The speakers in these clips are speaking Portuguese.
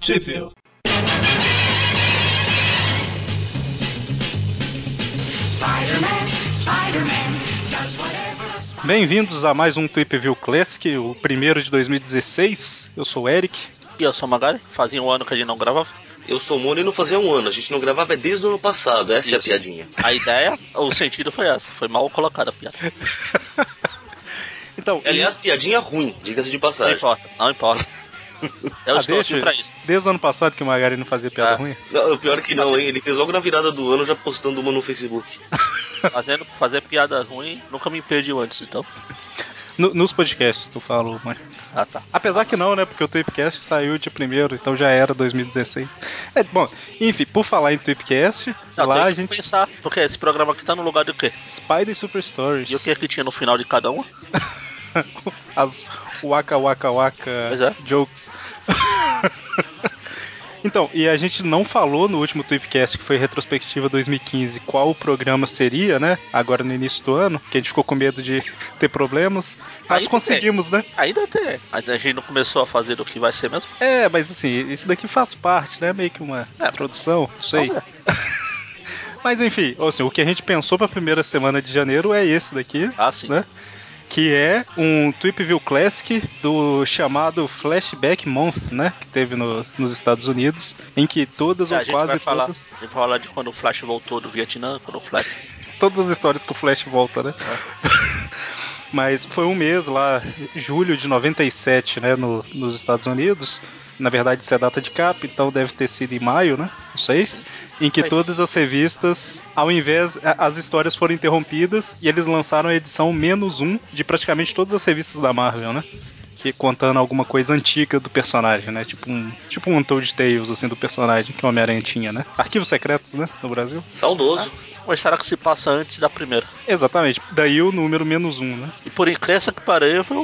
Sheffield. Bem-vindos a mais um Tweep View Classic, o primeiro de 2016. Eu sou o Eric. E eu sou o Magari, fazia um ano que a gente não gravava. Eu sou o Mono e não fazia um ano, a gente não gravava desde o ano passado, essa é a Isso. piadinha. A ideia, o sentido foi essa, foi mal colocada a piada. Então, Aliás, piadinha ruim, diga-se de Não passagem. importa, não importa. Eu É. ah, estou desde, aqui pra isso. desde o ano passado que o Magari não fazia piada Ah. ruim. Não, pior é que não, hein? Ele fez logo na virada do ano já postando uma no Facebook. Fazendo, fazer piada ruim nunca me impediu antes, então. No- nos podcasts, tu falou, mano. Ah tá. Apesar que não, né? Porque o Tweepcast saiu de primeiro, então já era 2016. É, bom, enfim, por falar em Tweepcast, Não, lá tem a que gente. pensar, porque esse programa aqui tá no lugar do quê? Spider Super Stories. E o que que tinha no final de cada um? É. As waka waka waka Pois é. jokes. então, e a gente não falou no último Tweepcast, que foi retrospectiva 2015, qual o programa seria, né? Agora no início do ano, que a gente ficou com medo de ter problemas. Mas Aí conseguimos, né? Ainda tem. Ainda a gente não começou a fazer do que vai ser mesmo. É, mas assim, isso daqui faz parte, né? Meio que uma introdução, não sei. Olha, Mas enfim, ou assim, o que a gente pensou pra primeira semana de janeiro é esse daqui, Ah, sim. Né? que é um Tweep View Classic do chamado Flashback Month, né? Que teve no- nos Estados Unidos, em que todas É, a ou gente quase vai falar. todas, A gente vai falar de quando o Flash voltou do Vietnã, quando o Flash. todas as histórias que o Flash volta, né? É. Mas foi um mês lá, julho de 97, né, no- nos Estados Unidos. Na verdade, isso é data de capa, então deve ter sido em maio, né? Não sei. Sim. Em que Foi. todas as revistas, ao invés, a- as histórias foram interrompidas e eles lançaram a edição menos um de praticamente todas as revistas da Marvel, né? Que contando alguma coisa antiga do personagem, né? Tipo um, tipo um Toad Tales, assim, do personagem que o Homem-Aranha tinha, né? Arquivos secretos, né? No Brasil. Saudoso. Mas será que se passa antes da primeira? Exatamente. Daí o número menos um, né? E por incrível que pareça,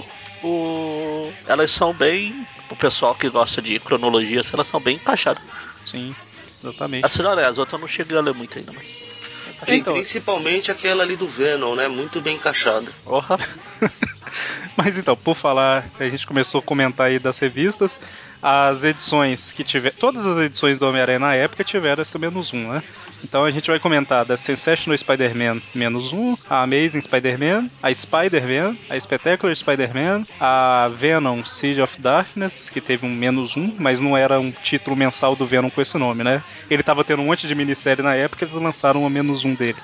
o... elas são bem. O pessoal que gosta de cronologia, assim, elas são bem encaixadas. Sim, exatamente. A senhora as outras eu não cheguei a ler muito ainda, mas. são encaixadas. E Então- principalmente aquela ali do Venom, né? Muito bem encaixada. Porra. Mas então, por falar, a gente começou a comentar aí das revistas. As edições que tiveram. Todas as edições do Homem-Aranha na época tiveram essa menos um, né? Então a gente vai comentar da Sensational Spider-Man menos um, a Amazing Spider-Man, a Spider-Man, a Spectacular Spider-Man, a Venom Siege of Darkness, que teve um menos um, mas não era um título mensal do Venom com esse nome, né? Ele tava tendo um monte de minissérie na época, eles lançaram uma menos um dele.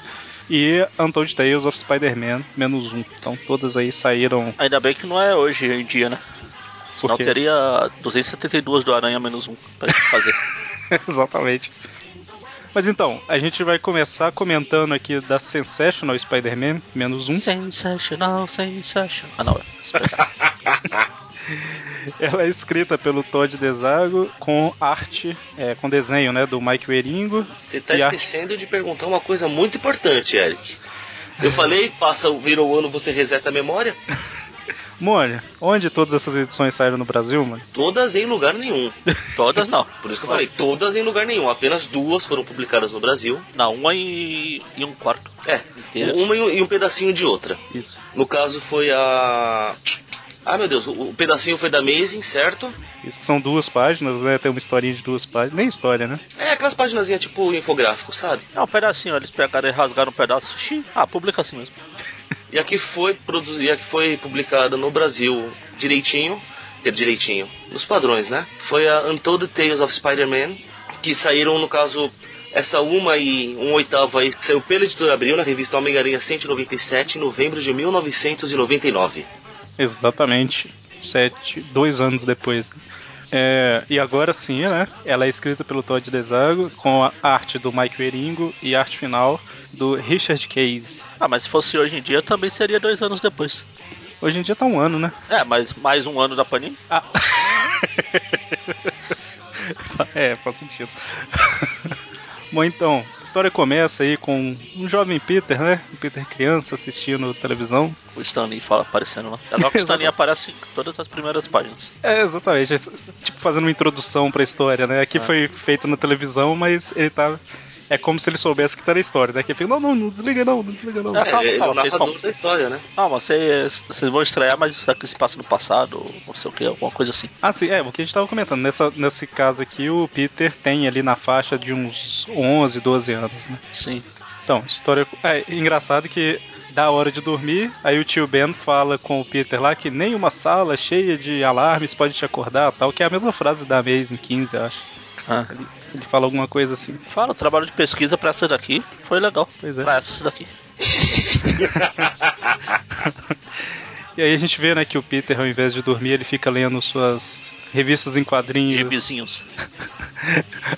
E Untold Tales of Spider-Man, menos um. Então todas aí saíram Ainda bem que não é hoje em dia, né? Senão quê? teria 272 do Aranha menos um pra gente fazer. Exatamente. Mas então, a gente vai começar comentando aqui da Sensational Spider-Man, menos um. sensacional, sensacional. Ah, não, é. Espera. Ela é escrita pelo Todd Desago, com arte, é, com desenho, né, do Mike Weringo. Você tá E a- esquecendo de perguntar uma coisa muito importante, Eric. Eu falei, passa, vira o ano, você reseta a memória? Mônio, onde todas essas edições saíram no Brasil, mano? Todas em lugar nenhum. Todas não. Por isso que eu falei, todas em lugar nenhum. Apenas duas foram publicadas no Brasil. Não, uma e, e um quarto. É, Inteira. uma e um- e um pedacinho de outra. Isso, No caso foi a. Ah, meu Deus, o o pedacinho foi da Amazing, certo? isso que são duas páginas, né, tem uma historinha de duas páginas, nem história, né? É aquelas paginazinhas tipo infográfico, sabe? É um pedacinho, eles pegaram e rasgaram um pedaço. Xi, Ah, publica assim mesmo. E a que foi produzida, e a que foi publicada no Brasil direitinho, quer dizer, direitinho, nos padrões, né? Foi a Untold Tales of Spider-Man, que saíram, no caso, essa uma e um oitavo aí, saiu pela editora Abril na revista Homem-Aranha 197, em novembro de 1999. Exatamente. Sete, dois anos depois. né? É, e agora sim, né? Ela é escrita pelo Todd Desago, com a arte do Mike Weringo e a arte final do Richard Case. Ah, mas se fosse hoje em dia também seria dois anos depois. Hoje em dia tá um ano, né? É, mas mais um ano da Panini? É, faz sentido. Bom, então, a história começa aí com um jovem Peter, né? Um Peter criança assistindo televisão. O Stanley fala aparecendo lá. Agora que o Stanley aparece em todas as primeiras páginas. É, exatamente. Esse- esse- Tipo, fazendo uma introdução pra história, né? Aqui Ah. foi feito na televisão, mas ele tá é como se ele soubesse que tá na história, né? Que ele fica, não, não, não desliga não, não desliga não. Ah, É, calma, ele é o calma, vocês narrador estão- da história, né? Ah, vocês, vocês vão estranhar, mas isso aqui se passa no passado, ou não sei o que, alguma coisa assim. Ah, sim, é, o que a gente tava comentando, nessa, nesse caso aqui o Peter tem ali na faixa de uns 11, 12 anos, né? Sim. Então, história. É engraçado que da hora de dormir, aí o tio Ben fala com o Peter lá que nem uma sala cheia de alarmes pode te acordar, tal, que é a mesma frase da Amazing 15, eu acho. Ah, Ele fala alguma coisa assim. fala, o trabalho de pesquisa pra essa daqui foi legal. Pois é. Pra essa daqui. E aí a gente vê, né, que o Peter, ao invés de dormir, ele fica lendo suas revistas em quadrinhos. De vizinhos.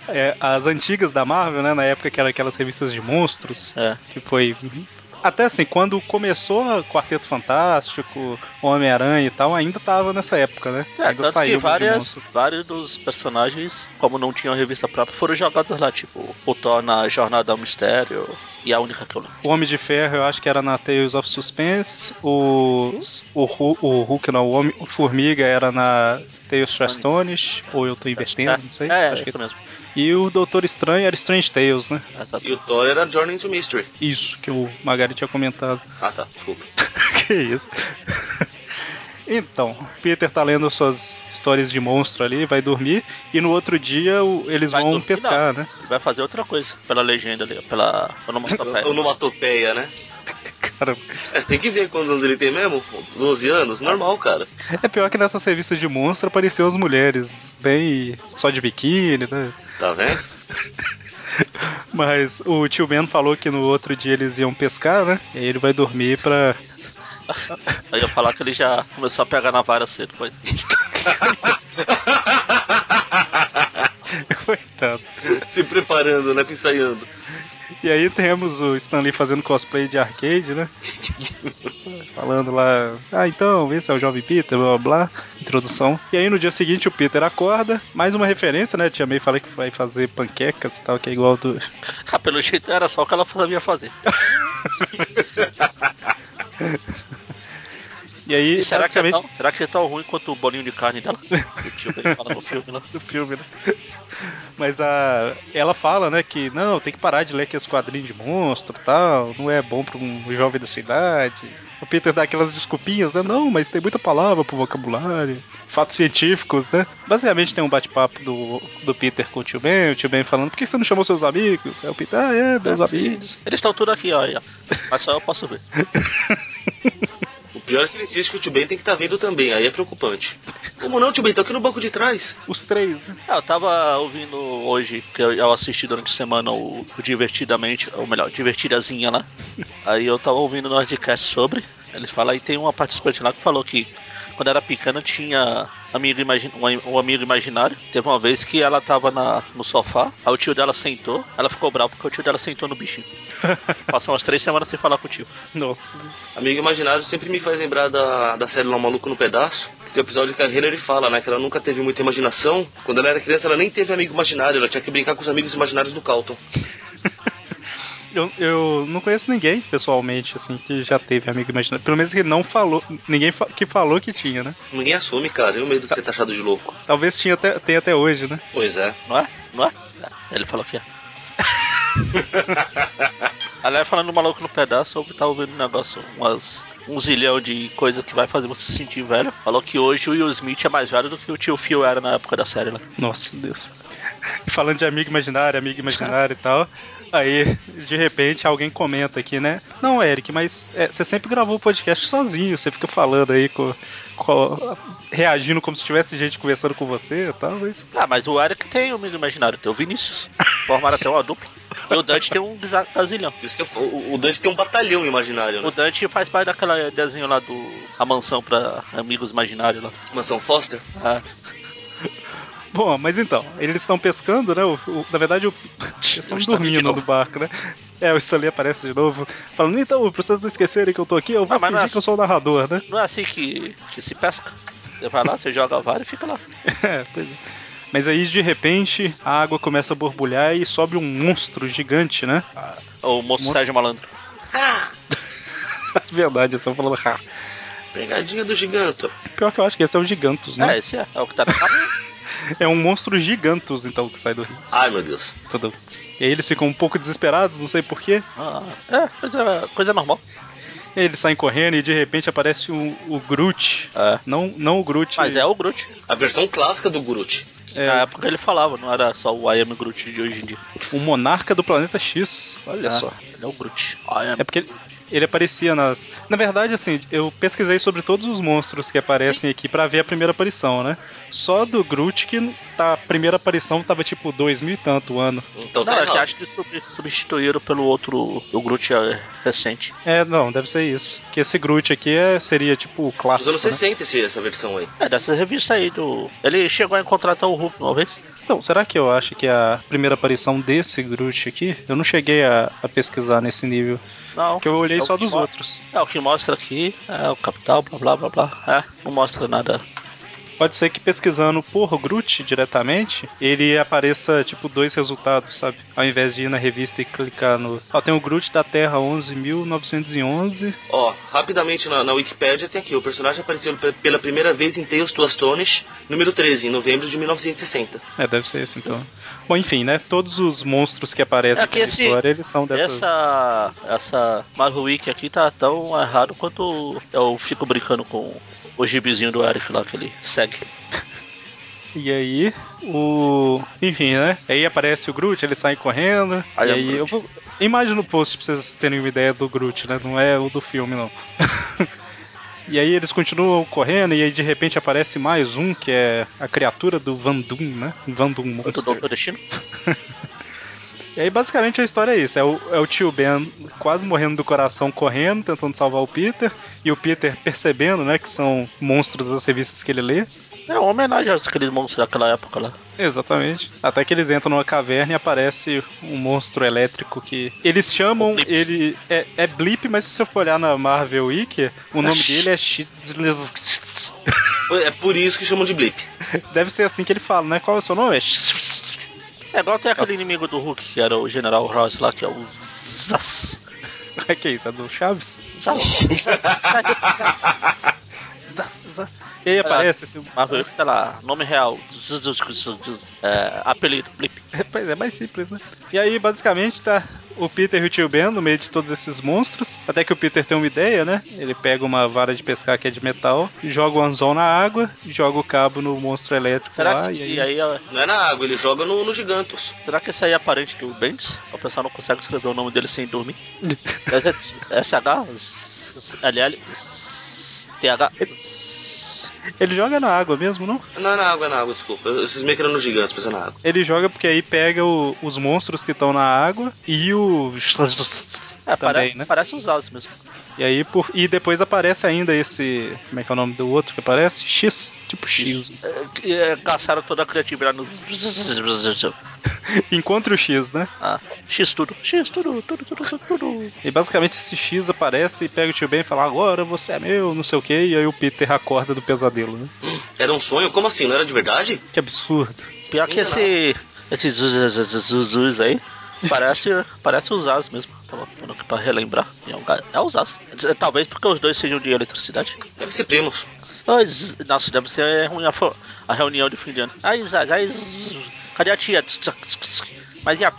É, as antigas da Marvel, né? Na época que eram aquelas revistas de monstros, É. que foi. Até assim, quando começou o Quarteto Fantástico, Homem-Aranha e tal, ainda tava nessa época, né? É, ainda tanto que saiu de várias, monstro. vários dos personagens, como não tinham revista própria, foram jogados lá, tipo, o Thor na Jornada ao Mistério, e a única que eu lembro. O Homem de Ferro, eu acho que era na Tales of Suspense, o. O, Hu- o Hulk, não, o Homem. O Formiga era na Tales of Astones, ou eu tô é, invertendo, não sei. é, acho que isso mesmo. E o Doutor Estranho era Strange Tales, né? Exato. E o Thor era Journey to Mystery. Isso, que o Magari tinha comentado. Ah, tá, desculpa. que isso? Então, Peter tá lendo suas histórias de monstro ali, vai dormir, e no outro dia o- eles Vai vão dormir, pescar, né? Ele vai fazer outra coisa, pela legenda ali, pela Tá, é. onomatopeia. Então, Onomatopeia, né? Cara, É, tem que ver quantos anos ele tem mesmo. 12 anos? Normal, cara. é pior que nessa revista de monstro apareciam as mulheres bem só de biquíni, né? Tá vendo? Mas o tio Ben falou que no outro dia eles iam pescar, né? E aí ele vai dormir pra. Aí eu ia falar que ele já começou a pegar na vara cedo, pois. Coitado. Se preparando, né? Ensaiando. E aí temos o Stanley fazendo cosplay de arcade, né? Falando lá, ah, então, esse é o jovem Peter, blá blá blá, introdução. E aí no dia seguinte o Peter acorda, mais uma referência, né? Tia May fala que vai fazer panquecas e tal, que é igual do. Ah, pelo jeito era só o que ela sabia fazer. E aí, E será, que é basicamente, tão, será que é tão ruim quanto o bolinho de carne dela? O tio Ben fala no filme lá. do filme, né? Mas a ela fala, né, que não, tem que parar de ler aqueles quadrinhos de monstro e tal, não é bom pra um jovem da sua idade. O Peter dá aquelas desculpinhas, né? Não, mas tem muita palavra pro vocabulário, fatos científicos, né? Basicamente tem um bate-papo do, do Peter com o tio Ben, o tio Ben falando, por que você não chamou seus amigos? Aí o Peter, ah, é, meus amigos. Eles estão tudo aqui, ó, aí, ó. Mas só eu posso ver. O pior é se ele insiste que o Tio Ben tem que estar vendo também. Aí é preocupante. Como não, Tio Ben? Tá aqui no banco de trás. Os três, né? Ah, eu tava ouvindo hoje, que eu- eu assisti durante a semana o, o Divertidamente, ou melhor, Divertidazinha lá. Aí eu tava ouvindo no podcast sobre. Eles falam, aí tem uma participante lá que falou que quando era pequena tinha amigo imagi- um, um amigo imaginário. Teve uma vez que ela tava na, no sofá, aí o tio dela sentou, ela ficou brava porque o tio dela sentou no bichinho. Passou umas três semanas sem falar com o tio. Nossa. Amigo Imaginário sempre me faz lembrar da, da série lá, O Maluco no Pedaço. Que tem um episódio de carreira ele fala, né? Que ela nunca teve muita imaginação. Quando ela era criança, ela nem teve amigo imaginário. Ela tinha que brincar com os amigos imaginários do Calton. Eu, eu não conheço ninguém, pessoalmente, assim, que já teve amigo imaginário. Pelo menos que não falou, ninguém fa- que falou que tinha, né? Ninguém assume, cara. Eu medo de ser taxado de louco. Talvez tinha até, tenha até hoje, né? Pois é. Não é? Não é? É, Ele falou que é. Aliás, falando do maluco no pedaço, eu tava ouvindo um negócio, umas, um zilhão de coisas que vai fazer você se sentir velho. Falou que hoje o Will Smith é mais velho do que o tio Phil era na época da série né? lá. Nossa, Deus. Falando de amigo imaginário, amigo imaginário e tal. Aí, de repente, alguém comenta aqui, né? Não, Eric, mas é, você sempre gravou o podcast sozinho, você fica falando aí, com, com- reagindo como se tivesse gente conversando com você e tal, mas. Ah, mas o Eric tem um amigo imaginário, tem o Vinícius. Formaram até uma dupla. E o Dante tem um gaza- gazilhão. Por isso que eu- o, o Dante tem um batalhão imaginário, O né? Dante faz parte daquela desenho lá do A Mansão pra Amigos Imaginários lá. Mansão Foster. Ah, Bom, mas então, eles estão pescando, né? O- o- na verdade, o- eles estão O Stanley de dormindo novo. no barco, né? É, o Stanley aparece de novo, falando, então, pra vocês não esquecerem que eu tô aqui, eu vou Ah, mas não fingir é- que eu sou o narrador, né? não é assim que, que se pesca. Você vai lá, você joga a vara e fica lá. É, pois é. Mas aí de repente a água começa a borbulhar e sobe um monstro gigante, né? Ou o moço Moço- Sérgio Malandro. Ah! Verdade, eu só falando. "Ha". Pegadinha do giganto. Pior que eu acho que esse é o Gigantos, né? É, esse é, é o que tá na capa. É um monstro gigantos, então, que sai do rio. Ai, meu Deus. Tudo. E aí eles ficam um pouco desesperados, não sei porquê. Ah, é, coisa, coisa normal. Eles saem correndo e de repente aparece o, o Groot. É. Não, não o Groot. Mas é o Groot. A versão clássica do Groot. É. Na época ele falava, não era só o I am Groot de hoje em dia. o monarca do planeta X. Olha Ah. só, ele é o Groot. I am É porque ele, ele aparecia nas. Na verdade, assim, eu pesquisei sobre todos os monstros que aparecem aqui pra ver a primeira aparição, né? Só do Groot que tá, a primeira aparição tava tipo dois mil e tanto ano. Então Não, tá é que errado. acho que sub- substituíram pelo outro, o Groot é, recente. É, não, deve ser isso. Que esse Groot aqui é- seria tipo o Dos anos clássico. Né? 60 esse, essa versão aí. É dessa revista aí do. Ele chegou a contratar o Hulk uma vez? Então, será que eu acho que a primeira aparição desse Groot aqui? Eu não cheguei a, a pesquisar nesse nível. Não. Porque eu olhei É o só que dos mo- outros. É o que mostra aqui, é o Capital, blá blá blá blá. É, não mostra nada. Pode ser que pesquisando por Groot diretamente, ele apareça tipo dois resultados, sabe? Ao invés de ir na revista e clicar no. Ó, tem o Groot da Terra 11.911. Ó, rapidamente na, na Wikipédia tem aqui: o personagem apareceu pe- pela primeira vez em Tales to Astonish, número 13, em novembro de 1960. É, deve ser esse então. Bom, enfim, né? Todos os monstros que aparecem É que na esse- história, eles são dessas. Essa. Essa Marvel Week aqui tá tão errado quanto eu fico brincando com o gibizinho do Eric lá que ele segue. E aí, o. Enfim, né? Aí aparece o Groot, ele sai correndo. Aí e é o aí Groot. eu vou. Imagina o post pra vocês terem uma ideia do Groot, né? Não é o do filme, não. e aí eles continuam correndo, e aí de repente aparece mais um, que é a criatura do Vandum, né? Vandum Outro Monster. Doutor Destino? E aí basicamente a história é isso: é o, é o tio Ben quase morrendo do coração, correndo, tentando salvar o Peter, e o Peter percebendo, né, que são monstros das revistas que ele lê. É uma homenagem aos aqueles monstros daquela época lá. Exatamente. Até que eles entram numa caverna e aparece um monstro elétrico que. Eles chamam. Blip. Ele. É, é Blip, mas se você for olhar na Marvel Wiki, o nome dele é X. É por isso que chamam de Blip. Deve ser assim que ele fala, né? Qual é o seu nome? É É igual tem aquele Nossa. inimigo do Hulk, que era o General Ross lá, que é o Zaz. que isso? É do Chaves? Zaz. Zaz, zaz. E aí aparece esse. Marvel Week tá lá, nome real. Zaz, zaz, zaz, zaz. É, apelido, Blip. Pois é, mais simples, né? E aí, basicamente, tá o Peter e o tio Ben no meio de todos esses monstros. Até que o Peter tem uma ideia, né? Ele pega uma vara de pescar que é de metal, joga o anzol na água, joga o cabo no monstro elétrico Será lá. que, e esse aí... aí é, Não é na água, ele joga no, no Gigantos. será que esse aí é parente do Bendis? O pessoal não consegue escrever o nome dele sem dormir. é SH, LL, TH. Ele joga na água mesmo, não? Não é na água, é na água, desculpa. Eu- Esses meio que eram no Gigantos, mas é na água. Ele joga porque aí pega o- os monstros que estão na água e o. É, também, parece, né? parece os Zaz mesmo. E aí por... e depois aparece ainda esse. Como é que é o nome do outro que aparece? X. Tipo X. É, que, é, gastaram toda a criatividade nos. Encontre o X, né? Ah, X tudo, X tudo, tudo, tudo, tudo, tudo. E basicamente esse X aparece e pega o tio Ben e fala, agora você é meu, não sei o que, e aí o Peter acorda do pesadelo, né? Era um sonho? Como assim? Não era de verdade? Que absurdo. Pior que esse. Esse Zuz aí. Parece, parece os As mesmo. Tava falando aqui pra relembrar. É, um, ga- é os As. Talvez porque os dois sejam de eletricidade. Deve ser primos. Ai, zzz, Nossa, deve ser ruim a, fa- a reunião de fim de ano. Aí, Zaz, aí. zzz, Cadê a tia? Tss, tss, tss. Mas e a.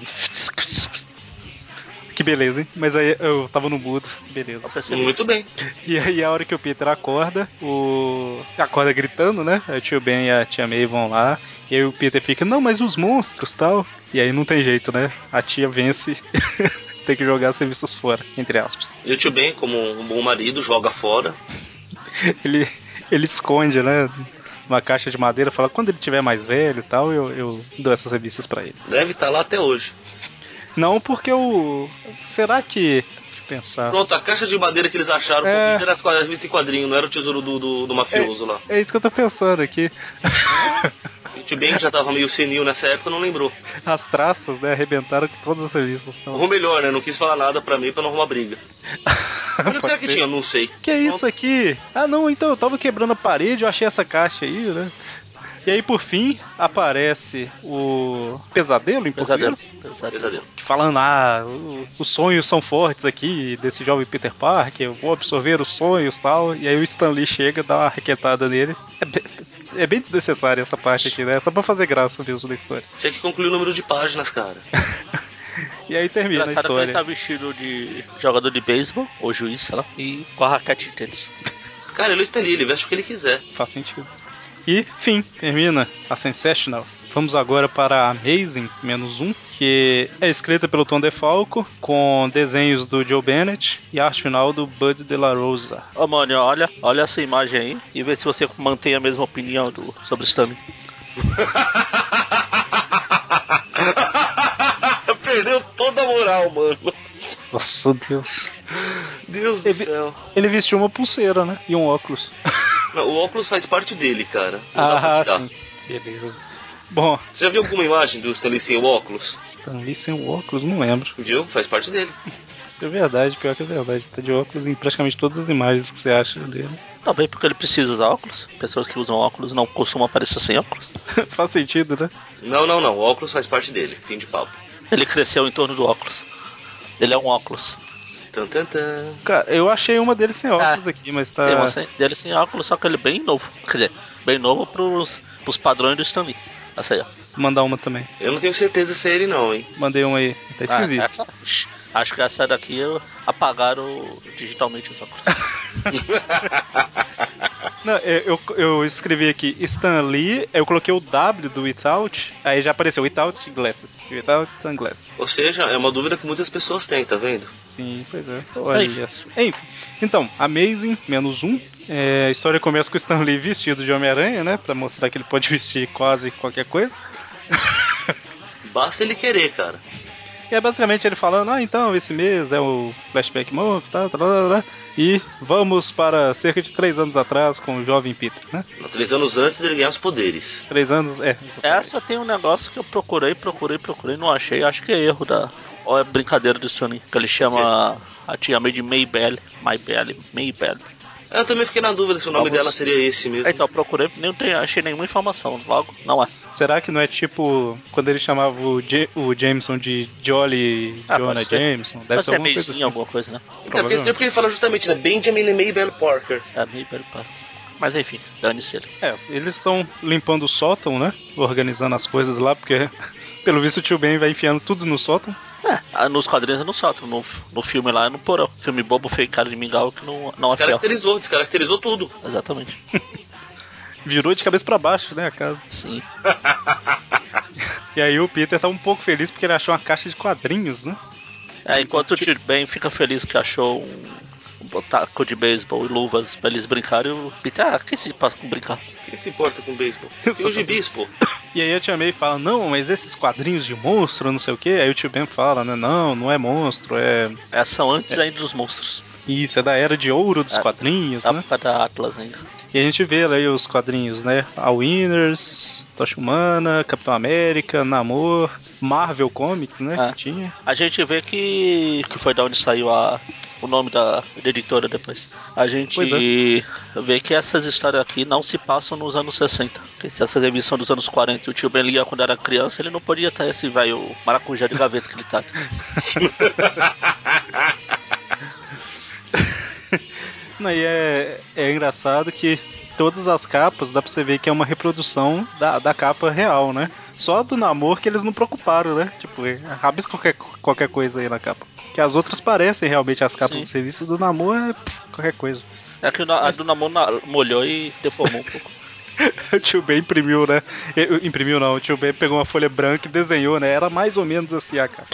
Que beleza, hein? Mas aí eu tava no mudo, Eu beleza. percebi. Muito bem. E aí a hora que o Peter acorda, o. acorda gritando, né? Aí O tio Ben e a tia May vão lá, e aí o Peter fica, não, mas os monstros tal. E aí não tem jeito, né? A tia vence. Tem que jogar as revistas fora, entre aspas. E o tio Ben, como um bom marido, joga fora. Ele, ele esconde, né? Uma caixa de madeira, fala, quando ele tiver mais velho e tal, eu, eu dou essas revistas pra ele. Deve estar lá até hoje. Não, porque o. Será que. Deixa eu pensar. Pronto, a caixa de madeira que eles acharam É. é... era as quadras- revista em quadrinho, não era o tesouro do, do, do mafioso lá. É isso que eu tô pensando aqui. E o tio Ben, que já tava meio senil nessa época, não lembrou. As traças, né, arrebentaram com todas as revistas. Então... Ou melhor, né? Não quis falar nada pra mim pra não arrumar briga. Mas será Ah, Pode que ser. tinha? Não sei. Que é isso aqui? Ah não, então eu tava quebrando a parede, eu achei essa caixa aí, né? E aí por fim aparece o Pesadelo em Pesadelo. português. Pesadelo. Pesadelo. que Falando, ah, o- os sonhos são fortes aqui desse jovem Peter Parker, eu vou absorver os sonhos e tal. E aí o Stan Lee chega, dá uma raquetada nele. É be- é bem desnecessária essa parte aqui, né? Só pra fazer graça mesmo da história. Tinha que concluir o número de páginas, cara. E aí termina a Engraçado que ele história. tá vestido de jogador de beisebol, ou juiz, sei lá, e com a raquete de tênis. Cara, ele estaria, ele veste o que ele quiser. tá- Faz sentido. E, fim, termina a Sensational. Vamos agora para Amazing menos um, que é escrita pelo Tom DeFalco, com desenhos do Joe Bennett e arte final do Bud De La Rosa. Ô, mano, olha, olha essa imagem aí e vê se você mantém a mesma opinião do, sobre o Stami. Perdeu toda a moral, mano. Nossa Deus. Deus do Ele- céu. Ele vestiu uma pulseira, né? E um óculos. Não, o óculos faz parte dele, cara. Não dá pra Ah, tirar. sim. Beleza. Bom, Você já viu alguma imagem do Stanley sem o óculos? Stanley sem o óculos, não lembro. Viu? Faz parte dele. É verdade, pior que é verdade. Tá de óculos em praticamente todas as imagens que você acha dele. Também porque ele precisa usar óculos. Pessoas que usam óculos não costumam aparecer sem óculos. Faz sentido, né? Não, não, não. O óculos faz parte dele. Fim de papo. Ele cresceu em torno do óculos. Ele é um óculos. Tan, tan, tan. Cara, eu achei uma dele sem óculos aqui, mas tá. Ah, Tem uma sem- dele sem óculos, só que ele é bem novo. Quer dizer, bem novo pros, pros padrões do Stanley. Essa aí, ó. Mandar uma também. Eu não tenho certeza se é ele não, hein? Mandei uma aí. Tá esquisito. Ah, essa- Shh, acho que essa daqui eu- apagaram digitalmente os óculos. Não, eu, eu, eu escrevi aqui Stan Lee, eu coloquei o W do Without, aí já apareceu Without Glasses. Without Sunglasses. Ou seja, é uma dúvida que muitas pessoas têm, tá vendo? Sim, pois é. Olha só. Enfim. Então, Amazing, menos um. É, a história começa com o Stan Lee vestido de Homem-Aranha, né? Pra mostrar que ele pode vestir quase qualquer coisa. Basta ele querer, cara. E é basicamente ele falando, ah, então, esse mês é o Flashback Month, tá, tá, tá, tá, tá. E vamos para cerca de três anos atrás com o jovem Peter, né? Três anos antes dele ganhar os poderes. Três anos, é. Essa tem um negócio que eu procurei, procurei, procurei, não achei. Acho que é erro da. Ou é brincadeira do Sony, que ele chama a tia May de Maybelle. Maybelle, Maybelle. Eu também fiquei na dúvida se o nome Vamos. dela seria esse mesmo. Então, eu procurei, nem tem, achei nenhuma informação. Logo, não é. Será que não é tipo quando ele chamava o, Ja- o Jameson de Jolly Ah, Jonah pode ser. Jameson? Deve Deve ser ser alguma coisa Mayzinha, assim. alguma coisa, né? É porque, é porque ele fala justamente, né? Benjamin e Maybelle Parker. É Maybelle, pá. Mas enfim, dane-se ele. É, eles estão limpando o sótão, né? Organizando as coisas lá, porque pelo visto o tio Ben vai enfiando tudo no sótão. É, ah, nos quadrinhos eu não solto, no, no filme lá é no porão. Filme bobo, feio, cara de mingau que não, não é fiel. Caracterizou, descaracterizou tudo. Exatamente. Virou de cabeça pra baixo, né, a casa. Sim. E aí o Peter tá um pouco feliz porque ele achou uma caixa de quadrinhos, né? É, enquanto o Tio Ben fica feliz que achou um, um taco de beisebol e luvas pra eles brincarem, o Peter, ah, quem se passa com brincar? Quem se importa com beisebol? E o gibis, pô. E aí eu te amei e fala, não, mas esses quadrinhos de monstro, não sei o quê. Aí o tio Ben fala, né? Não, não é monstro, é. É, são antes ainda dos monstros. Isso, é da era de ouro dos Ah, quadrinhos, Na né? época da Atlas ainda. E a gente vê aí os quadrinhos, né? A Winners, Tocha Humana, Capitão América, Namor, Marvel Comics, né? Ah. Que tinha. A gente vê que, que foi da onde saiu a, o nome da, da editora depois. A gente Pois vê que essas histórias aqui não se passam nos anos 60. Porque se essas revistas são dos anos 40 e o tio Ben lia quando era criança, ele não podia ter esse velho maracujá de gaveta que ele tá. Não, E é, é engraçado que todas as capas dá pra você ver que é uma reprodução da, da capa real, né? Só do Namor que eles não preocuparam, né? Tipo, é, rabisca qualquer, qualquer coisa aí na capa. Que as outras parecem realmente as capas Sim. do serviço do Namor é pff, qualquer coisa. É que a do Namor na- molhou e deformou um pouco. O tio Ben imprimiu, né? Eh, Imprimiu não, o tio Ben pegou uma folha branca e desenhou, né? Era mais ou menos assim a capa.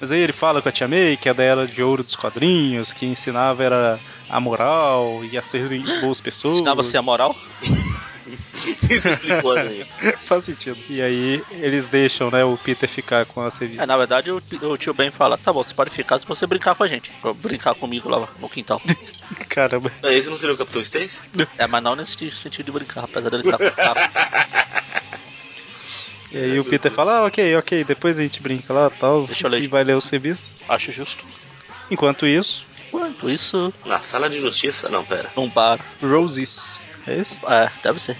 Mas aí ele fala com a Tia May, que é da era de ouro dos quadrinhos, que ensinava era a moral e a ser boas pessoas. Ensinava-se assim a moral? Isso explicou né? a minha. Faz sentido. E aí eles deixam, né, o Peter ficar com as É, revistas. na verdade, o, o tio Ben fala: tá bom, você pode ficar se você brincar com a gente. Brincar comigo lá no quintal. Caramba. Ah, Esse não seria o Capitão Stacy? é, mas não nesse sentido de brincar, apesar dele estar tá, E aí o Peter fala, ah, ok, ok, depois a gente brinca lá tal. Deixa eu ler. E vai ler os revistas. Acho justo. Enquanto isso, Enquanto isso, Na sala de justiça? Não, pera. num bar. Roses. É isso? É, deve ser.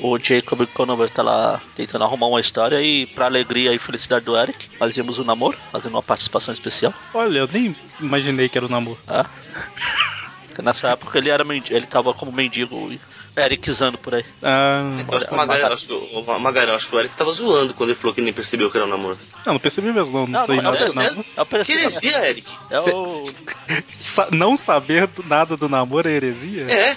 O Jacob Conover tá lá tentando arrumar uma história e, pra alegria e felicidade do Eric, nós vimos o namoro, fazendo uma participação especial. tá? Olha, eu nem imaginei que era o namoro. Ah. Porque Nessa época ele era mendi- ele tava como mendigo Eric Zano por aí. Ah, Eu acho que o Magalhães, acho que o- o Magalhães, acho que o Eric tava zoando quando ele falou que ele nem percebeu que era um namoro. não, não percebi mesmo, não. Não, Não, sei não, é o nada, não. terceiro. É o Que terceiro. heresia, Eric? É Cê- o. Sa- não saber do- nada do namoro é heresia? É,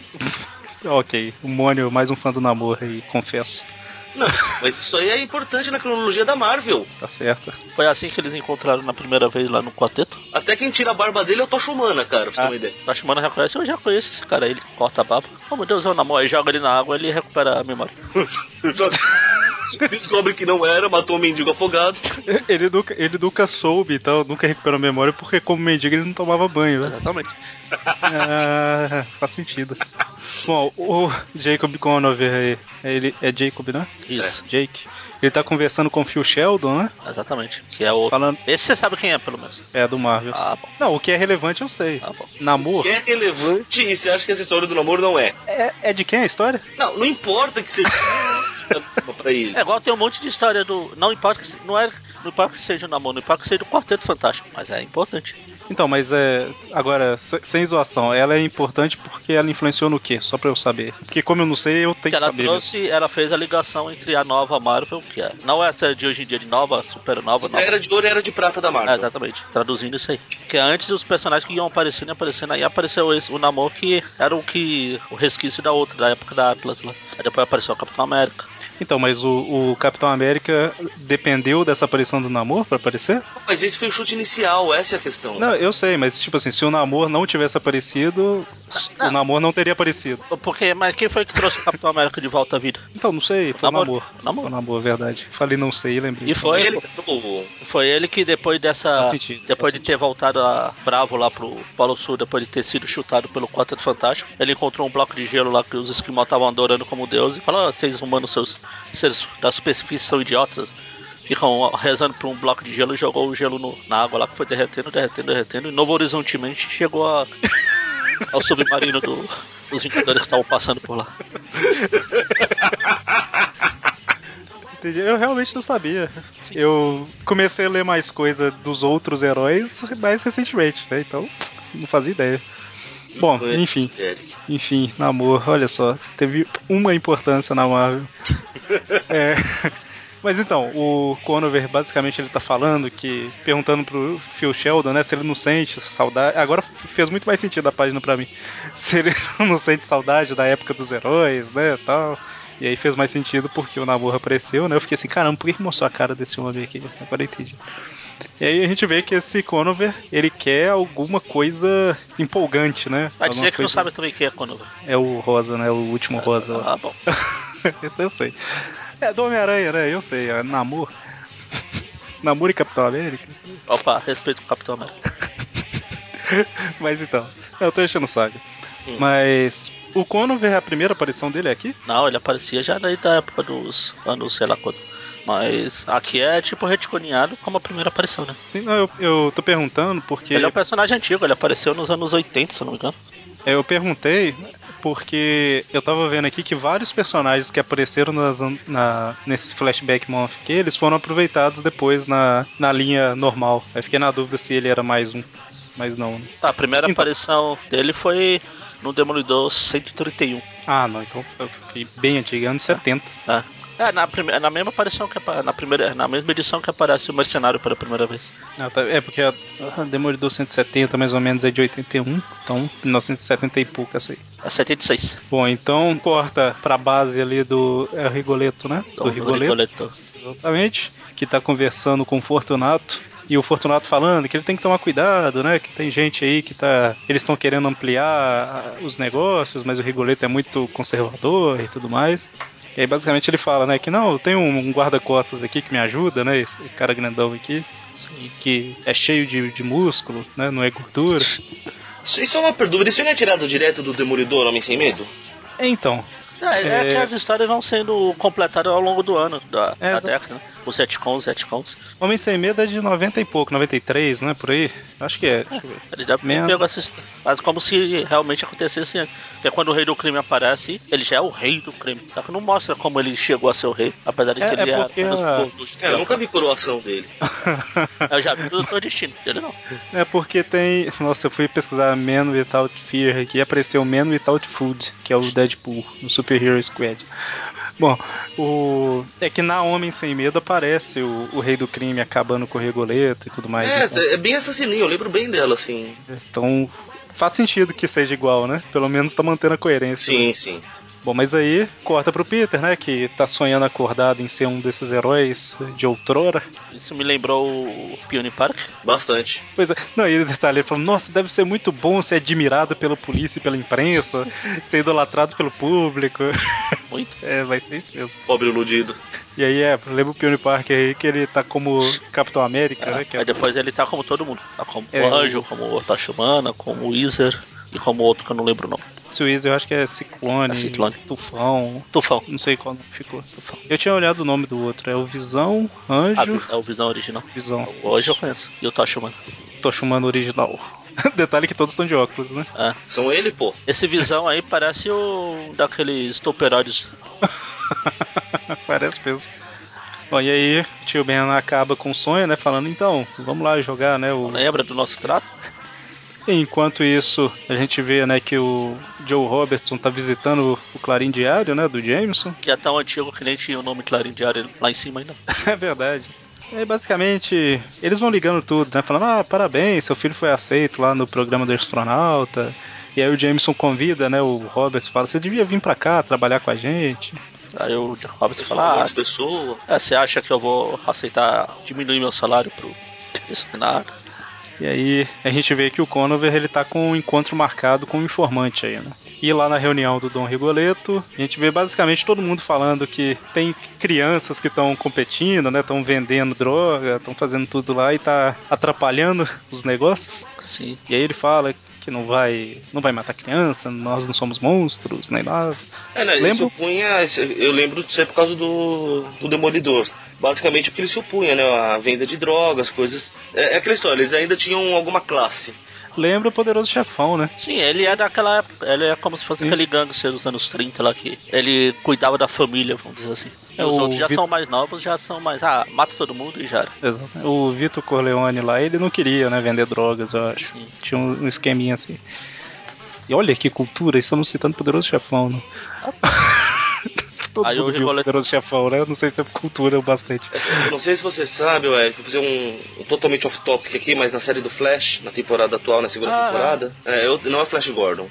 Ok, o Mônio, mais um fã do namoro aí, confesso. não, mas isso aí é importante na cronologia da Marvel. Tá certo. Foi assim que eles encontraram na primeira vez lá no quarteto. Até quem tira a barba dele é o Tocha Humana, cara, pra você ter uma ideia. A Shimano reconhece, eu já conheço esse cara, aí, ele corta a barba. Oh meu Deus, é o namoro. Aí joga ele na água ele recupera a memória. Só Descobre que não era, matou um mendigo afogado. Ele nunca, ele nunca soube, então nunca recuperou a memória, porque como mendigo ele não tomava banho, né? Exatamente. Ah, faz sentido. Bom, o Jacob Conover aí, ele é Jacob, né? Isso, Jake. Ele tá conversando com o Phil Sheldon, né? exatamente. Que é o. Falando. Esse você sabe quem é, pelo menos. É, do Marvel. Ah, bom. Não, o que é relevante eu sei. Tá bom. Namor? Que é relevante e você acha que essa história do namoro não é. É, é de quem a história? Não, não importa que seja pra ele. É igual tem um monte de história do. Não importa que se- não é. Não importa que seja o namoro, não importa que seja o quarteto fantástico, mas é importante. Então, mas é. Agora, se- sem zoação, ela é importante porque ela influenciou no quê? Só pra eu saber. Porque como eu não sei, eu tenho que que ela saber. mesmo. trouxe, ela fez a ligação entre a nova Marvel, que é. Não essa de hoje em dia de nova, supernova, nova. Era de ouro e era de prata da Ah, Marvel. exatamente, traduzindo isso aí. Que antes os personagens que iam aparecendo e aparecendo aí apareceu esse, o Namor que era o que. o resquício da outra, da época da Atlas lá. Aí depois apareceu o Capitão América. Então, mas o, o Capitão América dependeu dessa aparição do Namor pra aparecer? Mas esse foi o chute inicial, essa é a questão. Não, eu sei, mas tipo assim, se o Namor não tivesse aparecido, Ah, o Namor não teria aparecido. Porque, mas quem foi que trouxe o Capitão América de volta à vida? Então, não sei, foi o Namor. Namor. Namor. Foi o Namor, verdade. Falei não sei, lembrei. E foi ele, ele, foi ele que depois dessa. Faz sentido, depois faz de ter voltado a Bravo lá pro Polo Sul, depois de ter sido chutado pelo Quarteto Fantástico, ele encontrou um bloco de gelo lá que os esquimós estavam adorando como deuses e falou: "Ah, vocês humanos, seus seres da superfície são idiotas. Ficam rezando pra um bloco de gelo e jogou o gelo no- na água lá que foi derretendo, derretendo, derretendo. E Novo Horizontemente chegou a- ao submarino do- dos Vingadores que estavam passando por lá. Entendi. Eu realmente não sabia. Sim. Eu comecei a ler mais coisa dos outros heróis mais recentemente, né? Então, não fazia ideia. Bom, enfim, Eric. enfim, namor, olha só, teve uma importância na Marvel. É, Mas então, o Conover basicamente ele tá falando que, perguntando pro Phil Sheldon, né, se ele não sente saudade. Agora f- fez muito mais sentido a página pra mim. Se ele não sente saudade da época dos heróis, né, tal. E aí fez mais sentido porque o Namor apareceu, né? Eu fiquei assim, caramba, por que que mostrou a cara desse homem aqui? Agora eu entendi. E aí a gente vê que esse Conover, ele quer alguma coisa empolgante, né? Vai Alguma dizer que não coisa- sabe também quem é Conover. É o Rosa, né? O último Rosa lá. Ah, bom. Esse eu sei. É do Homem-Aranha, né? Eu sei. É Namor. Namor e Capitão América. Opa, respeito com o Capitão América. Mas então, eu tô enchendo o saco. Hum. Mas o Conover, a primeira aparição dele é aqui? Não, ele aparecia já daí da época dos anos, sei lá quando. Mas aqui é tipo reticoneado como a primeira aparição, né? Sim, não, eu, eu tô perguntando porque. Ele é um personagem antigo, ele apareceu nos anos 80, se eu não me engano. é, Eu perguntei porque eu tava vendo aqui que vários personagens que apareceram nas, na, nesse flashback month que eles foram aproveitados depois na, na linha normal. Aí fiquei na dúvida se ele era mais um. Mas não, né? A primeira Então. aparição dele foi no Demolidor 131. Ah, não, então foi bem antigo, anos 70. Né? É, na, prime- na mesma aparição que apa- na primeira, na mesma edição que aparece o Mercenário pela primeira vez. Ah, tá. É porque a a Demolidor 170 mais ou menos é de 81, então 1970 e pouco essa aí. É 76. Bom, então corta pra base ali do é, Rigoleto, né? Então, Do Rigoleto, exatamente, que tá conversando com o Fortunato. E o Fortunato falando que ele tem que tomar cuidado, né? Que tem gente aí que tá. Eles estão querendo ampliar ah, os negócios, mas o Rigoleto é muito conservador e tudo mais. E aí basicamente ele fala, né? Que não, eu tenho um guarda-costas aqui que me ajuda, né? Esse cara grandão aqui Sim. que é cheio de, de músculo, né? Não é gordura. Isso, isso é uma dúvida, isso não é tirado direto do Demolidor Homem Sem Medo? Então, É, é É. que as histórias vão sendo completadas ao longo do ano, da, É, da exa- década. né? Os retcons, retcons. Homem Sem Medo é de 90 e pouco, 93, não é por aí? Acho que é. Deixa eu ver. Ele dá Merda. pego essa histó- Mas como se realmente acontecesse antes. Porque quando o rei do crime aparece, ele já é o rei do crime. Só que não mostra como ele chegou a ser o rei, apesar de que É- ele é é porque apenas a- o do Cara, eu nunca vi coroação dele. Eu já vi o Doutor Destino, dele não. É porque tem. Nossa, eu fui pesquisar Man Without Fear aqui e apareceu Man Without Food, que é o Deadpool, no Super Hero Squad. Bom, o. É que na Homem Sem Medo aparece o, o Rei do Crime acabando com o Regoleto e tudo mais. é, então, é bem assassininho, eu lembro bem dela, assim. então faz sentido que seja igual, né? Pelo menos tá mantendo a coerência. Sim, sim. Bom, mas aí corta pro Peter, né? Que tá sonhando acordado em ser um desses heróis de outrora. Isso me lembrou o Peony Park. Bastante. Pois é, não, e detalhe, ele falou, nossa, deve ser muito bom ser admirado pela polícia e pela imprensa, ser idolatrado pelo público. Muito. É, vai ser isso mesmo. Pobre iludido. E aí é, lembra o Peony Parker aí que ele tá como Capitão América, né? Que é- Aí depois ele tá como todo mundo. Tá como É, o Anjo, o- como o Otashimana, como o Izer e como outro que eu não lembro o nome. esse Weasel eu acho que é Ciclone, É Ciclone. Tufão, Tufão. não sei qual nome ficou. Tufão. Eu tinha olhado o nome do outro, é o Visão, A Anjo, vi- é o Visão original. Visão. O Anjo eu conheço. E o Otashimana. Tô chamando original. detalhe que todos estão de óculos, né? Ah. São ele, pô. Esse Visão aí parece o daqueles toperóides. Parece mesmo. Bom, e aí, o tio Ben acaba com o sonho, né? Falando, então, vamos lá jogar, né? O... Lembra do nosso trato? Enquanto isso, a gente vê, né, que o Joe Robertson tá visitando o Clarim Diário, né, do Jameson. Que é tão antigo que nem tinha o nome Clarim Diário lá em cima ainda. É verdade. E aí, basicamente, eles vão ligando tudo, né? Falando, ah, parabéns, seu filho foi aceito lá no programa do astronauta. E aí o Jameson convida, né, o Robertson fala, você devia vir pra cá trabalhar com a gente. Aí o Jacobs Eu sou um fala, ah, monte de pessoa. é, você acha que eu vou aceitar diminuir meu salário pro isso que nada? E aí a gente vê que o Conover ele tá com um encontro marcado com um informante aí, né? E lá na reunião do Dom Rigoletto, a gente vê basicamente todo mundo falando que tem crianças que estão competindo, né? Estão vendendo droga, estão fazendo tudo lá e tá atrapalhando os negócios. Sim. E aí ele fala que não vai, não vai matar criança, nós não somos monstros, nem nada. É, né, ele Lembro. supunha, eu lembro de ser por causa do, do Demolidor. Basicamente porque ele supunha, né? A venda de drogas, coisas. É, é aquela história, eles ainda tinham alguma classe. Lembra o poderoso chefão, né? Sim, ele é daquela época, ele é como se fosse Sim. aquele gangster dos anos 30 lá que ele cuidava da família, vamos dizer assim. E os É, O outros já Vit- são mais novos, já são mais, ah, mata todo mundo e já. era. Exato. O Vitor Corleone lá, ele não queria, né, vender drogas, eu acho. Sim. Tinha um um esqueminha assim. E olha que cultura, estamos citando Poderoso Chefão. Né? Todo Aí mundo o viu Rigoletto- Poderoso Chefão, né? Não sei se é cultura o bastante. Eu não sei se você sabe, ué, vou fazer um, um totalmente off-topic aqui, mas na série do Flash, na temporada atual, na segunda Ah. temporada, é, eu- não é Flash Gordon.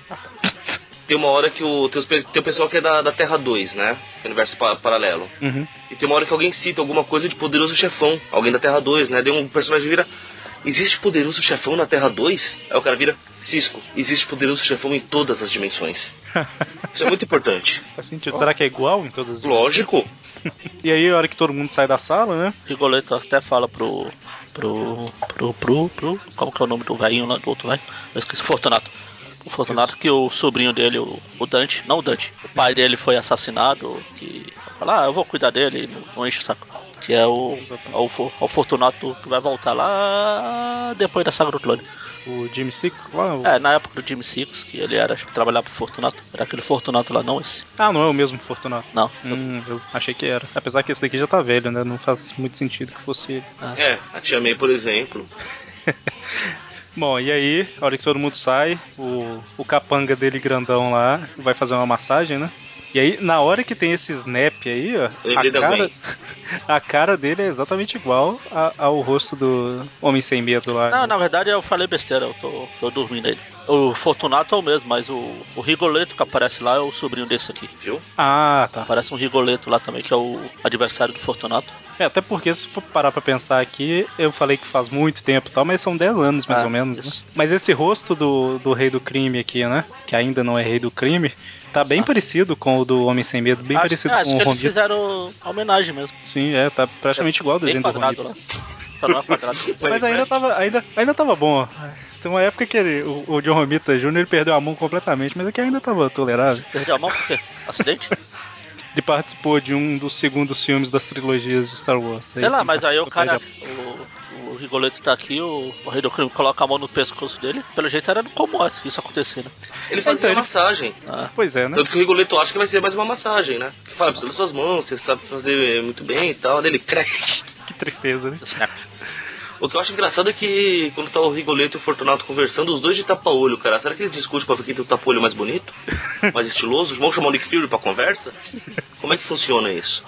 Tem uma hora que o. Tem, os pe- tem o pessoal que é da, da Terra 2, né? Universo pa- paralelo. Uhum. E tem uma hora que alguém cita alguma coisa de poderoso chefão. Alguém da Terra 2, né? Daí um personagem vira. Existe poderoso chefão na Terra 2? Aí o cara vira. Cisco, existe poderoso chefão em todas as dimensões. Isso é muito importante. Faz sentido. Será que é igual em todas as Lógico. E aí, a hora que todo mundo sai da sala, né? Rigoletto até fala pro. pro. pro. pro. pro como que é o nome do velhinho lá, do outro velho? Eu esqueci, Fortunato. O Fortunato que o sobrinho dele, o, o Dante, não o Dante, o pai dele foi assassinado, que fala, ah, eu vou cuidar dele, não, não enche o saco. Que é o, Exatamente. é o, Fo- é o Fortunato que vai voltar lá depois da saga do clone. O Jimmy Six lá. o- É, na época do Jimmy Six, que ele era acho que trabalhava pro Fortunato. Era aquele Fortunato lá, não esse. Ah, não é o mesmo Fortunato. Não. Hum, eu achei que era. Apesar que esse daqui já tá velho, né? Não faz muito sentido que fosse ele. É, a Tia May, por exemplo. Bom, e aí, a hora que todo mundo sai, o, o capanga dele grandão lá vai fazer uma massagem, né? E aí, na hora que tem esse snap aí, ó, Eu a lembrei da cara, Gwen. a cara dele é exatamente igual a- ao rosto do Homem Sem Medo lá. Não, na verdade eu falei besteira, eu tô, tô dormindo aí. O Fortunato é o mesmo, mas o, o Rigoleto que aparece lá é o sobrinho desse aqui. Viu? Ah, tá. Aparece um Rigoleto lá também, que é o adversário do Fortunato. É, até porque se for parar pra pensar aqui, eu falei que faz muito tempo e tal, mas são 10 anos mais Ah, ou menos, né? isso. Mas esse rosto do, do Rei do Crime aqui, né? Que ainda não é Rei do Crime, tá bem parecido com o do Homem Sem Medo, bem Ah. acho, parecido é, acho com o que eles Romito. fizeram a homenagem mesmo. Sim, é, tá praticamente igual ao Bem desenho do quadrado Romito. lá. Só não é quadrado. Mas ainda tá- tava, ainda, ainda tava bom. Tem uma época que ele- o, o John é Romita Jr. ele perdeu a mão completamente, mas aqui ainda tava tolerável. Perdeu a mão por quê? Acidente? Ele participou de um dos segundos filmes das trilogias de Star Wars. Sei lá, Ele mas aí o participou cara. de- O, o Rigoletto tá aqui, o, o Rei do Crime coloca a mão no pescoço dele. Pelo jeito era no comós que isso acontecia, né? Ele fazia Então, uma ele- massagem. Ah, Pois é, né? Tanto que o Rigoletto acha que vai ser mais uma massagem, né? Ele Fala, precisa das suas mãos, você sabe fazer muito bem e tal. Daí ele crack. Que tristeza, né? snap. O que eu acho engraçado é que quando tá o Rigoletto e o Fortunato conversando, os dois de tapa-olho, cara. Será que eles discutem pra ver quem tem o tapa-olho mais bonito? Mais estiloso? Vão chamar o Nick Fury pra conversa? Como é que funciona isso?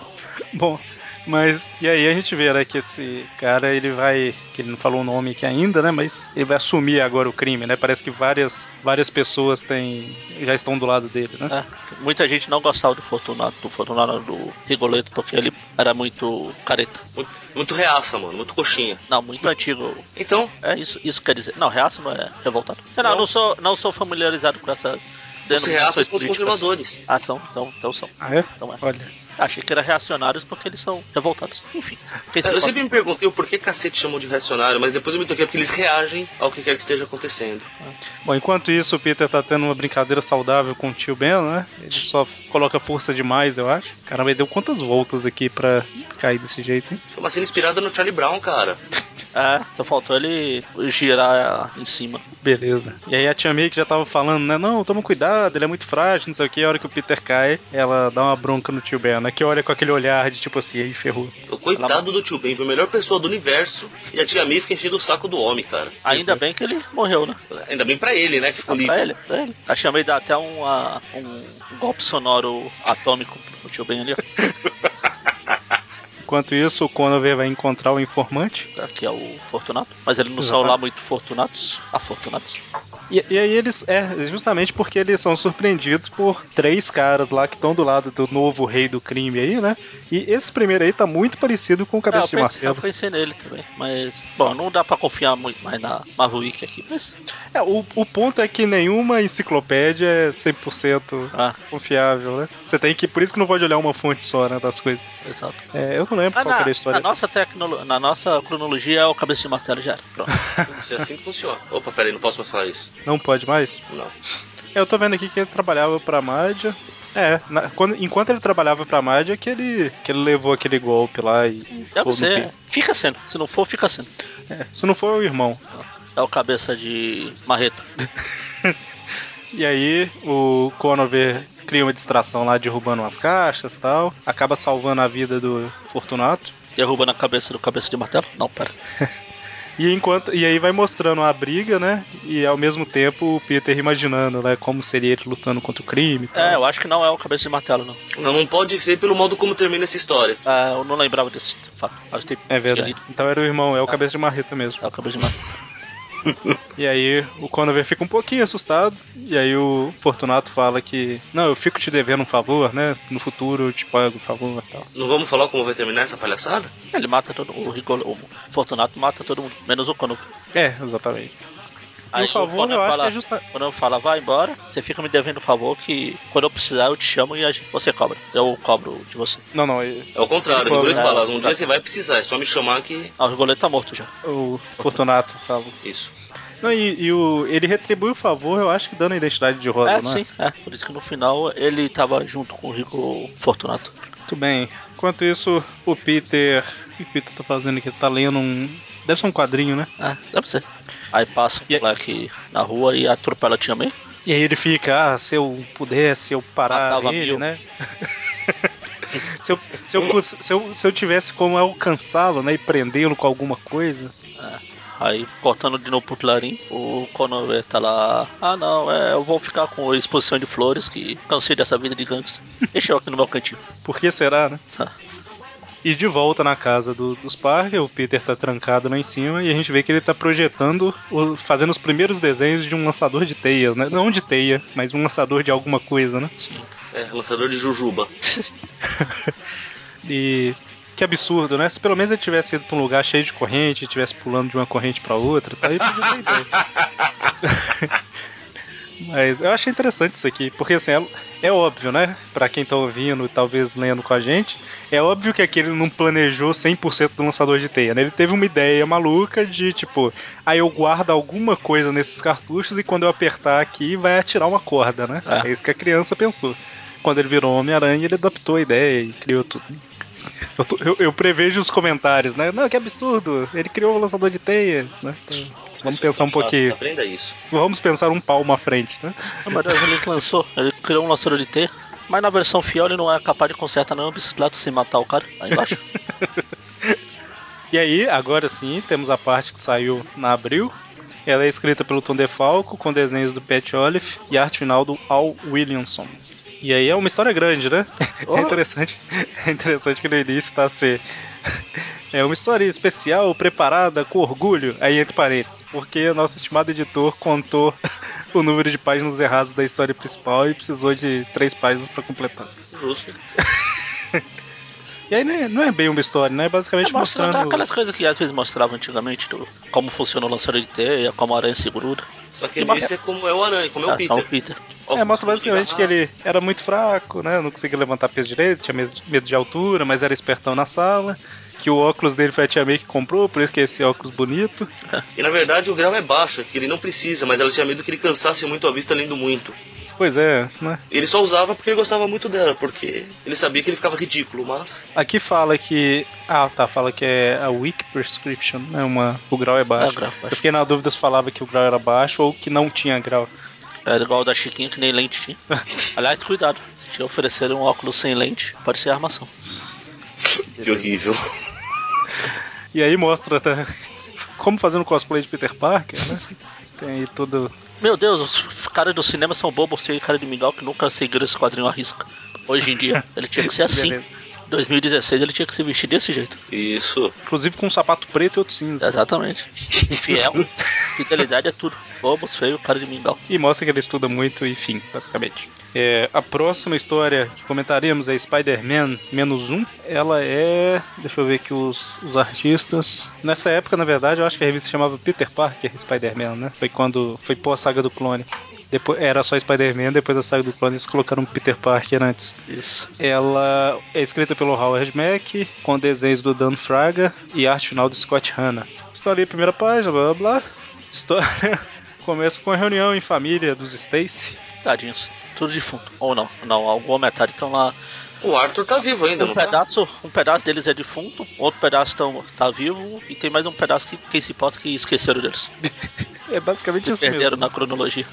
Bom, mas e aí a gente vê né, que esse cara ele vai, que ele não falou o nome aqui ainda, né? Mas ele vai assumir agora o crime, né? Parece que várias várias pessoas têm já estão do lado dele, né? É, muita gente não gostava do Fortunato, do Fortunato do Rigoletto, porque ele era muito careta. Muito, muito reaça, mano. Muito coxinha. Não, muito antigo. Então, É isso, isso quer dizer. Não, reaça não é revoltado. Sei lá, Não. não, sou, não sou familiarizado com essas os reaças denominações são os políticas. conservadores. Ah, então, então, então são. Ah, é? Então é. Olha, Achei que era reacionários porque eles são revoltados. Enfim. quem se É, Eu importa? sempre me perguntei o porquê cacete chamam de reacionário, mas depois eu me toquei porque eles reagem ao que quer que esteja acontecendo. Bom, enquanto isso, o Peter tá tendo uma brincadeira saudável com o tio Ben, né? Ele só coloca força demais, eu acho. Caramba, ele deu quantas voltas aqui pra cair desse jeito, hein? Foi uma cena inspirada no Charlie Brown, cara. É, só faltou ele girar em cima. Beleza. E aí a tia May que já tava falando, né? Não, toma cuidado, ele é muito frágil, não sei o que. A hora que o Peter cai, ela dá uma bronca no tio Ben, né? Que olha com aquele olhar de tipo assim, aí ferrou. O coitado do tio Ben foi a melhor pessoa do universo e a tia May fica enchendo o saco do homem, cara. Ainda Pois é. bem que ele morreu, né? Ainda bem pra ele, né, que Ah, ficou livre. pra ele, pra ele. A chamei dá até um, ah, um golpe sonoro atômico pro tio Ben ali, ó. Enquanto isso, o Conover vai encontrar o informante. Que é o Fortunato. Mas ele não Exato. saiu lá muito Fortunatos. Ah, Fortunatos. E, e aí eles, é, justamente porque eles são surpreendidos por três caras lá que estão do lado do novo rei do crime aí, né? E esse primeiro aí tá muito parecido com o É, Cabeça eu, de pensei, eu Martelo. pensei nele também. Mas, bom, não dá pra confiar muito mais na Marvel Wiki aqui. Mas, É, o, o ponto é que nenhuma enciclopédia é 100% ah, confiável, né? Você tem que, por isso que não pode olhar uma fonte só, né, das coisas. exato. É, eu não lembro Ah, qual que na, era a história. na nossa tecnolo- na nossa cronologia é o cabeça de martelo já. era. Pronto. Isso é assim que funciona. Opa, peraí, não posso mais falar isso. Não pode mais? É, Não. Eu tô vendo aqui que ele trabalhava pra Madja. É, na- quando- enquanto ele trabalhava pra Madja que ele, que ele levou aquele golpe lá e. Deve pô, no ser. pi- Fica sendo. Se não for, fica sendo. É, se não for o irmão. É o cabeça de marreta. E aí o Conover cria uma distração lá, derrubando umas caixas e tal. Acaba salvando a vida do Fortunato. Derruba na cabeça do cabeça de martelo? Não, pera. E, enquanto, e aí vai mostrando a briga, né? E ao mesmo tempo o Peter imaginando, né? Como seria ele lutando contra o crime e tal. É, eu acho que não é o cabeça de martelo, não. Não, não pode ser pelo modo como termina essa história. Ah, eu não lembrava desse fato. Acho que É tinha verdade. lido. Então era o irmão, é Ah. o cabeça de marreta mesmo. É o cabeça de martelo. E aí o Conover fica um pouquinho assustado. E aí o Fortunato fala que. Não, eu fico te devendo um favor, né? No futuro eu te pago um favor e tal. Não vamos falar como vai terminar essa palhaçada? Ele mata todo mundo. O, Rigol, o Fortunato mata todo mundo, menos o Conoco. É, exatamente. E Aí o o favor Conan eu acho fala- que é justa. Quando eu falo, vai embora, você fica me devendo um favor que quando eu precisar eu te chamo e a gente- você cobra. Eu cobro de você. Não, não. ele- É o contrário, o Rigoletto É. fala, um dia você vai precisar, é só me chamar que... Ah, o Rigoletto tá morto já. O Fortunato fala. Isso. Não, e, e o, ele retribui o favor, eu acho que dando a identidade de Rosa, é, não é? sim, é. Por isso que no final ele tava junto com o Rigo Fortunato. Muito bem. Enquanto isso, o Peter. O que o Peter tá fazendo aqui? Tá lendo um. Deve ser um quadrinho, né? É, deve ser. Aí passa E um aí- moleque na rua e atropela a Tia May. E aí ele fica, ah, se eu pudesse, eu parar Matava ele, mil. né? se, eu, se, eu, cons- se, eu, se eu tivesse como alcançá-lo, né, e prendê-lo com alguma coisa. É. Aí cortando de novo pro Clarim, o Conover tá lá. Ah não, é, eu vou ficar com a exposição de flores, que cansei dessa vida de gangster. Deixa eu aqui no meu cantinho. Por que será, né? Tá. E de volta na casa do- dos Parker, o Peter tá trancado lá em cima e a gente vê que ele tá projetando, o- fazendo os primeiros desenhos de um lançador de teias, né? Não de teia, mas um lançador de alguma coisa, né? Sim. É, lançador de Jujuba. E que absurdo, né? Se pelo menos ele tivesse ido pra um lugar cheio de corrente, e tivesse pulando de uma corrente pra outra, tá aí podia ter ideia. Mas eu achei interessante isso aqui, porque assim, é, é óbvio, né? Pra quem tá ouvindo e talvez lendo com a gente, é óbvio que aquele não planejou 100% do lançador de teia, né? Ele teve uma ideia maluca de tipo, aí eu guardo alguma coisa nesses cartuchos e quando eu apertar aqui vai atirar uma corda, né? É. É isso que a criança pensou. quando ele virou Homem-Aranha, ele adaptou a ideia e criou tudo. Eu, tô- eu- eu prevejo os comentários, né? Não, que absurdo! Ele criou o lançador de teia, né? Então, vamos pensar um pouquinho. Aprenda isso. Vamos pensar um palmo à frente, né? Ah, mas Deus, ele lançou, ele criou um lançador de T, mas na versão fiel ele não é capaz de consertar nenhuma bicicleta sem matar o cara lá embaixo. E aí, agora sim, temos a parte que saiu na abril. Ela é escrita pelo Tom DeFalco, com desenhos do Pat Olive e arte final do Al Williamson. E aí é uma história grande, né? Oh. É, interessante, é interessante que no início tá assim... É uma história especial, preparada, com orgulho, aí entre parênteses, porque nosso estimado editor contou o número de páginas erradas da história principal e precisou de três páginas para completar. Justo. E aí né, não é bem uma história, né? É basicamente É, mostrando... mostrando aquelas coisas que às vezes mostrava antigamente, do- como funciona o lançador de teia, como a aranha se gruda. Só que E ele mas- disse é como é o aranha, como é o É, só o Peter. Peter. Ah, É, mostra tipo basicamente que ele era muito fraco, né? Não conseguia levantar peso direito, tinha mes- medo de altura, mas era espertão na sala. Que o óculos dele foi a tia May que comprou, por isso que é esse óculos bonito. E na verdade o grau é baixo, é que ele não precisa, mas ela tinha medo que ele cansasse muito a vista lendo muito. Pois é, né? Ele só usava porque ele gostava muito dela, porque ele sabia que ele ficava ridículo, mas Aqui fala que. Ah, tá, fala que é a weak prescription, né? Uma... O grau é baixo. É, o grau é baixo. Eu fiquei na dúvida se falava que o grau era baixo ou que não tinha grau. Era igual o da Chiquinha, que nem lente tinha. Aliás, cuidado, se te oferecerem um óculos sem lente, pode ser armação. que horrível. E aí mostra tá? como fazer um cosplay de Peter Parker, né? Tem aí tudo. Meu Deus, os caras do cinema são bobos, sem cara de mingau que nunca seguiram esse quadrinho à risca. Hoje em dia, ele tinha que ser assim. Beleza. 2016 ele tinha que se vestir desse jeito. Isso. Inclusive com um sapato preto e outro cinza. Exatamente. Fiel, fidelidade é tudo. Bobos, feio, cara de mingau. E mostra que ele estuda muito, enfim, basicamente. É, a próxima história que comentaremos é Spider-Man menos um. Ela é. Deixa eu ver aqui os, os artistas. Nessa época, na verdade, eu acho que a revista chamava Peter Parker Spider-Man, né? Foi quando. Foi pós saga do clone. Depois, era só Spider-Man, depois da saga do clone eles colocaram Peter Parker antes. Isso. Ela é escrita pelo Howard Mack, com desenhos do Dan Fraga e arte final do Scott Hanna. História aí, primeira página, blá blá blá. História começa com a reunião em família dos Stacy. Tadinhos. Tudo defunto. Ou não, não, alguma metade estão lá. O Arthur tá vivo ainda, Um não tá? pedaço, um pedaço deles é defunto, outro pedaço tão, tá vivo, e tem mais um pedaço que quem se importa que esqueceram deles. É basicamente isso mesmo. Perderam na cronologia.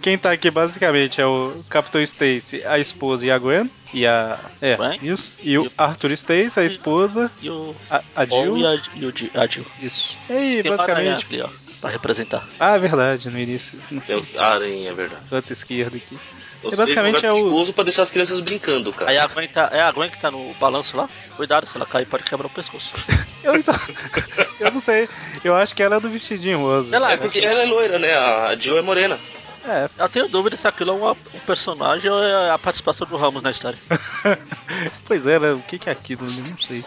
Quem tá aqui basicamente é o Capitão Stacy, a esposa e a Gwen. E a. É, Gwen. isso. E o Arthur Stacy, a esposa, E o a, a Paul e Jill. a, e o Di- a Jill. Isso. E aí, Tem uma aranha basicamente. ali, ó, pra representar. Ah, é verdade, no início. No É o aranha, é verdade. canto esquerdo aqui. Ou E basicamente seja, um é o- lugar perigoso pra deixar as crianças brincando, cara. Aí a Gwen tá, é a Gwen que tá no balanço lá. Cuidado, se ela cair pode quebrar o pescoço. Eu, então, eu não sei. Eu acho que ela é do vestidinho rosa. Sei lá, É porque ela é loira, né? A Jill é morena. É, Eu tenho dúvida se aquilo é uma- um personagem ou é a participação do Ramos na história. pois é, né? O que que é aquilo? ali? Não sei.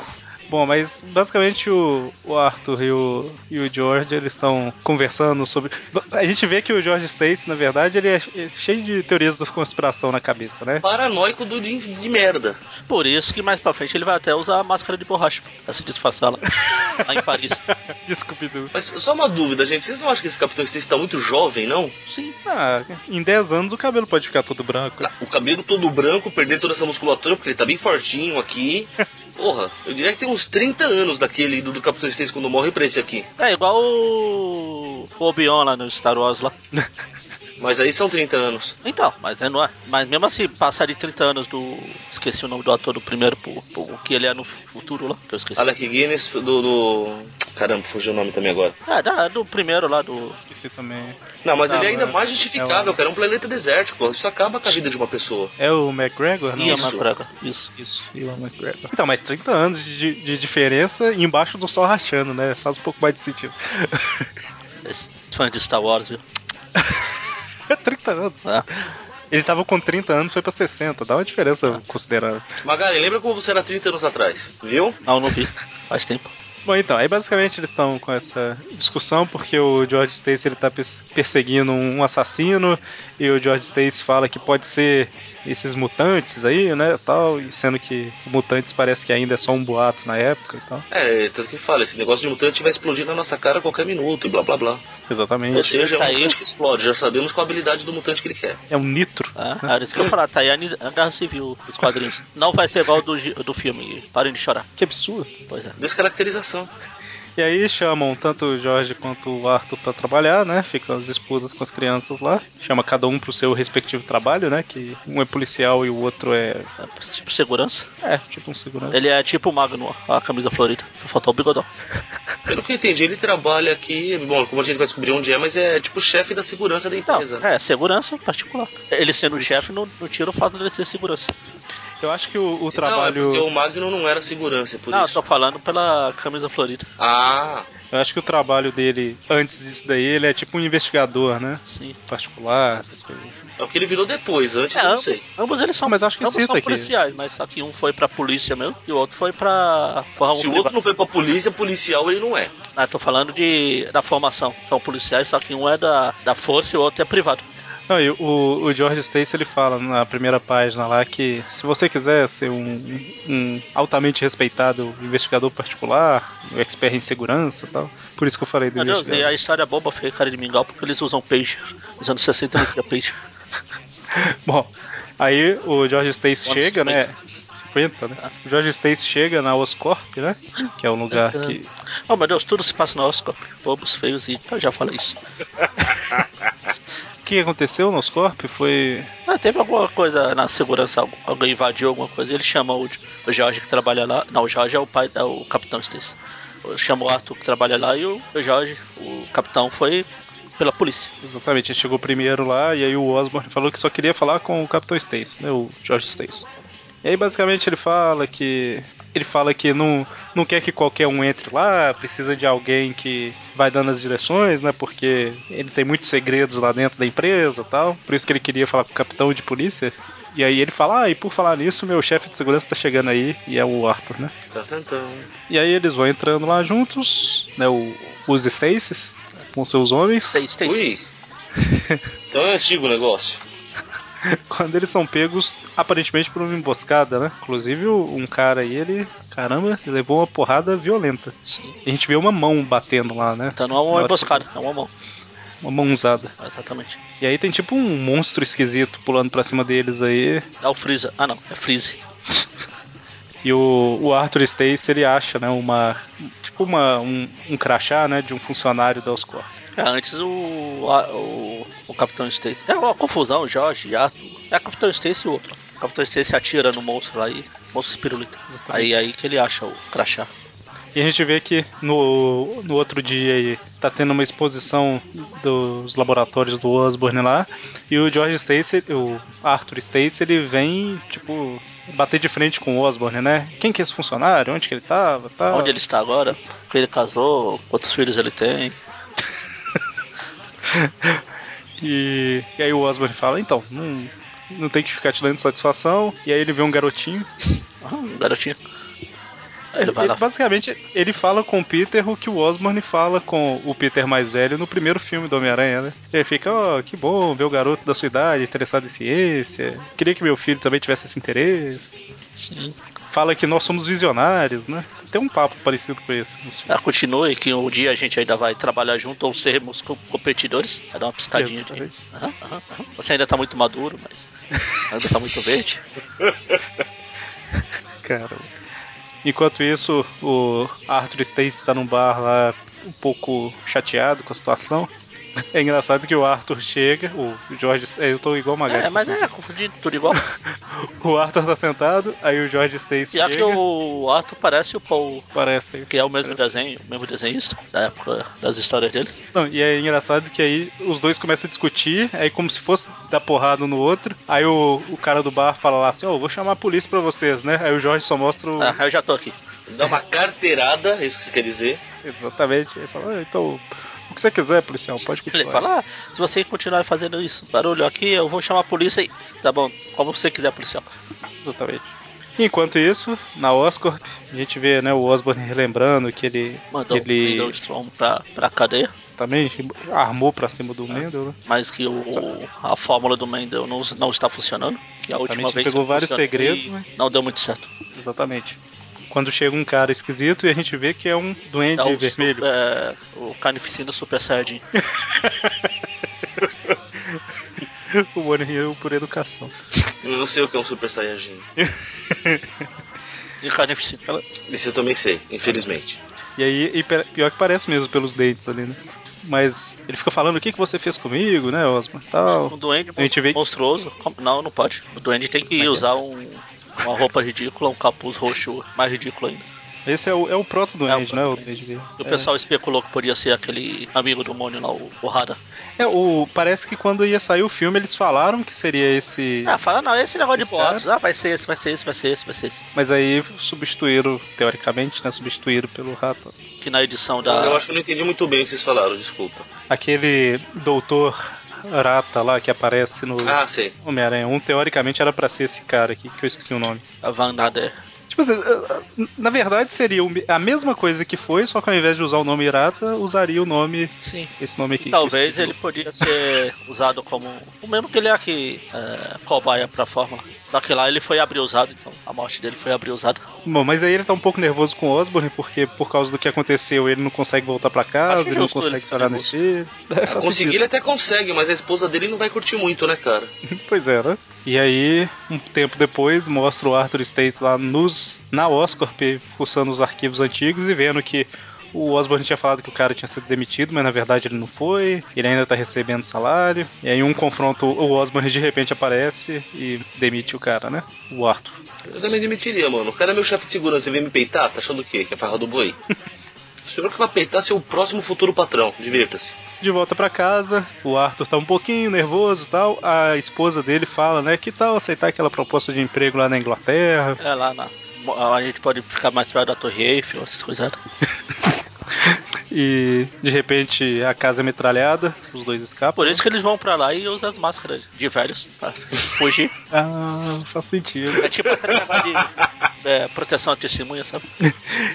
Bom, mas basicamente o, o Arthur e o, e o George eles estão conversando sobre. A gente vê que o George Stacy, na verdade, ele é cheio de teorias da conspiração na cabeça, né? Paranoico do de, de merda. Por isso que mais pra frente ele vai até usar a máscara de borracha pra se disfarçar lá, lá em Paris. Desculpe do. Mas só uma dúvida, gente. Vocês não acham que esse Capitão Stacy tá muito jovem, não? Sim, Ah, em 10 anos o cabelo pode ficar todo branco. O cabelo todo branco, perder toda essa musculatura, porque ele tá bem fortinho aqui. Porra, eu diria que tem uns 30 anos daquele do, do Capitão Stacy quando morre pra esse aqui. é igual o Obi-Wan lá no Star Wars lá. Mas aí são 30 anos. Então, mas é, não é. Mas mesmo assim, passar de 30 anos do. Esqueci o nome do ator do primeiro pro, pro- que ele é no futuro lá, que eu esqueci. Alec Guinness do, do. Caramba, fugiu o nome também agora. É, da- do primeiro lá do. Esse também. Não, mas Ah, ele é ainda mas- mais é justificável, o- cara. É um planeta desértico. Isso acaba com a vida de uma pessoa. É o McGregor? Não, Ian Isso. McGregor. Isso. Isso, Ian McGregor. Então, mas 30 anos de, de diferença embaixo do sol rachando, né? Faz um pouco mais de sentido. Esse fã de Star Wars, viu? 30 anos. É. Ele tava com 30 anos, foi pra 60. Dá uma diferença considerável. Magari, lembra como você era 30 anos atrás, viu? Não, não vi. Faz tempo. Bom, então, aí basicamente eles estão com essa discussão porque o George Stace ele tá pers- perseguindo um assassino e o George Stace fala que pode ser esses mutantes aí, né, tal, e sendo que mutantes parece que ainda é só um boato na época e tal. É, tanto que fala, esse negócio de mutante vai explodir na nossa cara a qualquer minuto e blá blá blá. Ou Exatamente. seja, é um Tá aí. mutante que explode, já sabemos qual a habilidade do mutante que ele quer. É um nitro. Ah, era isso que eu ia falar, tá aí a ni- a Guerra Civil, os quadrinhos. Não vai ser igual do, gi- do filme, parem de chorar. Que absurdo. Pois é. Descaracterização. E aí chamam tanto o Jorge quanto o Arthur pra trabalhar, né? Ficam as esposas com as crianças lá. Chama cada um pro seu respectivo trabalho, né? Que um é policial e o outro é. É, Tipo segurança. É, tipo um segurança. Ele é tipo o Magno, a camisa florida. Só faltou o bigodão. Pelo que eu entendi, ele trabalha aqui, bom, como a gente vai descobrir onde é, mas é tipo o chefe da segurança da Não, empresa. é segurança em particular. Ele sendo chefe não, não tira o fato dele ser segurança. Eu acho que o, o Não, é trabalho. porque o Magno não era segurança, é por não, eu isso. tô falando pela camisa florida. Ah, Eu acho que o trabalho dele antes disso daí, ele é tipo um investigador, né? Sim. Particular, essas coisas. assim. é o que ele virou depois, antes É, eu não sei. ambos, ambos eles são, Não, mas acho que ambos cita são aqui. policiais, mas só que um foi pra polícia mesmo e o outro foi pra pra ramo Se o outro privado. não foi pra polícia, policial ele não é. Ah, tô falando de da formação. São policiais, só que um é da, da força e o outro é privado. Não, e o, o George Stace ele fala na primeira página lá que se você quiser ser um, um altamente respeitado investigador particular, um expert em segurança e tal, por isso que eu falei do Meu Deus, e investigador. a história boba foi cara de mingau porque eles usam peixe. Nos anos 60 não tinha peixe. Bom, aí o George Stace Anos chega, né? 50, né? O George Stace chega na Oscorp, né? Que é um lugar que. Oh meu Deus, tudo se passa no Oscar. Bobos, feios e. Eu já falei isso. O que aconteceu na Oscorp foi. Ah, teve alguma coisa na segurança, algu- alguém invadiu alguma coisa, ele chama o, o Jorge que trabalha lá. Não, o Jorge é o pai da o Capitão Stacy. Chama o Arthur que trabalha lá e o, o Jorge, o capitão, foi pela polícia. Exatamente, ele chegou primeiro lá e aí o Osborne falou que só queria falar com o Capitão Stace, né? O George Stace. E aí basicamente ele fala que. Ele fala que não, não quer que qualquer um entre lá, precisa de alguém que vai dando as direções, né? Porque ele tem muitos segredos lá dentro da empresa e tal. Por isso que ele queria falar com o capitão de polícia. E aí ele fala, ah, e por falar nisso, meu chefe de segurança tá chegando aí, e é o Arthur, né? Tá tentando. E aí eles vão entrando lá juntos, né? O, os Staces, com seus homens. Stacy, Stacy. Então é antigo o negócio. quando eles são pegos aparentemente por uma emboscada, né? Inclusive o- um cara aí, ele, caramba, levou uma porrada violenta. Sim. A gente vê uma mão batendo lá, né? Então não é uma Ótimo. emboscada, é uma mão. Uma mão usada. Exatamente. E aí tem tipo um monstro esquisito pulando pra cima deles aí. É o Freeza. Ah não, é Freeze. E o, o Arthur Stace, ele acha, né? Uma. Tipo uma, um, um crachá, né? De um funcionário da Oscorp. É, antes o, a- o, o Capitão Stacy. É uma confusão, o Jorge, Arthur. É o Capitão Stacy e o outro. O Capitão Stacy atira no monstro lá e. Monstro espirulita. Aí, aí que ele acha o crachá. E a gente vê que no, no outro dia aí tá tendo uma exposição dos laboratórios do Osborne lá. E o George Stacy, o Arthur Stacy, ele vem, tipo, bater de frente com o Osborne, né? Quem que é esse funcionário? Onde que ele tava? Tal. Onde ele está agora? Quem ele casou? Quantos filhos ele tem? E, e aí o Osborne fala, então, não, não tem que ficar te dando satisfação. E aí ele vê um garotinho. Ah, um garotinho. Aí ele vai Ele, lá. basicamente, ele fala com o Peter o que o Osborne fala com o Peter mais velho no primeiro filme do Homem-Aranha, né? Ele fica, ó, que bom ver o garoto da sua idade interessado em ciência. Queria que meu filho também tivesse esse interesse. Sim. Fala que nós somos visionários, né? Tem um papo parecido com esse. nos filmes. Ah, continue, que um dia a gente ainda vai trabalhar junto ou sermos co- competidores. Vai dar uma piscadinha de. Exatamente. Aham, aham, aham. Você ainda tá muito maduro, mas. Ainda tá muito verde. Cara. Enquanto isso, o Arthur Stacy está num bar lá um pouco chateado com a situação. É engraçado que o Arthur chega, o George. Eu tô igual uma É, mas é, confundindo tudo igual. O Arthur tá sentado, aí o George Stacy Já chega. que o Arthur parece o Paul, Parece aí. que é o mesmo desenho, o mesmo desenhista da época das histórias deles. Não, e é engraçado que aí os dois começam a discutir, aí como se fosse dar porrada um no outro. Aí o, o cara do bar fala lá assim, ó, vou chamar a polícia pra vocês, né? Aí o Jorge só mostra o... Ah, eu já tô aqui. Dá uma carteirada, é isso que você quer dizer. Exatamente. Ele fala, ah, então, o que você quiser, policial, pode Ele continuar. fala, ah, se você continuar fazendo isso, barulho aqui, eu vou chamar a polícia e... Tá bom, como você quiser, policial. Exatamente. Enquanto isso, na Oscorp, a gente vê né, o Osborn relembrando que ele. Mandou ele o Middlestrom pra, pra cadeia, Exatamente, armou pra cima Ah. do Mendel, né? mas que o, a fórmula do Mendel não, não está funcionando. Que a última Exatamente, vez pegou que vários funcionou segredos, e né? Não deu muito certo. Exatamente. Quando chega um cara esquisito e a gente vê que é um duende É o, vermelho. super- é, o Carnificina Super Saiyajin. o One Hero por educação. Eu não sei o que é um Super Saiyajin. E Carnificina. Isso eu também sei, infelizmente. E aí, e pe- pior que parece mesmo pelos dentes ali, né? Mas ele fica falando o que, que você fez comigo, né, Osman? Um Tal. duende A gente vê- monstruoso. Como- Não, não pode. O duende tem que usar um- uma roupa ridícula, um capuz roxo mais ridículo ainda. Esse é o, é o proto duende, É o né? O proto-duende. duende verde. E o pessoal especulou que podia ser aquele amigo do Mônio lá, o, o Hada. É, o, parece que quando ia sair o filme eles falaram que seria esse. Ah, fala não, esse negócio Esse de boatos. Ah, vai ser esse, vai ser esse, vai ser esse, vai ser esse. Mas aí substituíram, teoricamente, né? Substituíram pelo rato. Que na edição Eu da. acho que eu não entendi muito bem o que vocês falaram, desculpa. Aquele doutor rata lá que aparece no Ah, sei. Homem-Aranha 1, teoricamente era pra ser esse cara aqui, que eu esqueci o nome. A Van Nader. Tipo assim, na verdade seria o me- a mesma coisa que foi, só que ao invés de usar o nome Irata, usaria o nome, Sim. tipo? esse nome aqui. que eu Talvez esqueci ele do- podia ser usado como. O mesmo que ele é aqui, é, cobaia pra fórmula. Só que lá ele foi abrir usado, então a morte dele foi abrir usado. Bom, mas aí ele tá um pouco nervoso com o Osborne, porque por causa do que aconteceu ele não consegue voltar pra casa, Acho ele não justo ele consegue se ficar olhar no nervoso. espelho. É, faz Conseguir sentido. ele até consegue, mas a esposa dele não vai curtir muito, né, cara? Pois é, né? E aí, um tempo depois, mostra o Arthur Stace lá nos, na Oscorp, fuçando os arquivos antigos e vendo que o Osborne tinha falado que o cara tinha sido demitido, mas na verdade ele não foi, ele ainda tá recebendo salário. E aí, um confronto, o Osborne de repente aparece e demite o cara, né? O Arthur. Eu também demitiria, mano. O cara é meu chefe de segurança, ele vem me peitar, tá achando o quê? Que é farra do boi? O senhor que vai peitar seu próximo futuro patrão, divirta-se. De volta pra casa, o Arthur tá um pouquinho nervoso e tal. A esposa dele fala, né? Que tal aceitar aquela proposta de emprego lá na Inglaterra? É lá na. A gente pode ficar mais perto da Torre Eiffel, essas coisas. E de repente a casa é metralhada, os dois escapam. Por isso que eles vão pra lá e usam as máscaras de velhos pra fugir. Ah, faz sentido. É tipo aquele negócio de é, proteção à testemunha, sabe?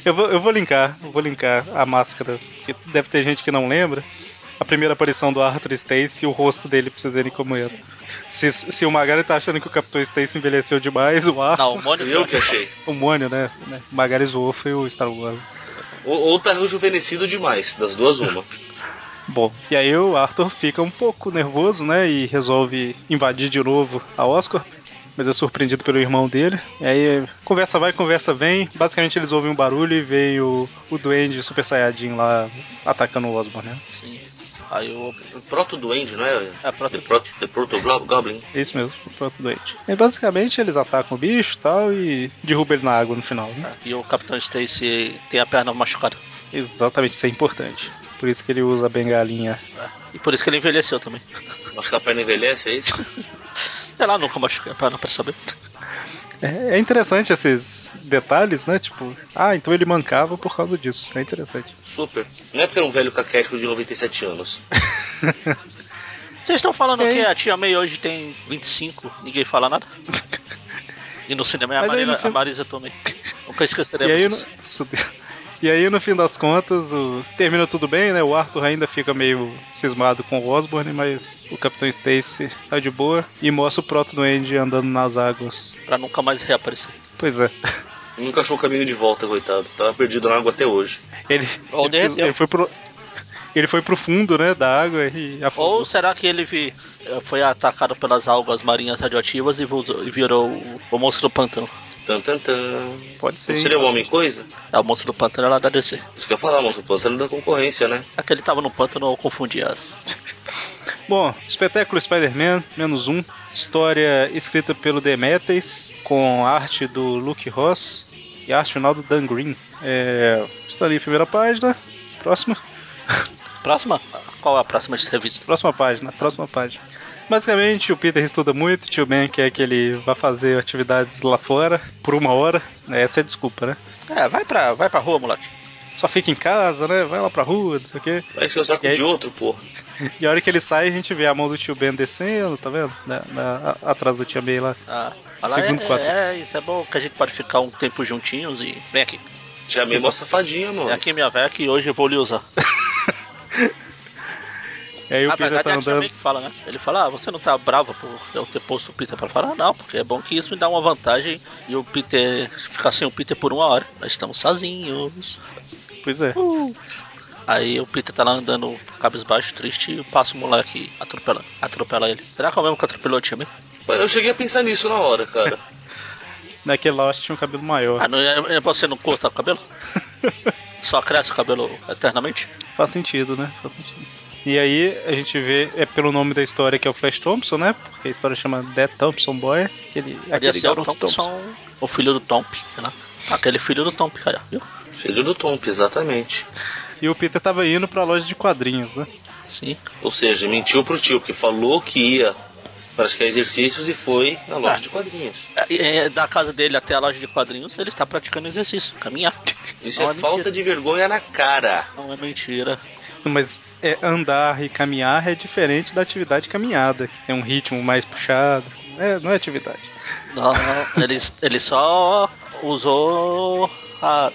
Eu vou, eu vou linkar, eu vou linkar a máscara, porque deve ter gente que não lembra. A primeira aparição do Arthur Stacy e o rosto dele pra vocês verem como era. Se, se o Magari tá achando que o Capitão Stacy envelheceu demais, o Arthur, Não, o Mônio Eu que achei. o Mônio, né? né? O Magari zoou foi o Star Wars. Ou, ou tá rejuvenescido demais, das duas uma. Bom, e aí o Arthur fica um pouco nervoso, né? E resolve invadir de novo a Oscar. Mas é surpreendido pelo irmão dele. E aí, conversa vai, conversa vem. Basicamente, eles ouvem um barulho e vem o, o duende Super Saiyajin lá atacando o Osborn, né? Sim. Aí o. Proto-duende, não é? É, pra... The, proto, the Proto-Goblin? É isso mesmo, o proto doente. E basicamente, eles atacam o bicho e tal e derrubam ele na água no final, né? E o Capitão Stacy tem a perna machucada. Exatamente, isso é importante. Por isso que ele usa a bengalinha. É. E por isso que ele envelheceu também. Nossa, que a perna envelhece, é isso? Sei lá, nunca machuquei a perna pra saber. É, é interessante esses detalhes, né? Tipo, ah, então ele mancava por causa disso. É interessante. Super. Não é porque é um velho caquético de 97 anos. Vocês estão falando Ei. que a tia May hoje tem 25, ninguém fala nada? E no cinema é a, Mas aí Marina, no fim- a Marisa Tomei. Nunca E esqueceremos aí, no... disso. Isso deu. E aí, no fim das contas, o... termina tudo bem, né? O Arthur ainda fica meio cismado com o Osborne, mas o Capitão Stacy tá de boa e mostra o proto duende andando nas águas. Pra nunca mais reaparecer. Pois é. Nunca achou o caminho de volta, coitado. Tava perdido na água até hoje. Ele, Ou ele, derreteu. ele foi pro. Ele foi pro fundo, né, da água e afundou. Ou será que ele vi- eh, foi atacado pelas algas marinhas radioativas e vo- e virou o- o monstro do pântano? Tan, tan, tan. Pode ser. Não hein? seria o Homem-Coisa? É, o monstro do pântano era da DC. Isso que eu ia falar, mano. Plantando da concorrência, né? É que ele tava no pântano, eu confundi as. Bom, espetáculo Spider-Man, menos um. História escrita pelo Demetes, com arte do Luke Ross e arte final do Dan Green. É, está ali a primeira página. Próxima. Próxima? Qual é a próxima de revista? Próxima página, próxima página. Basicamente, o Peter estuda muito, o tio Ben quer que ele vá fazer atividades lá fora por uma hora. Essa é a desculpa, né? É, vai pra, vai pra rua, moleque. só fica em casa, né? Vai lá pra rua, não sei o quê. Vai encher o saco E aí- de outro, pô. E a hora que ele sai, a gente vê a mão do tio Ben descendo, tá vendo? Na- na- a- atrás da tia May lá. Ah, fala, Segundo quadro. é, é, isso é bom que a gente pode ficar um tempo juntinhos e. Vem aqui. Já é meio mó safadinha, mano. Vem É. aqui, minha velha, que hoje eu vou lhe usar. E aí Na o Peter verdade, tá é a tia andando. May que fala, né? Ele fala, ah, você não tá brava por eu ter posto o Peter pra falar? Não, porque é bom que isso me dá uma vantagem e o Peter ficar sem o Peter por uma hora. Nós estamos sozinhos. Pois é. Aí o Peter tá lá andando cabisbaixo, triste, e passa o moleque e atropela, atropela ele. Será que é o mesmo que atropelou o time? Mano, Eu cheguei a pensar nisso na hora, cara. Naquele lá eu acho que tinha um cabelo maior. Ah, não, é, é você não corta o cabelo? Só cresce o cabelo eternamente? Faz sentido, né? Faz sentido. E aí a gente vê, é pelo nome da história que é o Flash Thompson, né? Porque a história chama The Thompson Boy. Aquele, Podia aquele ser o garoto Thompson, Thompson. então um, o filho do Tomp, né? Aquele filho do Tomp, aí, ó, viu? Filho do Tomp, exatamente. E o Peter tava indo pra loja de quadrinhos, né? Sim. Ou seja, mentiu pro tio, que falou que ia praticar exercícios e foi na loja Ah. de quadrinhos. É, é, da casa dele até a loja de quadrinhos, ele está praticando exercício, caminhar. Isso É é, uma falta mentira. de vergonha na cara. Não é mentira. Mas é, andar e caminhar é diferente da atividade caminhada, que tem um ritmo mais puxado. É, não é atividade. Não, ele, ele só usou a.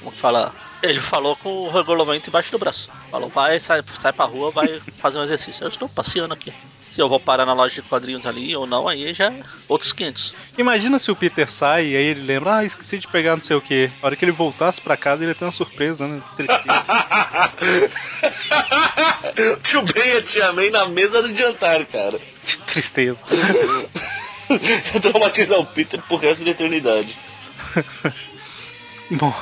Como que fala? Ele falou com o regulamento embaixo do braço. Falou, vai, sai, sai pra rua, vai fazer um exercício. Eu estou passeando aqui. Se eu vou parar na loja de quadrinhos ali ou não, aí já é outros 500. Imagina se o Peter sai e aí ele lembra, ah, esqueci de pegar não sei o que. A hora que ele voltasse pra casa, ele ia ter uma surpresa, né? Tristeza. tio Ben e a tia May na mesa do jantar, cara. Tristeza. Traumatizar o Peter pro resto da eternidade. Bom,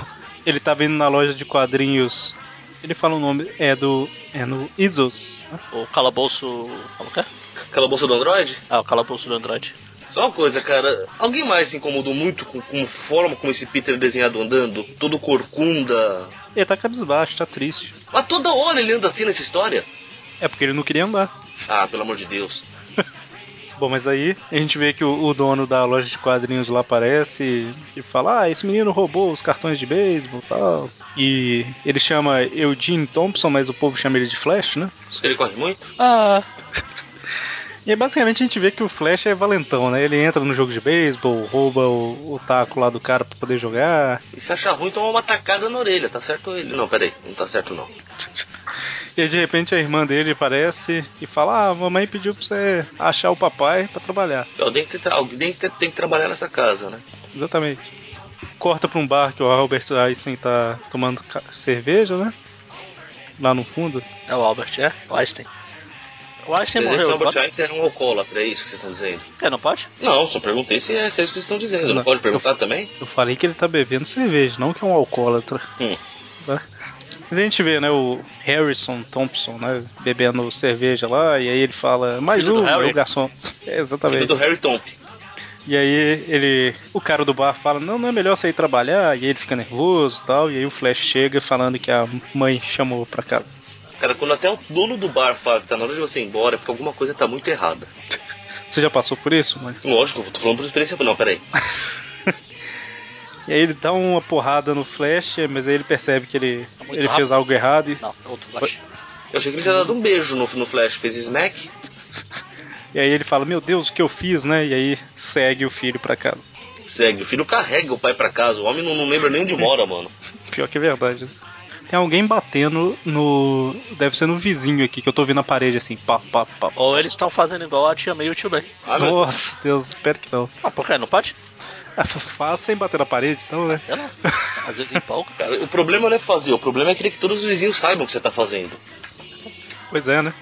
ele tava indo na loja de quadrinhos. Ele fala o nome, é do. É no Idzos. né? O calabouço. Como que é? Aquela bolsa do Android? Ah, o calabouço do Andrade. Só uma coisa, cara. Alguém mais se incomodou muito com, com a forma como esse Peter é desenhado andando? Todo corcunda. Ele tá cabisbaixo, tá triste. Mas toda hora ele anda assim nessa história? É porque ele não queria andar. Ah, pelo amor de Deus. Bom, mas aí a gente vê que o, o dono da loja de quadrinhos lá aparece e fala: Ah, esse menino roubou os cartões de beisebol e tal. E ele chama Eugene Thompson, mas o povo chama ele de Flash, né? Ele corre muito? Ah. E aí, basicamente a gente vê que o Flash é valentão, né? Ele entra no jogo de beisebol, rouba o, o taco lá do cara pra poder jogar. E se achar ruim, toma uma tacada na orelha, tá certo ele? Não, peraí, não tá certo não. E aí, de repente a irmã dele aparece e fala: Ah, a mamãe pediu pra você achar o papai pra trabalhar. Alguém, que, tra- alguém que tem que trabalhar nessa casa, né? Exatamente. Corta pra um bar que o Albert Einstein tá tomando ca- cerveja, né? Lá no fundo. É o Albert, é? O Einstein. O Einstein Quer dizer, que morreu, o Albert pode? Einstein era um alcoólatra, é isso que vocês estão dizendo? É, não pode? Não, só perguntei se é, se é isso que vocês estão dizendo. Não, Não. pode perguntar também? Eu falei que ele tá bebendo cerveja, não que é um alcoólatra. Hum. Tá? Mas a gente vê, né, o Harrison Thompson, né, bebendo cerveja lá, e aí ele fala, mais Filho do um, é Harry. o garçom. É, Filho exatamente. do Harry Tomp. E aí ele. O cara do bar fala, não, não é melhor você ir trabalhar, e aí ele fica nervoso e tal, e aí o Flash chega falando que a mãe chamou pra casa. Cara, quando até o dono do bar fala que tá na hora de você ir embora, é porque alguma coisa tá muito errada. Você já passou por isso, mãe? Lógico, eu tô falando por experiência. Não, peraí. E aí ele dá uma porrada no Flash, mas aí ele percebe que ele, Tá muito ele fez rápido. algo errado e, Não, é outro Flash. Eu achei que ele tinha dado um beijo no, no Flash, fez smack. e aí ele fala, meu Deus, o que eu fiz, né? E aí segue o filho pra casa. Segue, o filho carrega o pai pra casa. O homem não, não lembra nem onde mora, mano. Pior que é verdade. né? Tem alguém batendo no. Deve ser no vizinho aqui, que eu tô vendo a parede assim, pá, pá, pá. Ou eles estão fazendo igual a tia May e o tio Ben. Ah, meu Nossa, Deus, espero que não. Ah, por que? Não pode? Ah, Faz sem bater na parede, então, né? Sei lá. Às vezes empolga. Cara, o problema não é fazer, o problema é querer que todos os vizinhos saibam o que você tá fazendo. Pois é, né?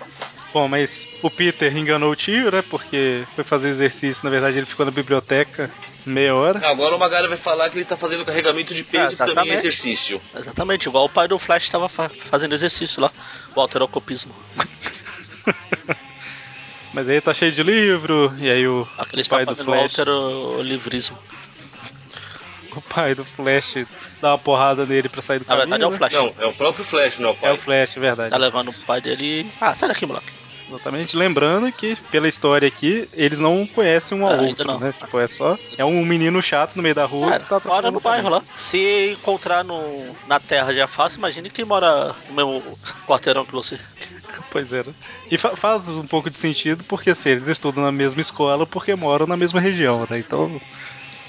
Bom, mas o Peter enganou o tio, né? Porque foi fazer exercício, na verdade ele ficou na biblioteca meia hora. Agora o Magalha vai falar que ele tá fazendo carregamento de peso, É, que também é exatamente. exercício. Exatamente, igual o pai do Flash estava fa- fazendo exercício lá. O alterocopismo. Mas aí tá cheio de livro, e aí o, o Aquele está pai do fazendo o Flash. alterolivrismo. O pai do Flash dá uma porrada nele pra sair do Na caminho. verdade é o né? Flash. Não, é o próprio Flash, não é o É pai. o Flash, é verdade. Tá levando o pai dele. Ah, sai daqui, moleque. Exatamente. Lembrando que, pela história aqui, eles não conhecem um ao É, ainda outro, não. né? Tipo, é só. É um menino chato no meio da rua que tá Cara, mora atrapalhando no o caminho. bairro lá. Se encontrar no, na terra já é fácil, imagine quem mora no mesmo quarteirão que você. Pois é. né? E fa- faz um pouco de sentido, porque assim, eles estudam na mesma escola porque moram na mesma região, né? Então.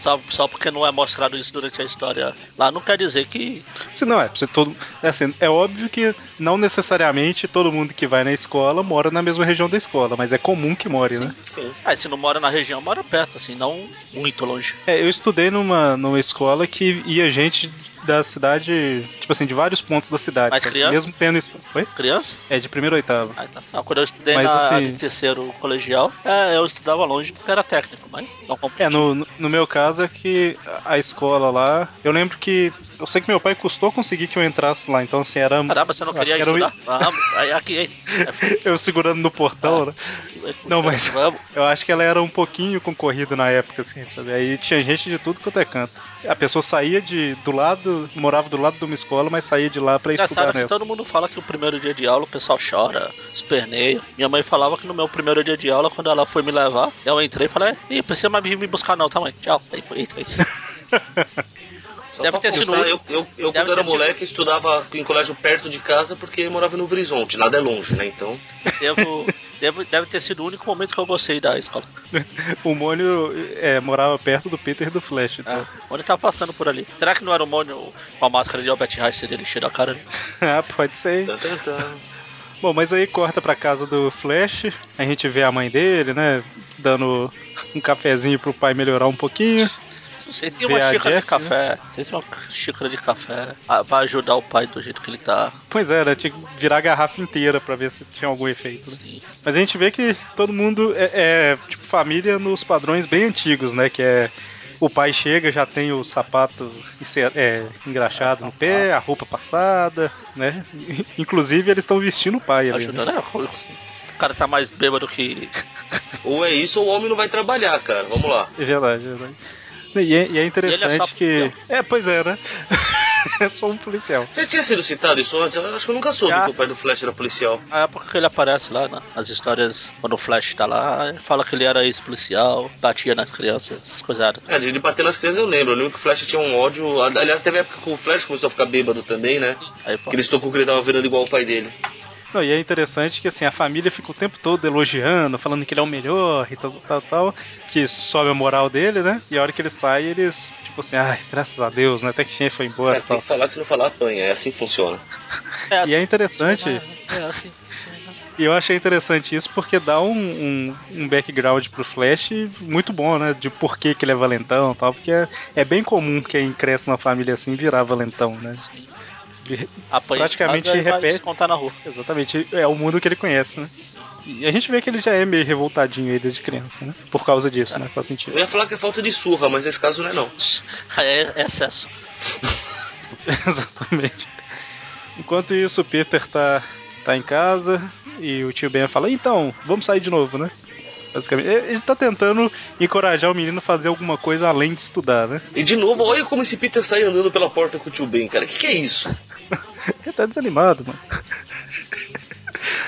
Só, só porque não é mostrado isso durante a história lá não quer dizer que. Se não é, se todo, é assim, é óbvio que não necessariamente todo mundo que vai na escola mora na mesma região da escola, mas é comum que more, né? Sim. Ah, e se não mora na região, mora perto, assim, não muito longe. É, eu estudei numa, numa escola que ia gente da cidade, tipo assim, de vários pontos da cidade. Mas sabe? criança? Mesmo tendo. es- Oi? Criança? É, de primeiro a oitavo. Ah, tá. Não, quando eu estudei Mas, na assim- de terceiro colegial, é, eu estudava longe porque era técnico, mas não É, competia. no, no meu caso é que a escola lá. Eu lembro que. Eu sei que meu pai custou conseguir que eu entrasse lá, então assim, era. Caramba, você não acho queria que era o- estudar? Ah, aí aqui, aí. É, Eu segurando no portão, né? Não, mas- Vamos. Eu acho que ela era um pouquinho concorrida na época, assim, sabe? Aí tinha gente de tudo quanto é canto. A pessoa saía de do lado, morava do lado de uma escola, mas saía de lá pra Engraçado estudar que nessa. todo mundo fala que o primeiro dia de aula o pessoal chora, esperneia. Minha mãe falava que no meu primeiro dia de aula, quando ela foi me levar, eu entrei e falei, ih, precisa mais vir me buscar não, tá mãe? Tchau. Aí foi, eita, aí. Só Deve pra ter sido constar, um- eu, eu, deve eu quando era ter sido- moleque, estudava em colégio perto de casa porque morava no Horizonte, nada é longe, né? Então. Devo, devo- deve ter sido o único momento que eu gostei da escola. O Mônio é, morava perto do Peter e do Flash, então. Ah, onde tava passando por ali? Será que não era o Mônio com a máscara de Albert Einstein dele cheio da cara? Ah, pode ser. Tan, tan, tan. Bom, mas aí corta pra casa do Flash, a gente vê a mãe dele, né? Dando um cafezinho pro pai melhorar um pouquinho. Não sei se é uma Ver a né? xícara de Jessie, café. Não sei se é uma xícara de café ah, vai ajudar o pai do jeito que ele tá. Pois é, né? Tinha que virar a garrafa inteira pra ver se tinha algum efeito, né? Assim. Mas a gente vê que todo mundo é, é, tipo família nos padrões bem antigos, né? Que é o pai chega, já tem o sapato encer- é, engraxado no pé, a roupa passada, né? Inclusive eles estão vestindo o pai ali. Né? Ajudando, né? O cara tá mais bêbado que. ou é isso ou o homem não vai trabalhar, cara. Vamos lá. É verdade, é verdade. E é, e é E ele é interessante só que. policial. É, pois é, né? é só um policial. Já tinha sido citado isso antes? Eu acho que eu nunca soube Já. que o pai do Flash era policial. Na época que ele aparece lá na- nas histórias, quando o Flash tá lá, ele fala que ele era ex-policial, batia nas crianças, essas coisas. Assim, É, de bater nas crianças eu lembro. Eu lembro que o Flash tinha um ódio. Aliás, teve época que o Flash começou a ficar bêbado também, né? Aí Que fala, ele estocou que ele tava virando igual o pai dele. Não, e é interessante que assim, a família fica o tempo todo elogiando, falando que ele é o melhor e tal, tal, tal, que sobe a moral dele, né? E a hora que ele sai, eles, tipo assim, ai, graças a Deus, né? Até que quem foi embora Cara, e É, tem tal. que falar que se não falar apanha. É assim que funciona. é E é interessante, É assim. e eu achei interessante isso porque dá um, um, um background pro Flash muito bom, né? De por que, que ele é valentão e tal, porque é, é bem comum quem cresce numa família assim virar valentão, né? De- Apanha Praticamente em casa e vai repete. descontar na rua. Exatamente, é o mundo que ele conhece, né? E a gente vê que ele já é meio revoltadinho aí desde criança, né? Por causa disso, né? Faz sentido. Eu ia falar que é falta de surra, mas nesse caso não é não. É, é excesso. Exatamente. Enquanto isso, o Peter tá, tá em casa e o tio Ben fala: então, vamos sair de novo, né? Basicamente, ele ele tá tentando encorajar o menino a fazer alguma coisa além de estudar, né? E de novo, olha como esse Peter sai andando pela porta com o tio Ben, cara. Que que é isso? Ele tá desanimado, mano.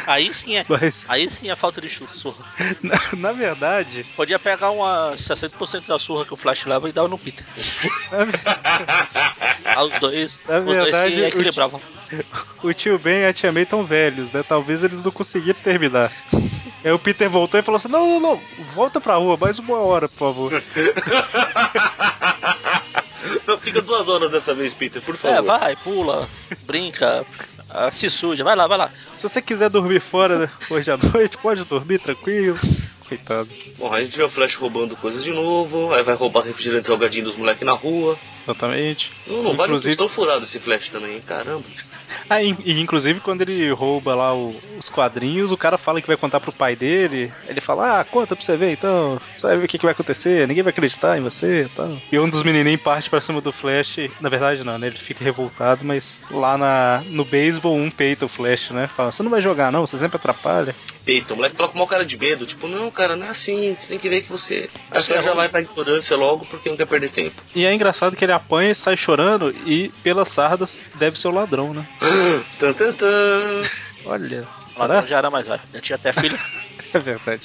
Aí sim é. Mas, Aí sim é falta de chu- surra. na, na verdade, Podia pegar uma 60% da surra que o Flash leva e dar no Peter. na ve- Aí os dois, Na os dois verdade, se o equilibravam. o tio Ben e a tia May tão velhos, né? Talvez eles não conseguiram terminar. Aí o Peter voltou e falou assim: não, não, não, volta pra rua, mais uma hora, por favor. Não, fica duas horas dessa vez, Peter, por favor. É, vai, pula, brinca, ah, se suja, vai lá, vai lá. Se você quiser dormir fora hoje à noite, pode dormir tranquilo. Coitado. Bom, aí a gente vê o Flash roubando coisas de novo, aí vai roubar refrigerante salgadinho dos moleques na rua. Exatamente. Não, não vale um Inclusive- pistão furado esse Flash também, hein? caramba. Ah, e, e inclusive quando ele rouba lá o- os quadrinhos, o cara fala que vai contar pro pai dele. Ele fala, ah, conta pra você ver então, você vai ver o que, que vai acontecer, ninguém vai acreditar em você e tal. E um dos menininhos parte pra cima do Flash, na verdade não, né? Ele fica revoltado, mas lá na, no beisebol um peita o Flash, né? Fala, você não vai jogar não, você sempre atrapalha. Peito, o moleque coloca uma cara de medo, tipo, não, cara, não é assim, você tem que ver que você. Aí o Acho que é Flash já ruim. vai pra ignorância logo porque não quer perder tempo. E é engraçado que ele apanha e sai chorando e pelas sardas deve ser o ladrão, né? tan, tan, tan. Olha, Ladrão já era mais velho. Já tinha até filho. É verdade.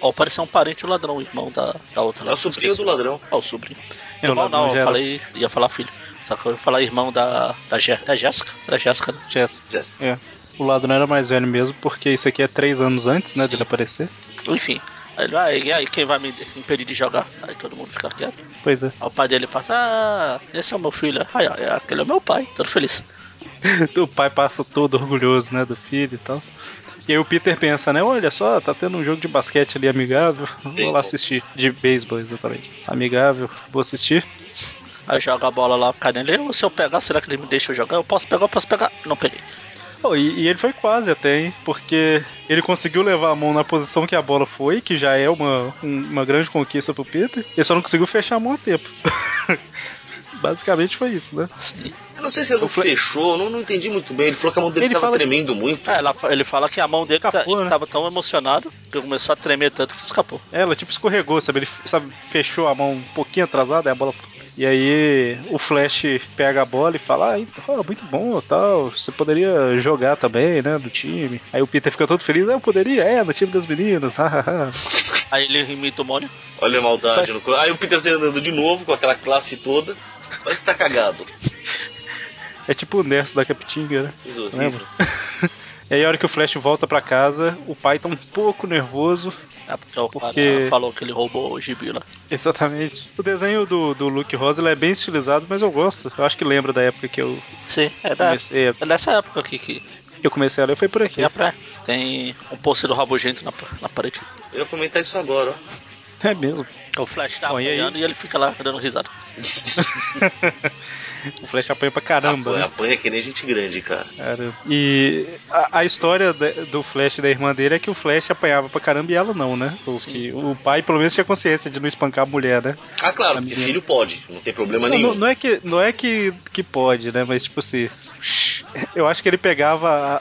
Ó, parecia um parente ladrão, o irmão da, da outra. É o sobrinho do ladrão. Ah, o sobrinho. É, o irmão ladrão não, já eu era- falei, ia falar filho. Só que eu ia falar irmão da, da, Jé- da Jéssica. Era Jéssica, né? Jess. Jéssica. É. O ladrão era mais velho mesmo, porque isso aqui é três anos antes, né, Sim. dele aparecer. Enfim. Aí ele, ah, e aí quem vai me impedir de jogar? Aí todo mundo fica quieto. Pois é. Aí o pai dele passa, ah, esse é o meu filho. Aí, ó, é, aquele é meu pai, todo feliz. O pai passa todo orgulhoso, né, do filho e tal. E aí o Peter pensa, né, olha só, tá tendo um jogo de basquete ali amigável, vou lá Beisebol. assistir. De beisebol, exatamente. Amigável, vou assistir. Aí joga a bola lá pro cara dele, "Ô, se eu pegar, será que ele me deixa eu jogar? Eu posso pegar, eu posso pegar. Não peguei. Oh, e, e ele foi quase até, hein? Porque ele conseguiu levar a mão na posição que a bola foi, que já é uma, um- uma grande conquista pro Peter. Ele só não conseguiu fechar a mão a tempo. Basicamente foi isso, né? Sim. Eu não sei se ele não Eu falei- fechou, não, não entendi muito bem. Ele falou que a mão dele Ele tava fala- tremendo muito. É, ela fa- ele fala que a mão dele tá, Escapou, ele né? tava tão emocionado que começou a tremer tanto que escapou. Ela tipo escorregou, sabe? Ele sabe, fechou a mão um pouquinho atrasada, aí a bola. E aí o Flash pega a bola e fala: Ah, então, ó, muito bom, tal. Você poderia jogar também, né? Do time. Aí o Peter fica todo feliz: Ah, eu poderia, é, no time das meninas. ah, ah, ah." Aí ele imita o Mônio. Olha a maldade Sai. no corpo. Aí o Peter tá andando de novo com aquela classe toda. Mas tá cagado. é tipo o Nerso da Capitinga, né? Isso é horrível. Lembra? E aí a hora que o Flash volta pra casa, o pai tá um pouco nervoso. É porque o Porque- cara falou que ele roubou o gibi lá. Exatamente. O desenho do, do Luke Rosa ele é bem estilizado, mas eu gosto. Eu acho que lembra da época que eu Sim, é, da, comecei a, é dessa época aqui que que eu comecei a ler, foi por aqui. tem a praia. Tem um pôster do rabugento na, na parede. Eu ia comentar isso agora, ó. É mesmo. O Flash tá Bom, e aí? apanhando e, ele fica lá dando risada. O Flash apanha pra caramba, Apanha, né? apanha que nem gente grande, cara. Cara, e a, a história da- do Flash e da irmã dele é que o Flash apanhava pra caramba e ela não, né? O, Sim. que, o pai pelo menos tinha consciência de não espancar a mulher, né? Ah, claro, porque Amigo. filho pode, não tem problema Não, nenhum. não- não é, que, não é que, que pode, né? Mas tipo assim, eu acho que ele pegava a,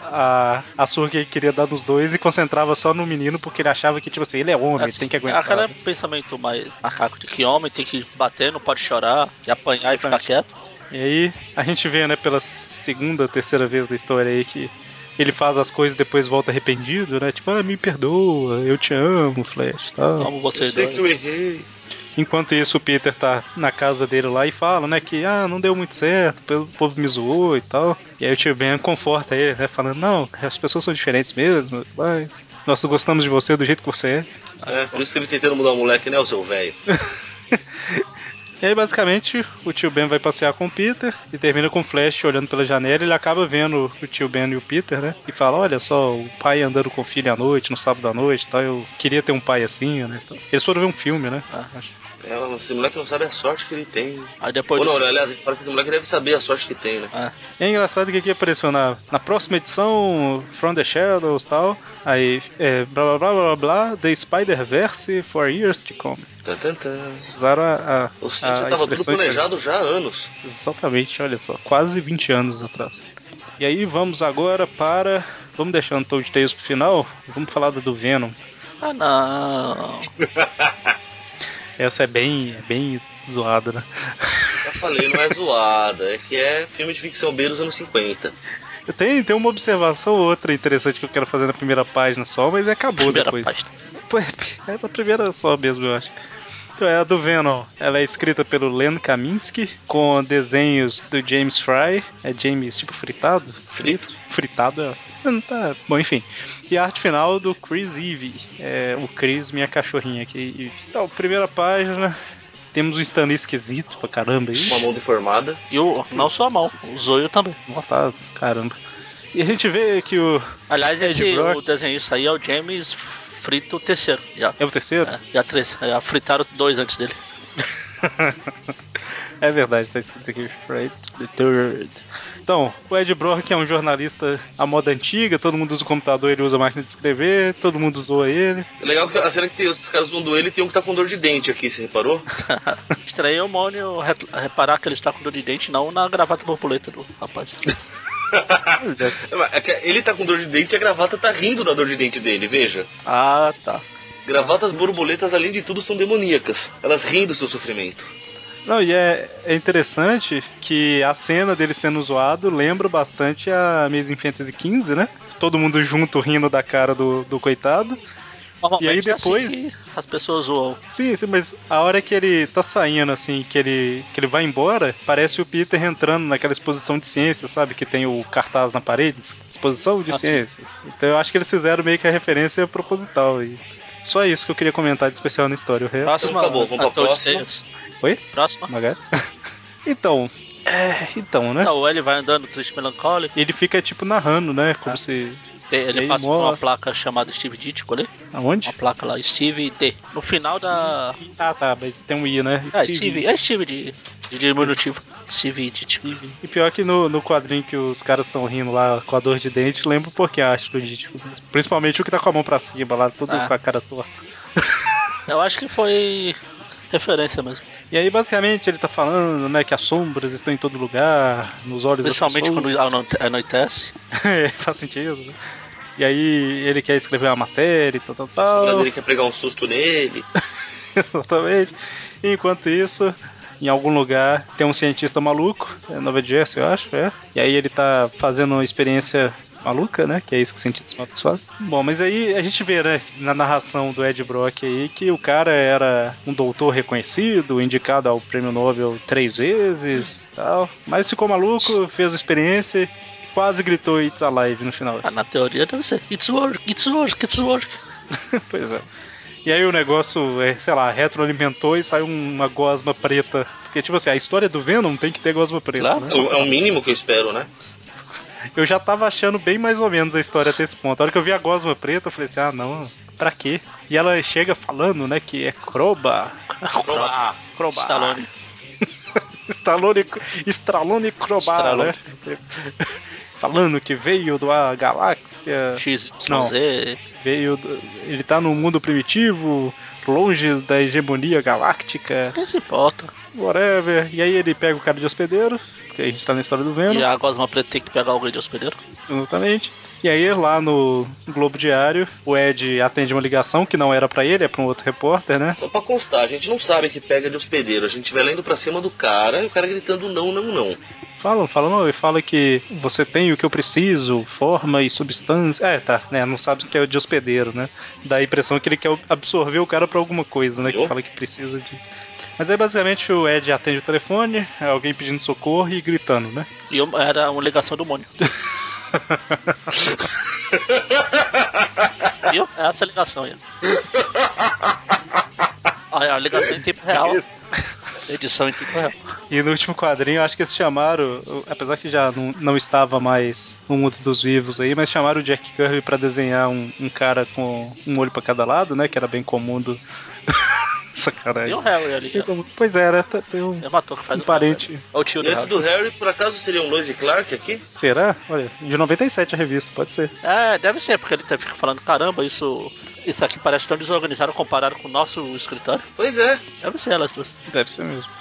a, a surra que ele queria dar nos dois e concentrava só no menino porque ele achava que, tipo assim, ele é homem, Assim, tem que é aguentar. né? Aquele pensamento mais macaco de que homem tem que bater, não pode chorar, que apanhar e ficar quieto. E aí a gente vê, né, pela segunda, terceira vez da história aí que ele faz as coisas e depois volta arrependido, né? Tipo, ah, me perdoa, eu te amo, Flash, tal. Como Eu vocês sei que eu dois. errei. Enquanto isso, o Peter tá na casa dele lá e fala, né, que ah, não deu muito certo, o povo me zoou e tal. E aí o tio Ben conforta ele, né, falando, não, as pessoas são diferentes mesmo, mas nós gostamos de você do jeito que você é. É, por isso que eles tentaram mudar o moleque, né, o seu velho? E aí, basicamente, o tio Ben vai passear com o Peter e termina com o Flash olhando pela janela. Ele acaba vendo o tio Ben e o Peter, né? E fala: Olha só, o pai andando com o filho à noite, no sábado à noite e tal. Eu queria ter um pai assim, né? Então, Eles foram ver um filme, né? Ah. Acho. É, esse moleque não sabe a sorte que ele tem. Aí Ou depois não, do... aliás, ele fala que esse moleque deve saber a sorte que tem, né? Ah, E é engraçado que aqui apareceu na, na próxima edição: From the Shadows e tal. Aí, é, blá blá blá blá blá, The Spider-Verse for Years to Come. Tan, tan, tan. Usaram a. a Ou seja, a tava tudo expressão espanhola. planejado já há anos. Exatamente, olha só, quase 20 anos atrás. E aí vamos agora para. Vamos deixar o Toad Tales pro final? Vamos falar da do Venom. ah, não. Essa é bem, é bem zoada, né? Já falei, não é zoada. É que é filme de ficção B dos anos 50. Tem, tem uma observação ou outra interessante que eu quero fazer na primeira página só, mas acabou Primeira depois. página. Pô, É na primeira só mesmo, eu acho. Então é a do Venom. Ela é escrita pelo Len Kaminsky, com desenhos do James Fry. É James tipo fritado? Frito. Fritado é. Não tá. Bom, enfim. E a arte final do Chris Eve. É, o Chris, minha cachorrinha aqui. Eve. Então, primeira página. Temos um Stanley esquisito pra caramba aí. Uma mão deformada. E o, não só a mão, o zoio também. Notado, tá, caramba. E a gente vê que o. Aliás, Ed esse Brock. o desenhista aí é o James Frito terceiro. Já, É o terceiro? é, já três. Já fritaram dois antes dele. É verdade, tá escrito aqui Freight the Third. Então, o Ed Brock é um jornalista à moda antiga, todo mundo usa o computador, ele usa a máquina de escrever, todo mundo zoa ele. É legal que a cena que tem, os caras zoando ele tem um que tá com dor de dente aqui, você reparou? Estranhei o Mônio re- reparar que ele está com dor de dente, não na gravata borboleta do rapaz. É, mas é que ele tá com dor de dente e a gravata tá rindo da dor de dente dele, veja. Ah, tá. Gravatas borboletas, além de tudo, são demoníacas. Elas riem do seu sofrimento. Não, e é, é interessante que a cena dele sendo zoado lembra bastante a Amazing Fantasy XV, né? Todo mundo junto rindo da cara do, do coitado. Normalmente E aí é assim depois- É, que as pessoas zoam. Sim, sim, mas a hora que ele tá saindo, assim, que ele, que ele vai embora, parece o Peter entrando naquela exposição de ciências, sabe? Que tem o cartaz na parede, exposição de Ah, sim. ciências. Então eu acho que eles fizeram meio que a referência proposital. E só isso que eu queria comentar de especial na história. O resto, Próxima, acabou, vamos pra Untold próxima. Tales. Oi? Próxima. Magari? então, é, então, né? Não, ele vai andando triste melancólico. Ele fica, tipo, narrando, né? Como se... Tem- Ele Ele passa por uma mostra. placa chamada Steve Ditko ali. Aonde? Uma placa lá, Steve D. No final da. Ah, tá, mas tem um I, né? Ah, Steve. Steve. É Steve de, de diminutivo. Steve Ditko. E pior que no, no quadrinho que os caras estão rindo lá com a dor de dente, lembro porque acho que tipo, principalmente o que tá com a mão pra cima lá, todo Ah. com a cara torta. Eu acho que foi referência mesmo. E aí basicamente ele tá falando, né, que as sombras estão em todo lugar, nos olhos das Principalmente pessoas. quando anoite- anoitece. É, faz sentido, né? E aí ele quer escrever uma matéria e tal, tal, O tal. brasileiro quer pregar um susto nele. Exatamente. E enquanto isso, em algum lugar tem um cientista maluco, é Nova Jersey, eu acho, é. E aí ele tá fazendo uma experiência maluca, né? Que é isso que os cientistas malucos fazem. Bom, mas aí a gente vê, né, na narração do Ed Brock aí, que o cara era um doutor reconhecido, indicado ao prêmio Nobel três vezes tal. Mas ficou maluco, fez a experiência e quase gritou It's Alive no final. Ah, na teoria deve ser. It's work, it's work, it's work. pois é. E aí o negócio, é, sei lá, retroalimentou e saiu uma gosma preta. Porque, tipo assim, a história do Venom tem que ter gosma preta, Claro. né? É o é o mínimo que eu espero, né? Eu já tava achando bem mais ou menos a história até esse ponto. A hora que eu vi a gosma preta, eu falei assim, ah, não, pra quê? E ela chega falando, né, que é Croba. Provar. Croba. Stallone. Stallone, Stallone Croba, Stallone. né? falando que veio da galáxia... X, Não. Z. veio do- ele tá no mundo primitivo longe da hegemonia galáctica Quem é se importa? whatever e aí ele pega o cara de hospedeiro porque a gente tá na história do Venom E a Gosma Preta tem que pegar alguém de hospedeiro. exatamente e aí lá no Globo Diário o Ed atende uma ligação que não era pra ele é pra um outro repórter né Só pra constar, a gente não sabe que pega de hospedeiro. A gente vai lendo pra cima do cara e o cara gritando não, não, não. Falam, falam, não, ele fala que você tem o que eu preciso, forma e substância. É, tá, né? Não sabe o que é de hospedeiro, né? Dá a impressão que ele quer absorver o cara pra alguma coisa, né? Que Eu? fala que precisa de. Mas aí basicamente o Ed atende o telefone, é alguém pedindo socorro e gritando, né? E eu- era uma ligação do Mônio. Viu? É essa ligação aí. Aí, a ligação em tempo real. Edição em tempo real. E no último quadrinho, eu acho que eles chamaram, o- apesar que já não, não estava mais no mundo dos vivos aí, mas chamaram o Jack Kirby pra desenhar um, um cara com um olho pra cada lado, né? Que era bem comum do. E Sacanagem. o Harry ali. ó. Pois é, né? tá- Tem um. É o ator que faz É um o parente. É o tio do Dentro Harry. do Harry, por acaso seriam Lois e Clark aqui? Será? Olha, de 97 a revista, pode ser. É, deve ser, porque ele tá- fica falando, caramba, isso. Isso aqui parece tão desorganizado comparado com o nosso escritório. Pois é. Deve ser elas duas. Deve ser mesmo.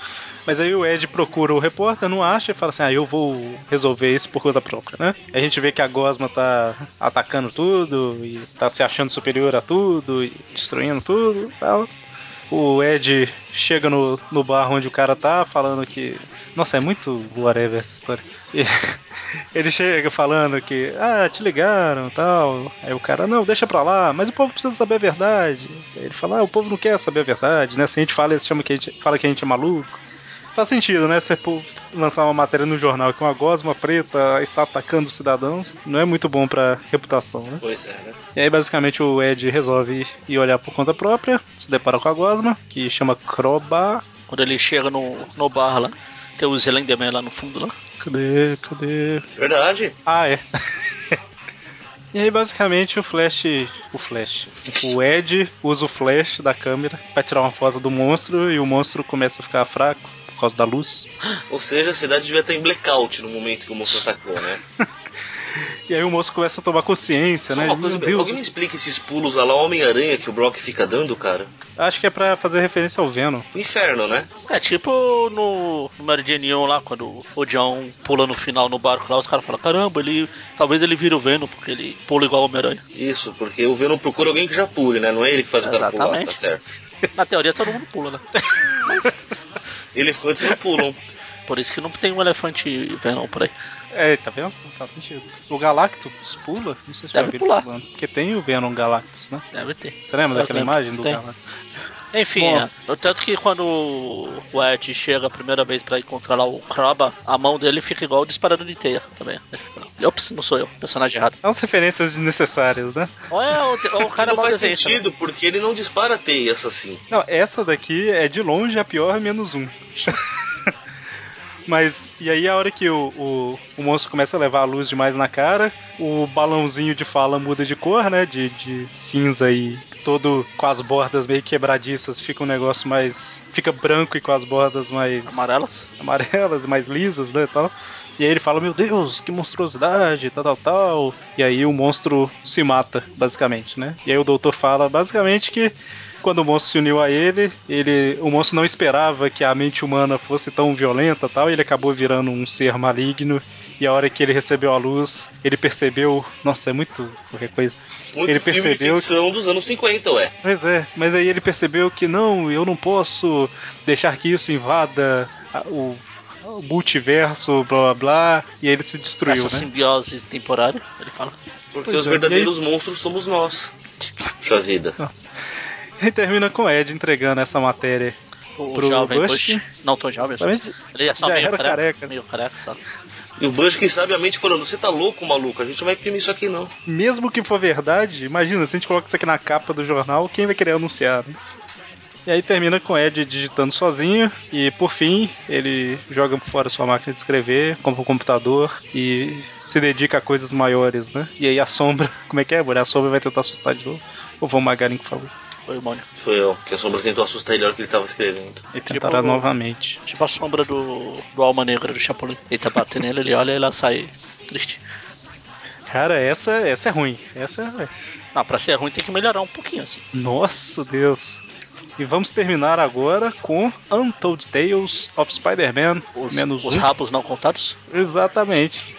Mas aí o Ed procura o repórter, não acha e fala assim: ah, eu vou resolver isso por conta própria, né? A gente vê que a Gosma tá atacando tudo e tá se achando superior a tudo e destruindo tudo e tal. O Ed chega no, no bar onde o cara tá, falando que. Nossa, é muito whatever essa história. E ele chega falando que. Ah, te ligaram e tal. Aí o cara, não, deixa pra lá, mas o povo precisa saber a verdade. Aí ele fala, ah, o povo não quer saber a verdade, né? Se a gente fala, eles chamam que a gente, fala que a gente é maluco. Faz sentido, né? Você pô- lançar uma matéria no jornal que uma gosma preta está atacando os cidadãos, não é muito bom pra reputação, né? Pois é, né? E aí, basicamente, o Ed resolve ir olhar por conta própria, se depara com a Gosma, que chama Croba. Quando ele chega no, no bar lá, tem o Zelenderman lá no fundo lá. Cadê? Cadê? Verdade. Ah, é. e aí, basicamente, o Flash. O Flash. O Ed usa o Flash da câmera pra tirar uma foto do monstro e o monstro começa a ficar fraco por causa da luz. Ou seja, a cidade devia estar em blackout no momento que o monstro atacou, né? E aí, o monstro começa a tomar consciência, Só né? uma Meu coisa, Deus, alguém me explica esses pulos lá, lá Homem-Aranha que o Brock fica dando, cara? acho que é pra fazer referência ao Venom. Inferno, né? É tipo no, no Meridian Neon lá, quando o John pula no final no barco lá, os caras falam, caramba, ele. Talvez ele vira o Venom, porque ele pula igual o Homem-Aranha. Isso, porque o Venom procura alguém que já pule, né? Não é ele que faz o cara pular, tá Exatamente. certo. Na teoria todo mundo pula, né? Elefantes não pulam. Por isso que não tem um elefante Venom por aí. É, tá vendo? Não faz sentido. O Galactus pula? Não sei se Deve já viram pular. pulando. Porque tem o Venom Galactus, né? Deve ter. Você lembra Eu daquela lembro, imagem do tem. Galactus? Enfim, Bom. é. No tanto que quando o Ed chega a primeira vez pra encontrar lá o Kraba, a mão dele fica igual disparando de teia também. Ele fica, Ops, não sou eu, personagem errado. É umas referências desnecessárias, né? Ou é o, ou o cara não mal faz desenhista. né? sentido, porque ele não dispara teias assim. Não, essa daqui é de longe a pior menos um. Mas, e aí a hora que o, o, o monstro começa a levar a luz demais na cara, o balãozinho de fala muda de cor, né? De, de cinza e todo com as bordas meio quebradiças, fica um negócio mais. Fica branco e com as bordas mais. Amarelas? amarelas, mais lisas, né, e tal. E aí ele fala, meu Deus, que monstruosidade, tal, tal, tal. E aí o monstro se mata, basicamente, né? E aí o doutor fala, basicamente, que quando o monstro se uniu a ele, ele o monstro não esperava que a mente humana fosse tão violenta tal, e ele acabou virando um ser maligno. E a hora que ele recebeu a luz, ele percebeu... Nossa, é muito qualquer coisa. Muito Ele filme percebeu de ficção dos anos 50, ué. Pois é, mas aí ele percebeu que não, eu não posso deixar que isso invada a- o, o multiverso, blá blá blá, e aí ele se destruiu, Essa né? simbiose temporária, ele fala. Porque Pois os é, verdadeiros monstros somos nós. Sua vida. Nossa. E termina com o Ed entregando essa matéria. O Pro jovem Bush? Bush. Não, tô jovem. Assim. Mas Ele é só já meio era careca, careca. Meio careca, só. E o Bush, que sabe a mente falando, você tá louco, maluco, a gente não vai imprimir isso aqui não. mesmo que for verdade, imagina, se a gente coloca isso aqui na capa do jornal, quem vai querer anunciar, né? E aí termina com o Ed digitando sozinho, e por fim ele joga fora sua máquina de escrever, compra um computador e se dedica a coisas maiores, né? E aí a sombra, como é que é, mulher? A sombra vai tentar assustar de novo. Ou vão Magarin, por favor. Foi o Mônio. Foi eu, que a sombra tentou assustar ele na hora que ele tava escrevendo. E tentará Tipo- novamente. Tipo a sombra do, do Alma Negra do Chapolin. Ele tá batendo nele, ele olha e ela sai triste. Cara, essa, essa é ruim. Essa é. Não, pra ser ruim tem que melhorar um pouquinho, assim. Nossa Deus! E vamos terminar agora com Untold Tales of Spider-Man. Os, Menos os um. rabos não contados. Exatamente.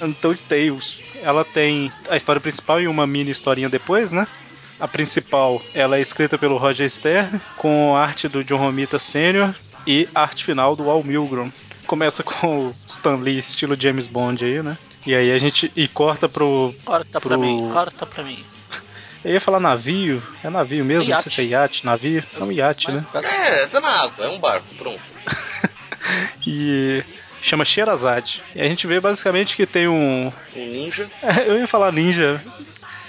Untold Tales. Ela tem a história principal e uma mini historinha depois, né? A principal, ela é escrita pelo Roger Stern, com arte do John Romita Sr. e arte final do Al Milgrom. Começa com o Stan Lee, estilo James Bond aí, né? E aí a gente e corta pro... Corta pra Pro- mim, corta pra mim. Eu ia falar navio, é navio mesmo, não sei se é iate, navio, é um iate, né? É, tá na água, é um barco, pronto. E chama Sherazade. E a gente vê basicamente que tem um, Um ninja. É, eu ia falar ninja.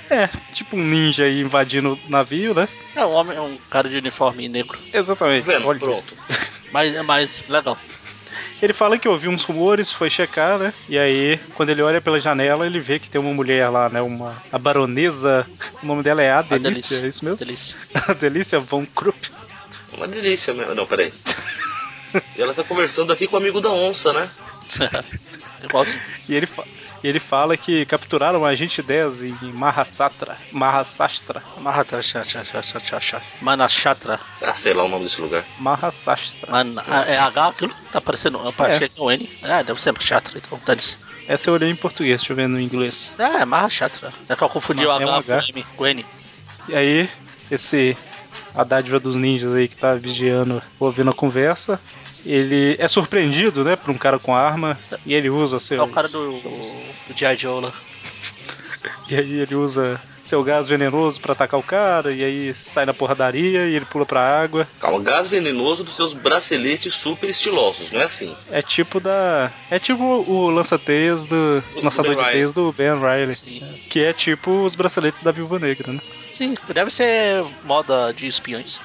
É, tipo um ninja aí invadindo o navio, né? É um homem, é um cara de uniforme negro. Exatamente. Vendo, Olha, pronto. Mas é mais legal. Ele fala que ouviu uns rumores, foi checar, né? E aí, quando ele olha pela janela, ele vê que tem uma mulher lá, né? Uma a baronesa. O nome dela é a Delícia, é isso mesmo? Delícia. A Delícia Von Krupp. Uma delícia mesmo. Não, peraí. E ela tá conversando aqui com o amigo da onça, né? Igualzinho. E ele, fa- e ele fala que capturaram o agente 10 em Mahasatra. Mahasastra. Mahata- cha- cha- cha- cha- cha- cha- Manachatra. Ah, sei lá o nome desse lugar. Mahasastra. Mana- ah, É H aquilo? Tá parecendo. Eu achei que é o N. É, deve ser Chatra, então dane-se. Essa eu olhei em português, deixa eu ver no inglês. É, é Mahachatra. É que eu confundi o Mas é um H com o H. M, com o N. E aí, esse a dádiva dos ninjas aí que tá vigiando, ouvindo a conversa, ele é surpreendido, né, por um cara com arma, e ele usa seu É o cara do. do G.I. Joe lá. e aí ele usa seu gás venenoso pra atacar o cara, e aí sai na porradaria e ele pula pra água. Calma, gás venenoso dos seus braceletes super estilosos, não é assim? É tipo da é tipo o lança-teias do O lançador Ben de Reilly. teias do Ben Riley, Sim. que é tipo os braceletes da Viúva Negra, né? Sim, deve ser moda de espiões.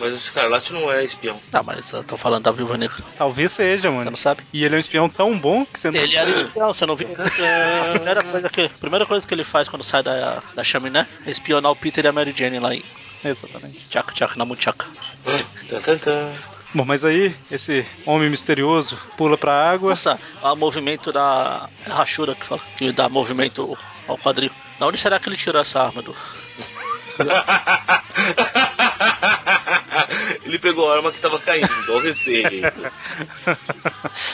Mas o escarlate não é espião. Não, mas eu tô falando da Viúva Negra. Talvez seja, Você mano. não sabe? E ele é um espião tão bom que você não Ele era espião, você não viu? A primeira coisa que, a primeira coisa que ele faz quando sai da, da chaminé é espionar o Peter e a Mary Jane lá em Exatamente. Tchaca Tchaca na Muchaca. Tan, tan, tan. Bom, mas aí esse homem misterioso pula pra água. Nossa, é o movimento da é rachura que fala, que dá movimento ao quadril. Da onde será que ele tirou essa arma do? ele pegou a arma que tava caindo, olha o receio.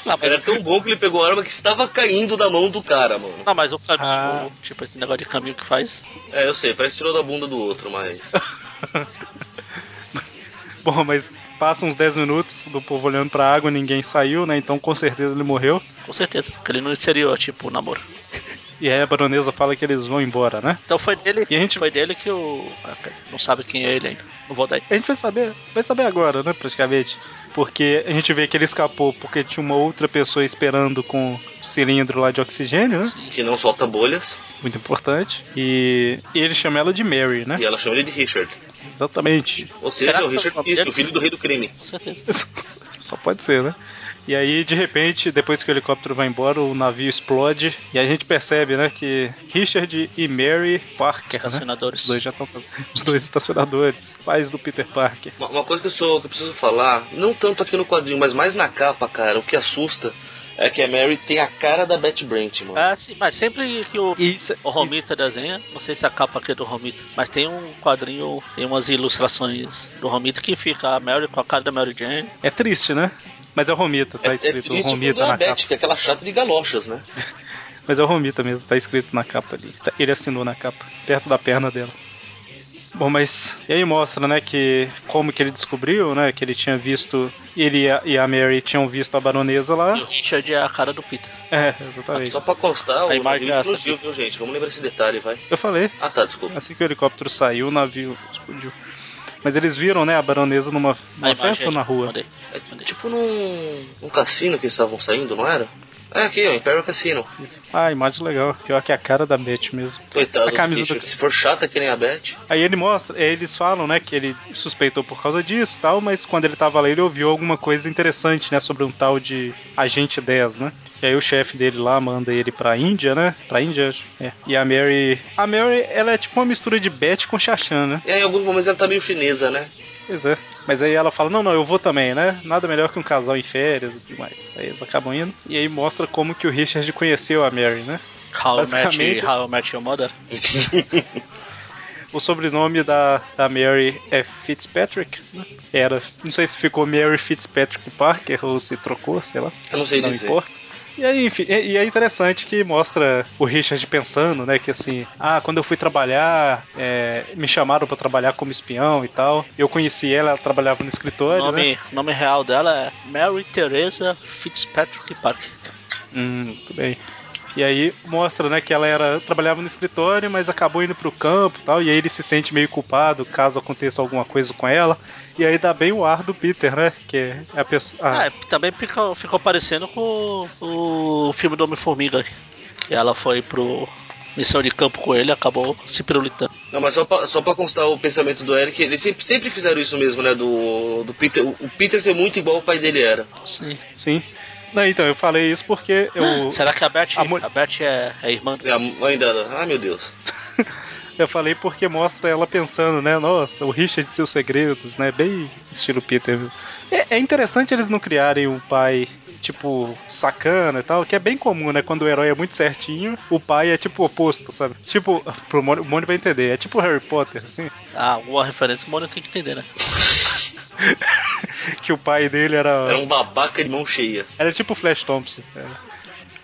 Não, mas, Era tão bom que ele pegou a arma que estava caindo da mão do cara, mano. não, mas o caminho, Ah. tipo esse negócio de caminho que faz. É, eu sei, parece que tirou da bunda do outro, mas. Bom, mas passa uns 10 minutos do povo olhando pra água, ninguém saiu, né? Então com certeza ele morreu. Com certeza. Porque ele não inseriu, tipo, o namoro. E aí a baronesa fala que eles vão embora, né? Então foi dele. E a gente- Foi dele que o. Ah, cara, não sabe quem é ele ainda. Não vou dar. A gente vai saber, vai saber agora, né, praticamente. Porque a gente vê que ele escapou porque tinha uma outra pessoa esperando com o cilindro lá de oxigênio, né? que não solta bolhas, Muito importante. E, e ele chama ela de Mary, né? e ela chama ele de Richard. Exatamente. Ou seja, Será é o que são Richard os Christie, o nomes filho do rei do crime. Com certeza. Só pode ser, né? E aí, de repente, depois que o helicóptero vai embora, o navio explode. E a gente percebe, né, que Richard e Mary Parker, né? Estacionadores. Os dois já estão. Os dois estacionadores, pais do Peter Parker. Uma, uma coisa que eu, sou, que eu preciso falar, não tanto aqui no quadrinho, mas mais na capa, cara, o que assusta é que a Mary tem a cara da Betty Brant, mano. Ah, sim, mas sempre que o. Isso, é, O Romita desenha, não sei se é a capa aqui é do Romita, mas tem um quadrinho, tem umas ilustrações do Romita que fica a Mary com a cara da Mary Jane. É triste, né? Mas é o Romita, tá é, é escrito triste quando Romita é a na Betty, capa. que é aquela chata de galochas, né? Mas é o Romita mesmo, tá escrito na capa ali. Tá- Ele assinou na capa, perto da perna dela. Bom, mas e aí mostra, né, que como que ele descobriu, né, que ele tinha visto ele e a, e a Mary tinham visto a baronesa E o lá. Richard é a cara do Peter. É, exatamente. Só pra constar, A o imagem navio é essa explodiu, viu, gente? Vamos lembrar esse detalhe, vai. Eu falei, Ah, tá, desculpa. assim que o helicóptero saiu, o navio explodiu. Mas eles viram, né, a baronesa numa, A numa imagem festa ou aí, na rua? mandei. É tipo num, num cassino que eles estavam saindo, não era? É aqui, ó, Imperial Cassino. Isso. Ah, imagem legal. Pior que a cara da Beth mesmo. Coitado A camisa do Richard, do- se for chata que nem a Betty. Aí ele mostra, aí eles falam, né, que ele suspeitou por causa disso e tal, mas quando ele tava lá, ele ouviu alguma coisa interessante, né, sobre um tal de Agente 10, né? E aí o chefe dele lá manda ele pra Índia, né? Pra Índia, acho. É. E a Mary. A Mary, ela é tipo uma mistura de Beth com Xaxã, né? E aí, em alguns momentos ela tá meio chinesa, né? Pois é. Mas aí ela fala: não, não, eu vou também, né? Nada melhor que um casal em férias e tudo mais. Aí eles acabam indo. E aí mostra como que o Richard conheceu a Mary, né? How I Basicamente- Met- How I Met Your Mother. O sobrenome da, da Mary é Fitzpatrick, né? Era. Não sei se ficou Mary Fitzpatrick Parker ou se trocou, sei lá. Eu não sei não dizer. importa. E aí, enfim, e, e é interessante que mostra o Richard pensando, né? Que assim, ah, quando eu fui trabalhar, é, me chamaram pra trabalhar como espião e tal. Eu conheci ela, ela trabalhava no O escritório. Né? nome, o nome real dela é Mary Teresa Fitzpatrick Parker. Hum, muito bem. E aí mostra, né, que ela era trabalhava no escritório, mas acabou indo pro campo, e tal, e aí ele se sente meio culpado caso aconteça alguma coisa com ela. E aí dá bem o ar do Peter, né, que é a pessoa Ah, também ficou, ficou parecendo com o, o filme do Homem-Formiga. Que ela foi pro missão de campo com ele e acabou se pirulitando. Não, mas só pra, só pra constar o pensamento do Eric, eles sempre, sempre fizeram isso mesmo, né? Do, do Peter. O, o Peter ser muito igual o pai dele era. Sim. sim. Não, então eu falei isso porque eu Será que a Beth, A mu- a Beth é, é irmã? do- É, a mãe dela. Ah, meu Deus. eu falei porque mostra ela pensando, né, nossa, o Richard e seus segredos, né, bem estilo Peter mesmo. É, é interessante eles não criarem um pai tipo sacana e tal, que é bem comum, né, quando o herói é muito certinho, o pai é tipo o oposto, sabe? Tipo, pro Mônio, o Mônio vai entender, é tipo Harry Potter, assim, Ah, alguma referência, o Mônio tem que entender, né? que o pai dele era Era um babaca de mão cheia. Era tipo o Flash Thompson. é.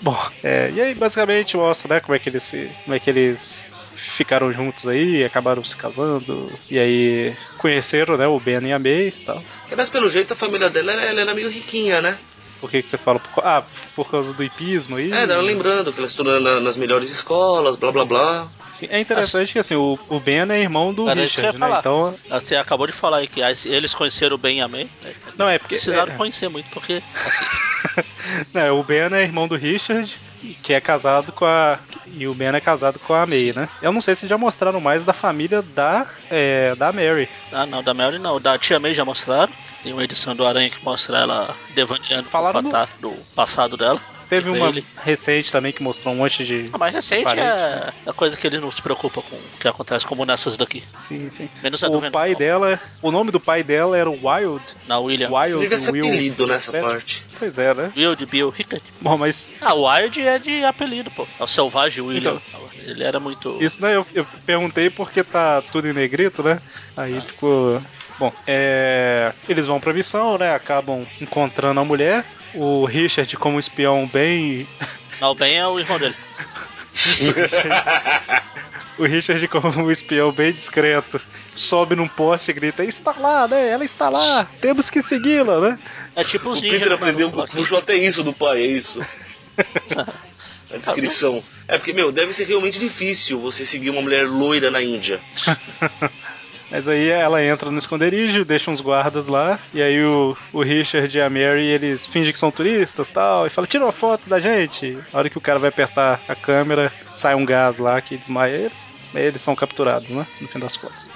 Bom, é, e aí basicamente mostra, né, como é que eles se- como é que eles ficaram juntos aí, acabaram se casando, e aí conheceram, né, o Ben e a May e tal. Mas pelo jeito a família dela ela, ela era meio riquinha, né? Por que que você fala? Por, co- ah, por causa do hipismo aí? É, não, lembrando que ela estudou na- nas melhores escolas, blá blá blá. Sim, é interessante que, assim, o, o Ben é irmão do Era isso que eu Richard, ia né, falar. então... Você acabou de falar aí que as- eles conheceram bem a May. né? Não, é porque... Precisaram é- conhecer muito, porque Não, o Ben é irmão do Richard, que é casado com a. E o Ben é casado com a May, né? Eu não sei se já mostraram mais da família da, é, da Mary. Ah, não, da Mary não. Da Tia May já mostraram. Tem uma edição do Aranha que mostra ela devaneando com Falaram o fatar do... passado dela. Teve Foi uma ele. recente também que mostrou um monte de. A Ah, mais recente Parente, é a coisa que eles não se preocupam com o que acontece, como nessas daqui. Sim, sim. Menos a do O Venom. pai dela. O nome do pai dela era Wild. Na William. Wild Devia ser Will. apelido nessa Fitzpatrick. parte. Pois é, né? Wild Bill Rickard. Bom, mas Ah, Wild é de apelido, pô. Então. É o Selvagem William. Ele era muito. isso, né? Eu, eu perguntei porque tá tudo em negrito, né? Aí ficou. Bom, é. Eles vão pra missão, né? Acabam encontrando a mulher. O Richard, como espião bem Não, o Ben é o irmão dele. O Richard, como um espião bem discreto, sobe num poste e grita: Está lá, né? Ela está lá, temos que segui-la, né? É tipo O os ninjas. Peter né, aprendeu, um maluco, puxou até isso do pai, é isso. A descrição. É porque, meu, deve ser realmente difícil você seguir uma mulher loira na Índia. Mas aí ela entra no esconderijo, deixa uns guardas lá, e aí o, o Richard e a Mary, eles fingem que são turistas tal, e fala, tira uma foto da gente. Na hora que o cara vai apertar a câmera, sai um gás lá que desmaia eles. Aí eles são capturados, né? No fim das contas.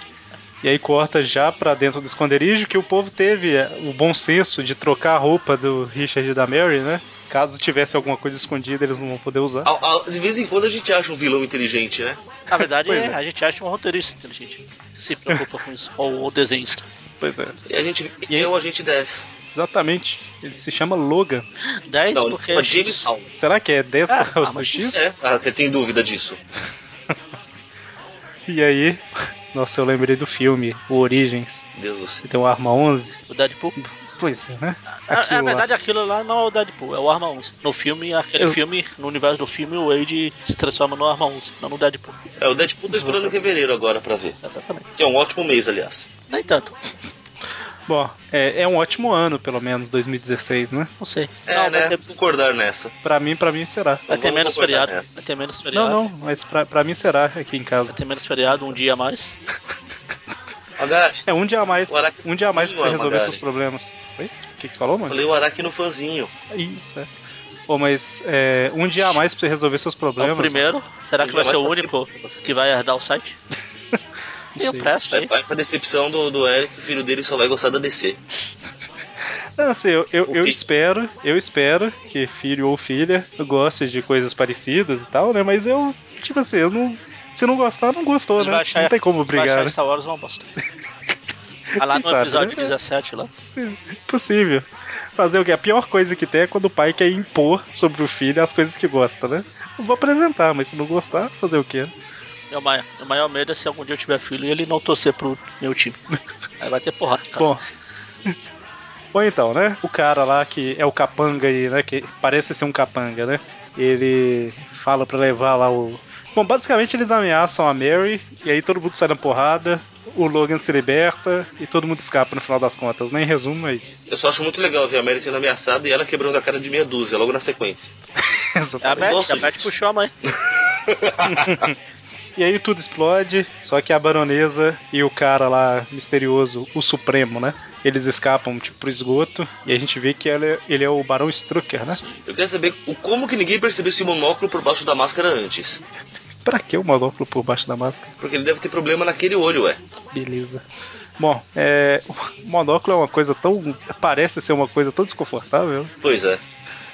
E aí corta já pra dentro do esconderijo que o povo teve eh, o bom senso de trocar a roupa do Richard e da Mary, né? Caso tivesse alguma coisa escondida, eles não vão poder usar. A- a- de vez em quando a gente acha um vilão inteligente, né? Na verdade, Pois é, é. a gente acha um roteirista inteligente. Se preocupa com isso. Ou o desenhista. Pois é. E a gente. E aí? é o agente 10. Exatamente. Ele se chama Logan. 10 Não, porque é é James X. Hall. Será que é 10 Ah, por causa ah, do mas X? É, ah, você tem dúvida disso. E aí, nossa, eu lembrei do filme, o Origens, Deus do céu. que tem o Arma 11. O Deadpool. Pois é, né? Ah, Na, na Aquilo lá. verdade, aquilo lá não é o Deadpool, é o Arma 11. No filme, aquele Eu- filme, no universo do filme, o Wade se transforma no Arma 11, não no Deadpool. É, o Deadpool tá esperando em fevereiro agora pra ver. Exatamente. Que é um ótimo mês, aliás. Nem tanto, Bom, é, é um ótimo ano, pelo menos, 2016, né? não sei. É, não, né? vai ter, Concordar nessa. Pra mim, pra mim será. vai ter Vamos menos concordar né? feriado. nessa. Vai ter menos feriado. Não, não, mas pra, pra mim será aqui em casa. Vai ter menos feriado, um dia a mais. Agar, É um dia a mais, O Araki- um dia a mais pra você Sim, resolver Armagari. seus problemas. Oi? O que, que você falou, mano? falei o Araki no fanzinho. Isso, é. Pô, mas é, um dia a mais pra você resolver seus É o problemas. primeiro. Será que vai ser o único que vai herdar o site? Não Eu sei. presto Vai, aí. vai pra decepção do, do Eric, o filho dele só vai gostar da DC. Não, assim, eu, eu, eu quê? espero, eu espero que filho ou filha goste de coisas parecidas e tal, né? Mas eu, tipo assim, eu não. Se não gostar, não gostou, Ele né? vai achar- não tem como Vai brigar, achar né? Star Wars é uma bosta. Vai lá Quem no sabe, episódio né? 17 lá. Possível. Possível. Fazer o quê? A pior coisa que tem é quando o pai quer impor sobre o filho as coisas que gosta, né? Eu vou apresentar, mas se não gostar, fazer o quê? Meu maior, meu maior medo é se algum dia eu tiver filho e ele não torcer pro meu time. Aí vai ter porrada. Tá cara. Bom. Bom então, né? O cara lá que é o capanga aí, né? Que parece ser um capanga, né? Ele fala pra levar lá o. Bom, basicamente eles ameaçam a Mary e aí todo mundo sai na porrada, o Logan se liberta e todo mundo escapa no final das contas, né? Em resumo, é isso. Eu só acho muito legal ver a Mary sendo ameaçada e ela quebrando a cara de meia dúzia logo na sequência. É a Exatamente. Beth, Nossa, a Beth gente. puxou a mãe. E aí tudo explode, só que a baronesa e o cara lá misterioso, o Supremo, né? Eles escapam, tipo, pro esgoto e a gente vê que ela é- ele é o Barão Strucker, né? Eu queria saber o- como que ninguém percebeu esse monóculo por baixo da máscara antes. Pra que o monóculo por baixo da máscara? Porque ele deve ter problema naquele olho, ué. Beleza. Bom, é, o monóculo é uma coisa tão. parece ser uma coisa tão desconfortável. Pois é.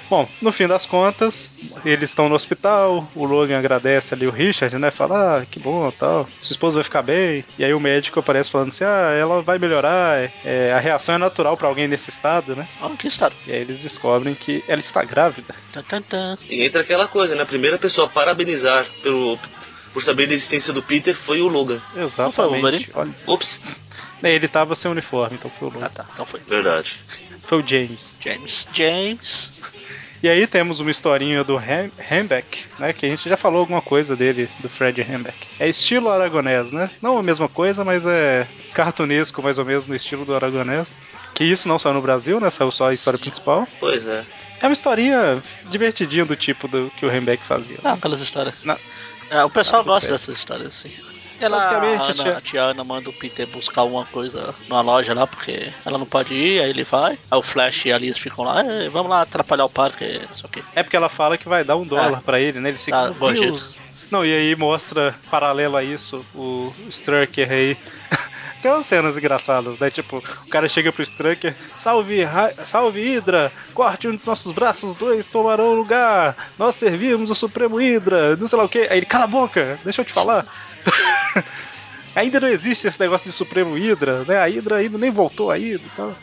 Bom, no fim das contas, eles estão no hospital, o Logan agradece ali o Richard, né? Fala, ah, que bom tal, sua esposa vai ficar bem. E aí o médico aparece falando assim: ah, ela vai melhorar, é, a reação é natural pra alguém nesse estado, né? Ah, que estado. E aí eles descobrem que ela está grávida. Tan, tan, tan. E entra aquela coisa, né? A primeira pessoa a parabenizar pelo, por saber da existência do Peter foi o Logan. foi o Wolverine? Exatamente. Olha, Ops, né, ele tava sem uniforme, então foi o Ah Logan. tá, então foi. verdade. Foi o James. James. James. E aí temos uma historinha do Ham- Hembeck, né? Que a gente já falou alguma coisa dele, do Fred Hembeck. É estilo aragonés, né? Não a mesma coisa, mas é cartunesco mais ou menos no estilo do aragonés. Que isso não saiu no Brasil, né? Saiu só a história Sim. principal. Pois é. É uma historinha divertidinha do tipo do que o Hembeck fazia. Ah, aquelas histórias. Não. É, o pessoal Ah, tudo gosta certo. dessas histórias, assim. Ela, Basicamente, a a, Ana, tia- a tia Ana manda o Peter buscar alguma coisa numa loja lá, porque ela não pode ir, aí ele vai. Aí o Flash e a Liz ficam lá, "É, vamos lá atrapalhar o parque, não sei o quê. É porque ela fala que vai dar um dólar pra ele, né? Ele se Tá, "Meu bom jeito." Deus. Não, e aí mostra, paralelo a isso, o Strucker aí. Tem umas cenas engraçadas, né? Tipo, o cara chega pro Strucker, salve, Ra- salve Hydra, corte um dos nossos braços, dois tomarão lugar, nós servimos o Supremo Hydra, não sei lá o quê. Aí ele, cala a boca, deixa eu te falar. ainda não existe esse negócio de Supremo Hydra, né? A Hydra ainda nem voltou ainda então. e tal.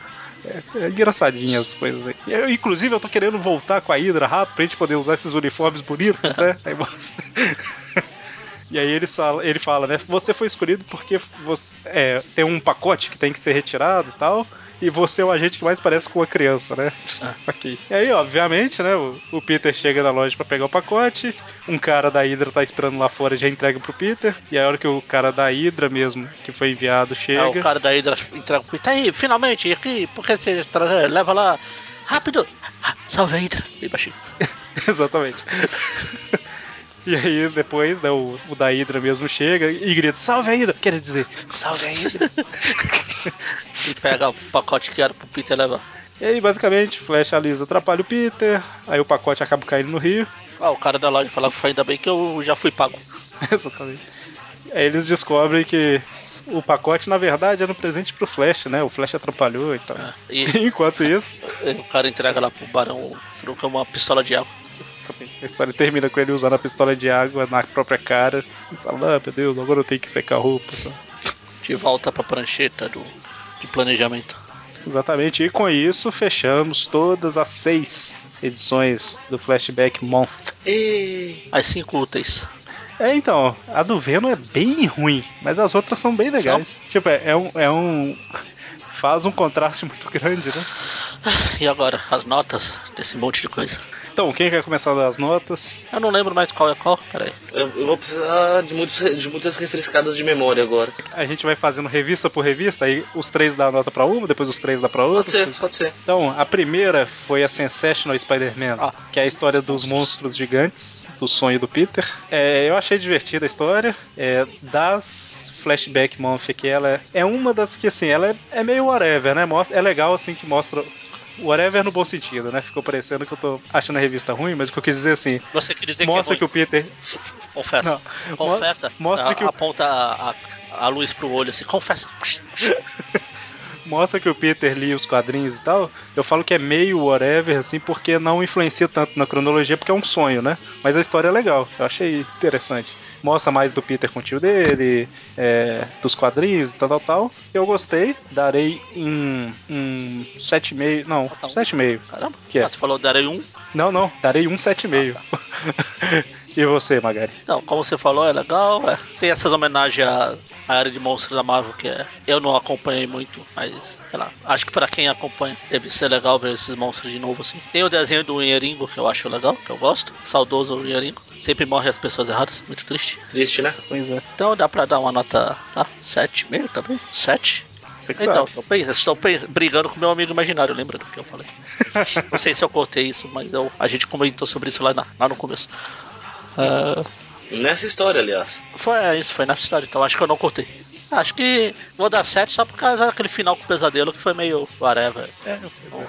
É, é engraçadinha as coisas aí. Eu, inclusive, eu tô querendo voltar com a Hydra rápido pra gente poder usar esses uniformes bonitos, né? Aí mostra. E aí ele fala, ele fala, né? Você foi escolhido porque você é, tem um pacote que tem que ser retirado e tal. e você é o agente que mais parece com uma criança, né? Ah. Ok. E aí, obviamente, né? O, o Peter chega na loja pra pegar o pacote. Um cara da Hydra tá esperando lá fora e já entrega pro Peter. E aí, a hora que o cara da Hydra mesmo, que foi enviado, chega. Aí É, o cara da Hydra entrega o Tá aí, finalmente, aqui, por que você tra- leva lá? Rápido! Ah, salve a Hydra! Bem baixinho. Exatamente. E aí depois, né, o, o da Hydra mesmo chega e grita, salve a Hydra! Quer dizer, Salve a Hydra! e pega o pacote que era pro Peter levar. E aí, basicamente, Flash e a Lisa atrapalha o Peter, aí o pacote acaba caindo no rio. Ah, o cara da loja falava que foi ainda bem que eu já fui pago. Exatamente. Aí eles descobrem que o pacote, na verdade, era um presente pro Flash, né? O Flash atrapalhou e tal. Ah, e Enquanto isso, e o cara entrega lá pro barão, troca uma pistola de água. a história termina com ele usando a pistola de água na própria cara e fala, ah, meu Deus, agora eu tenho que secar a roupa. tá?" e tal. De volta pra prancheta do, de planejamento. Exatamente, e com isso fechamos todas as seis edições do Flashback Month. E... As cinco úteis. É, então, a do Venom é bem ruim, mas as outras são bem legais. Tipo, é, é um, é um. Faz um contraste muito grande, né? E agora, as notas desse monte de coisa. Então, quem quer começar das notas? Eu não lembro mais qual é qual, peraí. Eu, eu vou precisar de, muitos, de muitas refrescadas de memória agora. A gente vai fazendo revista por revista, aí os três dá a nota pra uma, depois os três dá pra Pode outra. ser, depois- pode ser. Então, a primeira foi a Sensational Spider-Man, Ah. que é a história dos monstros gigantes, do sonho do Peter. É, eu achei divertida a história. É, das Flashback Month aqui, ela é, é uma das que, assim, ela é, é meio whatever, né? Mostra, é legal, assim, que mostra... Whatever no bom sentido, né? Ficou parecendo que eu tô achando a revista ruim, mas o que eu quis dizer assim... Você quer dizer Mostra que, que é o Peter ruim? Confessa. Não. Confessa. Mo- mostra A- que o- Aponta a, a, a luz pro olho assim. Confessa. mostra que o Peter lia os quadrinhos e tal, eu falo que é meio whatever, assim, porque não influencia tanto na cronologia, porque é um sonho, né? Mas a história é legal, eu achei interessante. Mostra mais do Peter com o tio dele, é, dos quadrinhos e tal, tal, tal. Eu gostei, darei um, um 7,5, não, Tá bom. 7,5. Caramba. Que é? Ah, você falou, darei um. Não, não, darei um 7,5. Ah, tá. e você, Magari? Não, como você falou, é legal. é. Tem essas homenagens à, à área de monstros da Marvel que é- eu não acompanhei muito, mas sei lá. Acho que pra quem acompanha deve ser legal ver esses monstros de novo assim. Tem o desenho do Inheringo que eu acho legal, que eu gosto. Saudoso Inheringo. Sempre morre as pessoas erradas, muito triste. Triste, né? Pois é. Então dá pra dar uma nota ah, 7,5 também? 7? Você que Então, sabe. estou, pens- estou pens- brigando com meu amigo imaginário, lembra do que eu falei? Não sei se eu cortei isso, mas eu- a gente comentou sobre isso lá, na- lá no começo. Ah, Nessa história, aliás. foi é, isso, foi nessa história, então acho que eu não cortei. Acho que vou dar 7 só por causa daquele final com o pesadelo que foi meio whatever. É, Não,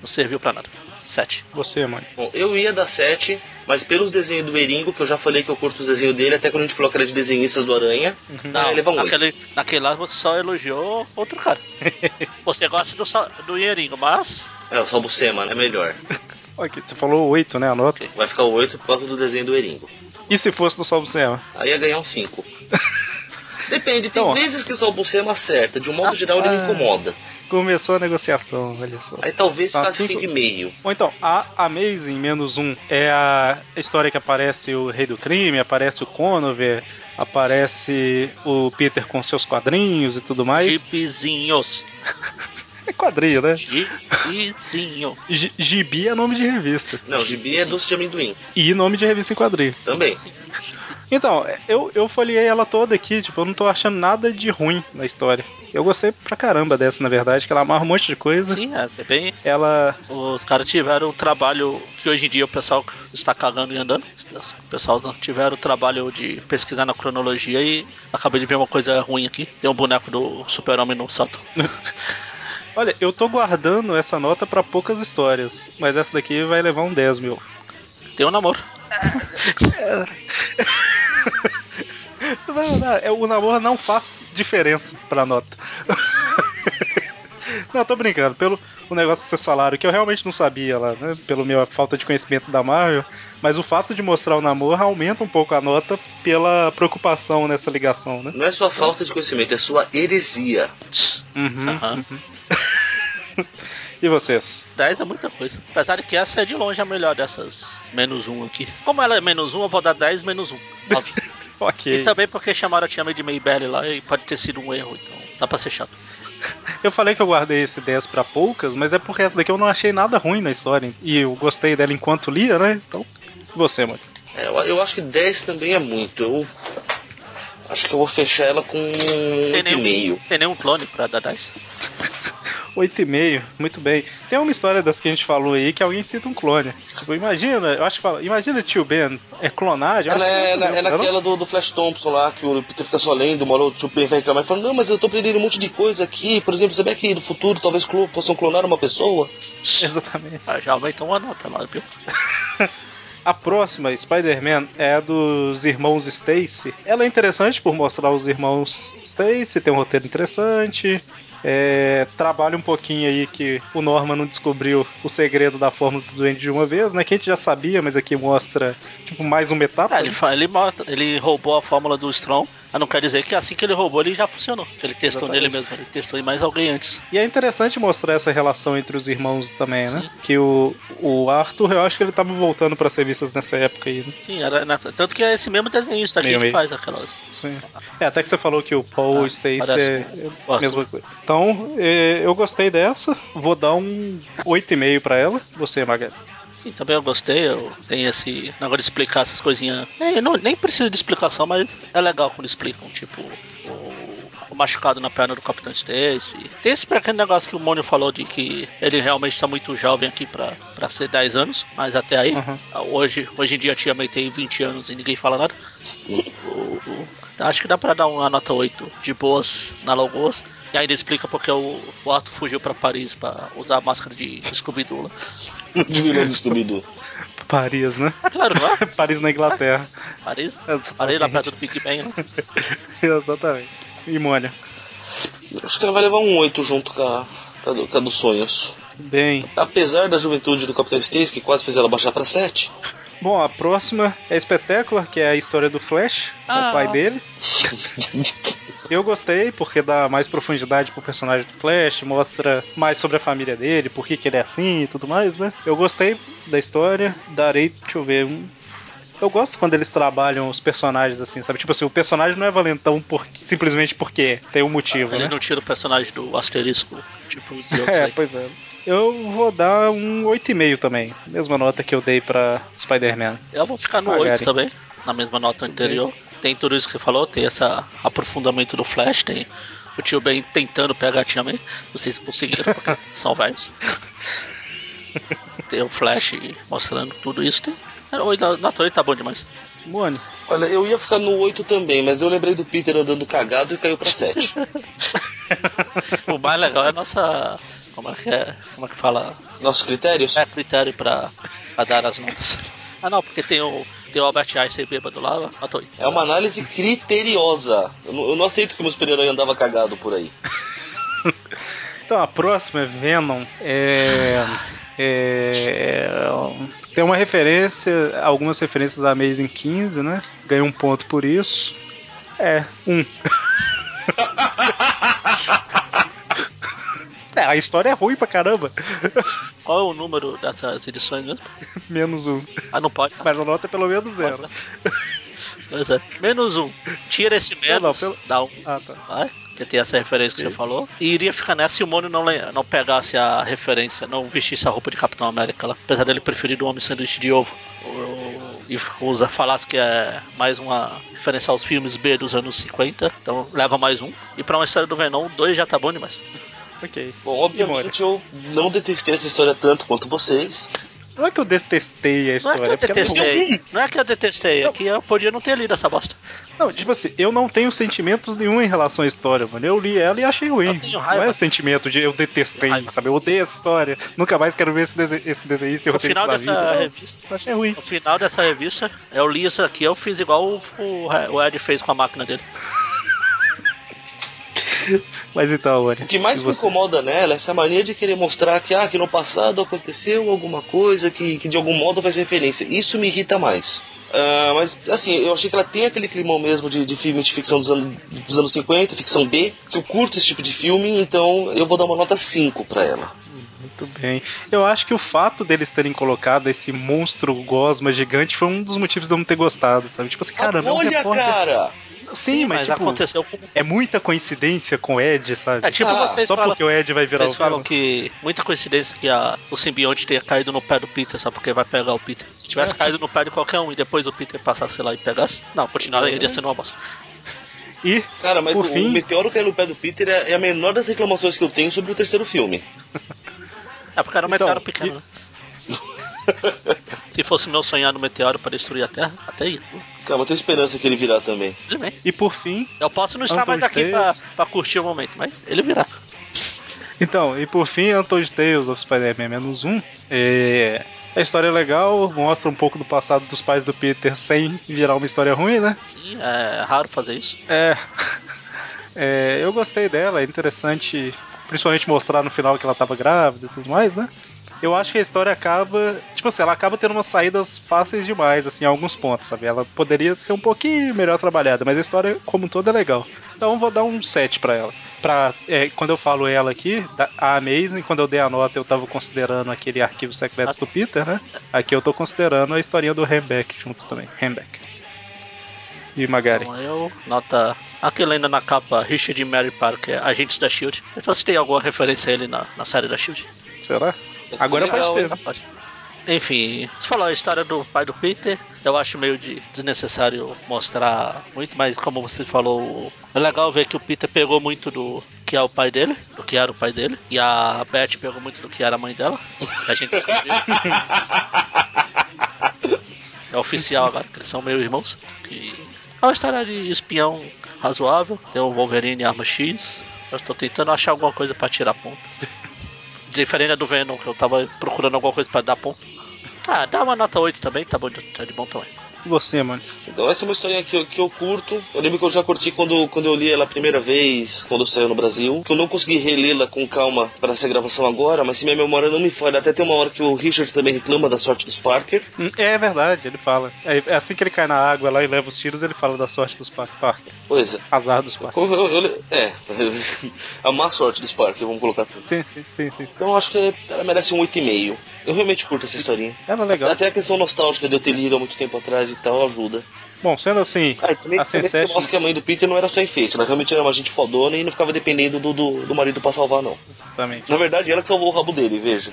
não serviu pra nada. 7. você, mãe. Bom, eu ia dar 7, mas pelos desenhos do Eringo, que eu já falei que eu curto os desenhos dele, até quando a gente falou que era de desenhistas do Aranha, Uhum. Não, ele vai um oito. naquele, naquele lá você só elogiou outro cara. Você gosta do, sa- do Ieringo, mas É, o Salbucema, é melhor. Ok, você falou 8, né, a nota? Vai ficar 8 por causa do desenho do Eringo. E se fosse no Salvo Cinema? Aí ia ganhar um 5. Depende, tem Então, ó. vezes que o Salbucema acerta, de um modo geral ele me ah. incomoda. Começou a negociação, olha só. Aí talvez Tá, ficasse cinco. 5,5. Ou então, a Amazing menos um é a história que aparece o Rei do Crime, aparece o Conover, aparece o Peter com seus quadrinhos e tudo mais. Jeepzinhos. É quadrinho, né? Jeepzinho. Gi- Gibi é nome de revista. Não, o gibi é Sim. doce de amendoim. E nome de revista em quadrinho. Também. Sim. Então, eu, eu folhei ela toda aqui, tipo, eu não tô achando nada de ruim na história. Eu gostei pra caramba dessa, na verdade, que ela amarra um monte de coisa. Sim, é, é bem. Ela. Os caras tiveram um trabalho que hoje em dia o pessoal está cagando e andando. O pessoal não tiveram o trabalho de pesquisar na cronologia e acabei de ver uma coisa ruim aqui. Tem um boneco do super-homem no salto. Olha, eu tô guardando essa nota pra poucas histórias, mas essa daqui vai levar um 10 mil. Tem um namoro. Não, não, é, o namoro não faz diferença pra nota. Não, tô brincando. Pelo o negócio que vocês falaram, que eu realmente não sabia lá, né? Pelo meu falta de conhecimento da Marvel. Mas o fato de mostrar o namoro aumenta um pouco a nota pela preocupação nessa ligação, né? Não é sua falta de conhecimento, é sua heresia. Uhum. Aham. E vocês? 10 é muita coisa. Apesar de que essa é de longe a melhor dessas. Menos um aqui. Como ela é menos um, eu vou dar 10 menos um. 9. Ok. tá- E também porque chamaram a Tia May de Maybelline lá e pode ter sido um erro, então. Só pra ser chato. Eu falei que eu guardei esse 10 pra poucas, mas é porque essa daqui eu não achei nada ruim na história. E eu gostei dela enquanto lia, né? Então, e você, mano? É, eu, eu acho que 10 também é muito. Eu acho que eu vou fechar ela com um Tem 8,5. nenhum, tem nenhum clone pra dar 10? 8,5, muito bem. Tem uma história das que a gente falou aí que alguém cita um clone. Tipo, imagina, eu acho que fala, imagina tio Ben, é clonagem? Eu Ela acho que é, essa ela, mesmo, é não? naquela do, do Flash Thompson lá, que o Peter fica só lendo, o maluco tipo, ele vai reclamar e fala, não, mas eu tô aprendendo um monte de coisa aqui, por exemplo, sabia que no futuro talvez clo- possam clonar uma pessoa? Exatamente. Ah, já aumentou uma nota lá, viu? A próxima, Spider-Man, é a dos irmãos Stacy. Ela é interessante por mostrar os irmãos Stacy, tem um roteiro interessante. é, trabalha um pouquinho aí que o Norman não descobriu o segredo da fórmula do doente de uma vez, né? Que a gente já sabia, mas aqui mostra tipo, mais uma etapa. Ah, ele, fa- ele, mostra- ele roubou a fórmula do Strong, mas não quer dizer que assim que ele roubou ele já funcionou. Que ele testou Exatamente. nele mesmo, ele testou em mais alguém antes. E é interessante mostrar essa relação entre os irmãos também, né? Sim. Que o, o Arthur, eu acho que ele tava voltando para serviços nessa época aí, né? Sim, era nessa- tanto que é esse mesmo desenhista aqui Meio, que meio. faz aquelas. Sim. É, até que você falou que o Paul Ah, Stacy parece é o a Arthur. mesma coisa. Então, é, eu gostei dessa. Vou dar um 8,5 pra ela. Você, Magali. Sim, também eu gostei, eu tenho esse negócio de explicar essas coisinhas. Nem, não, nem preciso de explicação, mas é legal quando explicam, tipo, o, o machucado na perna do Capitão Stacy. Tem esse pequeno negócio que o Mônio falou de que ele realmente tá muito jovem aqui pra, pra ser 10 anos, mas até aí, Uhum. hoje, hoje em dia a Tia May tem 20 anos e ninguém fala nada. O- o- acho que dá pra dar uma nota 8 de boas na Lagoas. E ainda explica porque o, o Arthur fugiu pra Paris pra usar a máscara de Scooby-Doo lá. De vilão do Scooby-Doo. Paris, né? Ah, claro, não é? Paris na Inglaterra. Paris? Exatamente. Parei lá perto do Big Bang. né? Exatamente. E Mônia. Acho que ela vai levar um 8 junto com a, com a do- com a dos sonhos. Bem. Apesar da juventude do Capitão Stacy, que quase fez ela baixar pra 7, Bom, a próxima é Espetáculo, que é a história do Flash, Ah. o pai dele. Eu gostei porque dá mais profundidade pro personagem do Flash, mostra mais sobre a família dele, por que, que ele é assim e tudo mais, né? Eu gostei da história, darei, deixa eu ver, um. Eu gosto quando eles trabalham os personagens assim, sabe? Tipo assim, o personagem não é valentão por... simplesmente porque é, tem um motivo, Ele né? não tira o personagem do asterisco, tipo os outros É, aí. pois é. Eu vou dar um 8,5 também. Mesma nota que eu dei pra Spider-Man. Eu vou ficar no Ah, 8 Gary. também, na mesma nota anterior. Tem tudo isso que falou, tem esse aprofundamento do Flash, tem o tio Ben tentando pegar a tia May. Não sei se conseguiram, porque são velhos. Tem o Flash mostrando tudo isso. Tem... é, oito- Nota 8 tá bom demais. Mônio. olha, eu ia ficar no 8 também, mas eu lembrei do Peter andando cagado e caiu pra 7. O mais legal é a nossa. Como é que é? Como é que fala? Nossos critérios? é critério pra, pra dar as notas. Ah não, porque tem o, tem o Albert Einstein bêbado lá, nota 8. É uma análise criteriosa. Eu não, eu não aceito que o meu super-herói andava cagado por aí. Então, a próxima é Venom. É, é, tem uma referência, algumas referências a Amazing 15, né? Ganhei um ponto por isso. É, um. É, a história é ruim pra caramba. Qual é o número dessas edições mesmo? Menos um. Ah, não pode. Mas a nota é pelo menos zero. Pois é. Menos um. Tira esse menos, Não, não, pelo- dá um. Ah, tá. Vai. Que tem essa referência que você falou. E iria ficar nessa se o Mônio não, le- não pegasse a referência, não vestisse a roupa de Capitão América lá. Apesar dele preferir do homem sanduíche de ovo. O- E usa, falasse que é mais uma referência aos filmes B dos anos 50. Então leva mais um. E pra uma história do Venom, dois já tá bom demais. Ok. Bom, obviamente eu não detestei essa história tanto quanto vocês. Não é que eu detestei a Não é história. que eu porque um. ela ruim. detestei. Não é que eu detestei. É que eu podia não ter lido essa bosta. Não, tipo assim, eu não tenho sentimentos nenhum em relação à história, mano. Eu li ela e achei ruim. Eu tenho Não raiva. é sentimento de eu detestei, Raiva. sabe? Eu odeio essa história. Nunca mais quero ver esse, dese esse desenhista e No final roteirista da dessa vida. né? Não, revista. eu achei ruim. No final dessa revista, eu li isso aqui, eu fiz igual o, o- o Ed fez com a máquina dele. Mas então, O olha. que mais e me você? incomoda nela é essa mania de querer mostrar que, ah, que no passado aconteceu alguma coisa que, que de algum modo faz referência. Isso me irrita mais. Ah, mas, assim, eu achei que ela tem aquele climão mesmo de, de filme de ficção dos anos, dos anos 50, ficção B, que eu curto esse tipo de filme, então eu vou dar uma nota 5 pra ela. Muito bem. Eu acho que o fato deles terem colocado esse monstro gosma gigante foi um dos motivos de eu não ter gostado, sabe? Tipo assim, caramba, é um Olha, repórter. cara! Sim, mas, tipo, aconteceu com é muita coincidência com o Ed, sabe? É tipo Ah, vocês Só falam, porque o Ed vai virar vocês o falam vilão. que muita coincidência que a- o simbionte tenha caído no pé do Peter só porque vai pegar o Peter. Se É. tivesse caído no pé de qualquer um e depois o Peter passasse lá e pegasse, não, continuaria iria sendo uma bosta. E Cara, mas Por o, fim- o meteoro caindo no pé do Peter é, é a menor das reclamações que eu tenho sobre o terceiro filme. É porque era um meteoro Então, pequeno. né? Se fosse meu sonhado meteoro para destruir a Terra, até ia. Cara, eu tenho esperança que ele virá também. Tudo bem. e por fim, Eu posso não estar Anton mais aqui pra, Stace. pra curtir o momento, mas ele virá. Então, e por fim, Untold Tales of Spider-Man menos um. É, a história é legal, mostra um pouco do passado dos pais do Peter sem virar uma história ruim, né? Sim, é raro fazer isso. É, é, eu gostei dela, é interessante, principalmente mostrar no final que ela tava grávida e tudo mais, né? Eu acho que a história acaba, tipo assim, ela acaba tendo umas saídas fáceis demais, assim, em alguns pontos, sabe? Ela poderia ser um pouquinho melhor trabalhada, mas a história como um todo é legal. Então eu vou dar um 7 pra ela. Pra, é, quando eu falo ela aqui, da- a Amazing, quando eu dei a nota, eu tava considerando aquele arquivo secreto do Peter, né? Aqui eu tô considerando a historinha do Hembeck juntos também. Hembeck. E Magari. Então eu, nota. Aquele ainda na capa, Richard e Mary Parker, agentes da Shield. Eu só se tem alguma referência a ele na, na série da Shield. Será? Mas Agora legal, pode ter. hein? né? Pode. Enfim, você falou a história do pai do Peter. Eu acho meio de desnecessário mostrar muito, mas como você falou, é legal ver que o Peter pegou muito do que é o pai dele, do que era o pai dele, e a Beth pegou muito do que era a mãe dela. que A gente descobriu. é oficial agora, que eles são meio irmãos. que é uma história de espião razoável. Tem o Wolverine e arma X. Eu estou tentando achar alguma coisa para tirar ponto. Diferente do Venom, que eu tava procurando alguma coisa pra dar ponto. Ah, dá uma nota 8 também, tá bom, de- tá de bom tamanho. E você, mano? Então essa é uma historinha que eu, que eu curto. Eu lembro que eu já curti quando, quando eu li ela a primeira vez, quando saiu no Brasil. Que eu não consegui relê-la com calma para essa gravação agora, mas se minha memória não me falha, até tem uma hora que o Richard também reclama da sorte dos Parker. Hum, É verdade, ele fala. É é assim que ele cai na água lá e leva os tiros, ele fala da sorte dos Parker. Parker. Pois é. Azar dos Parker. Eu, eu- eu- é, a má sorte dos Parker, vamos colocar. assim. Sim, sim, sim, sim. Então eu acho que ela merece um 8,5. Eu realmente curto essa historinha. Ela é legal. Até a questão nostálgica de eu ter lido há muito tempo atrás e tal ajuda. Bom, sendo assim, Ah, e também, a também Sensei. mostra que a mãe do Peter não era só enfeite, ela realmente era uma gente fodona e não ficava dependendo do, do, do marido pra salvar, não. Exatamente. Na verdade, ela que salvou o rabo dele, veja.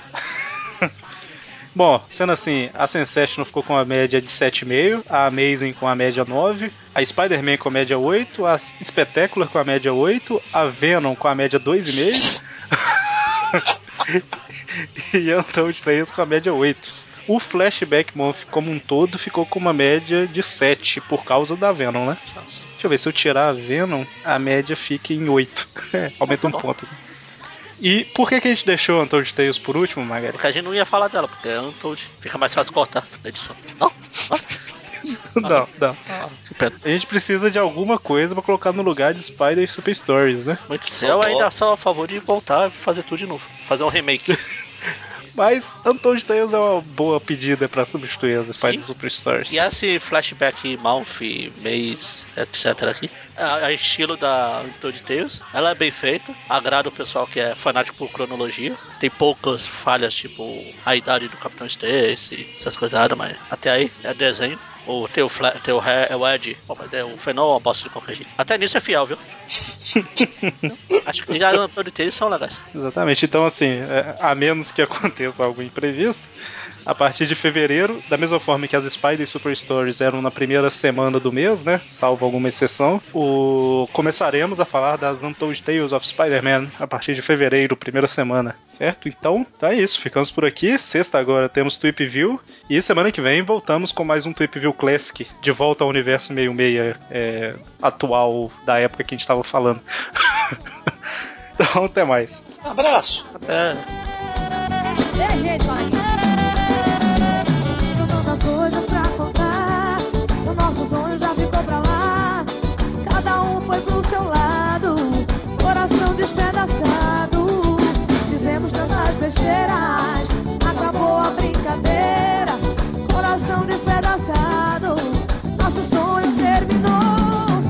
Bom, sendo assim, a Sensei não ficou com a média de 7,5, a Amazing com a média 9, a Spider-Man com a média 8, a Espetácular com a média 8, a Venom com a média 2,5 e a Untold 3 com a média 8. O Flashback Month como um todo ficou com uma média de 7 por causa da Venom, né? Deixa eu ver, se eu tirar a Venom, a média fica em 8. É, aumenta um Tá bom. ponto. E por que, que a gente deixou o Untold Tales por último, Magari? Porque a gente não ia falar dela, porque é Untold. Fica mais fácil cortar na edição. Não? Não, não. Ah, que pena. A gente precisa de alguma coisa pra colocar no lugar de Spider e Super Stories, né? Muito Eu ainda sou a favor de voltar e fazer tudo de novo. Fazer um remake. Mas Untold Tales é uma boa pedida pra substituir as Spider e Sim. Super Stories. E esse flashback Mouth, Maze, etc. aqui, a, a estilo da Untold Tales, ela é bem feita, agrada o pessoal que é fanático por cronologia. Tem poucas falhas, tipo a idade do Capitão Stacy, essas coisas, erradas, mas até aí é desenho. O teu, fla, teu ré é o Ed, Pô, mas é o Fenol, é uma bosta de qualquer jeito. Até nisso é fiel, viu? Acho que as Untold Tales são legais. Exatamente. Então, assim, é, a menos que aconteça algo imprevisto, a partir de fevereiro, da mesma forma que as Spider e Super Stories eram na primeira semana do mês, né? Salvo alguma exceção, o... começaremos a falar das Untold Tales of Spider-Man a partir de fevereiro, primeira semana, certo? Então, tá isso. Ficamos por aqui. Sexta agora temos Tweep View. E semana que vem voltamos com mais um Tweep View Classic, de volta ao universo meio-meia é, atual da época que a gente tava falando. então, até mais. Abraço! Até. Tem jeito aí. São tantas coisas pra contar. O nosso sonho já ficou pra lá. Cada um foi pro seu lado. Coração despedaçado. Fizemos tantas besteiras. Acabou a brincadeira. Coração despedaçado. Nosso sonho terminou.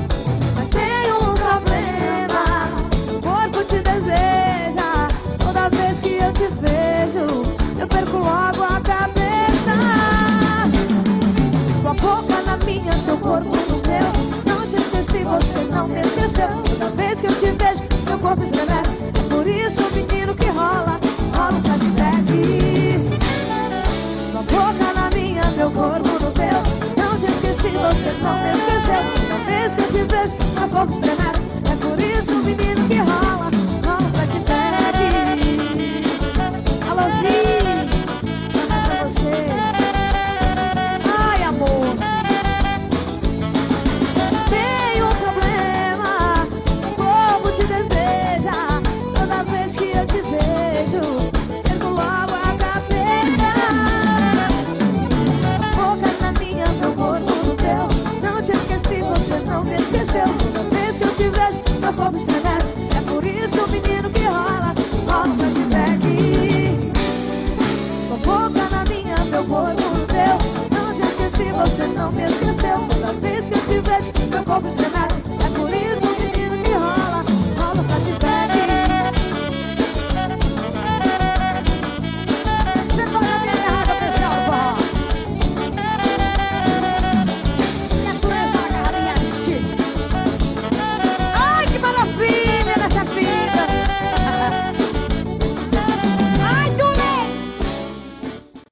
Mas tem um problema, o corpo te deseja. Toda vez que eu te vejo, eu perco logo tá corpo estremece. É um É É é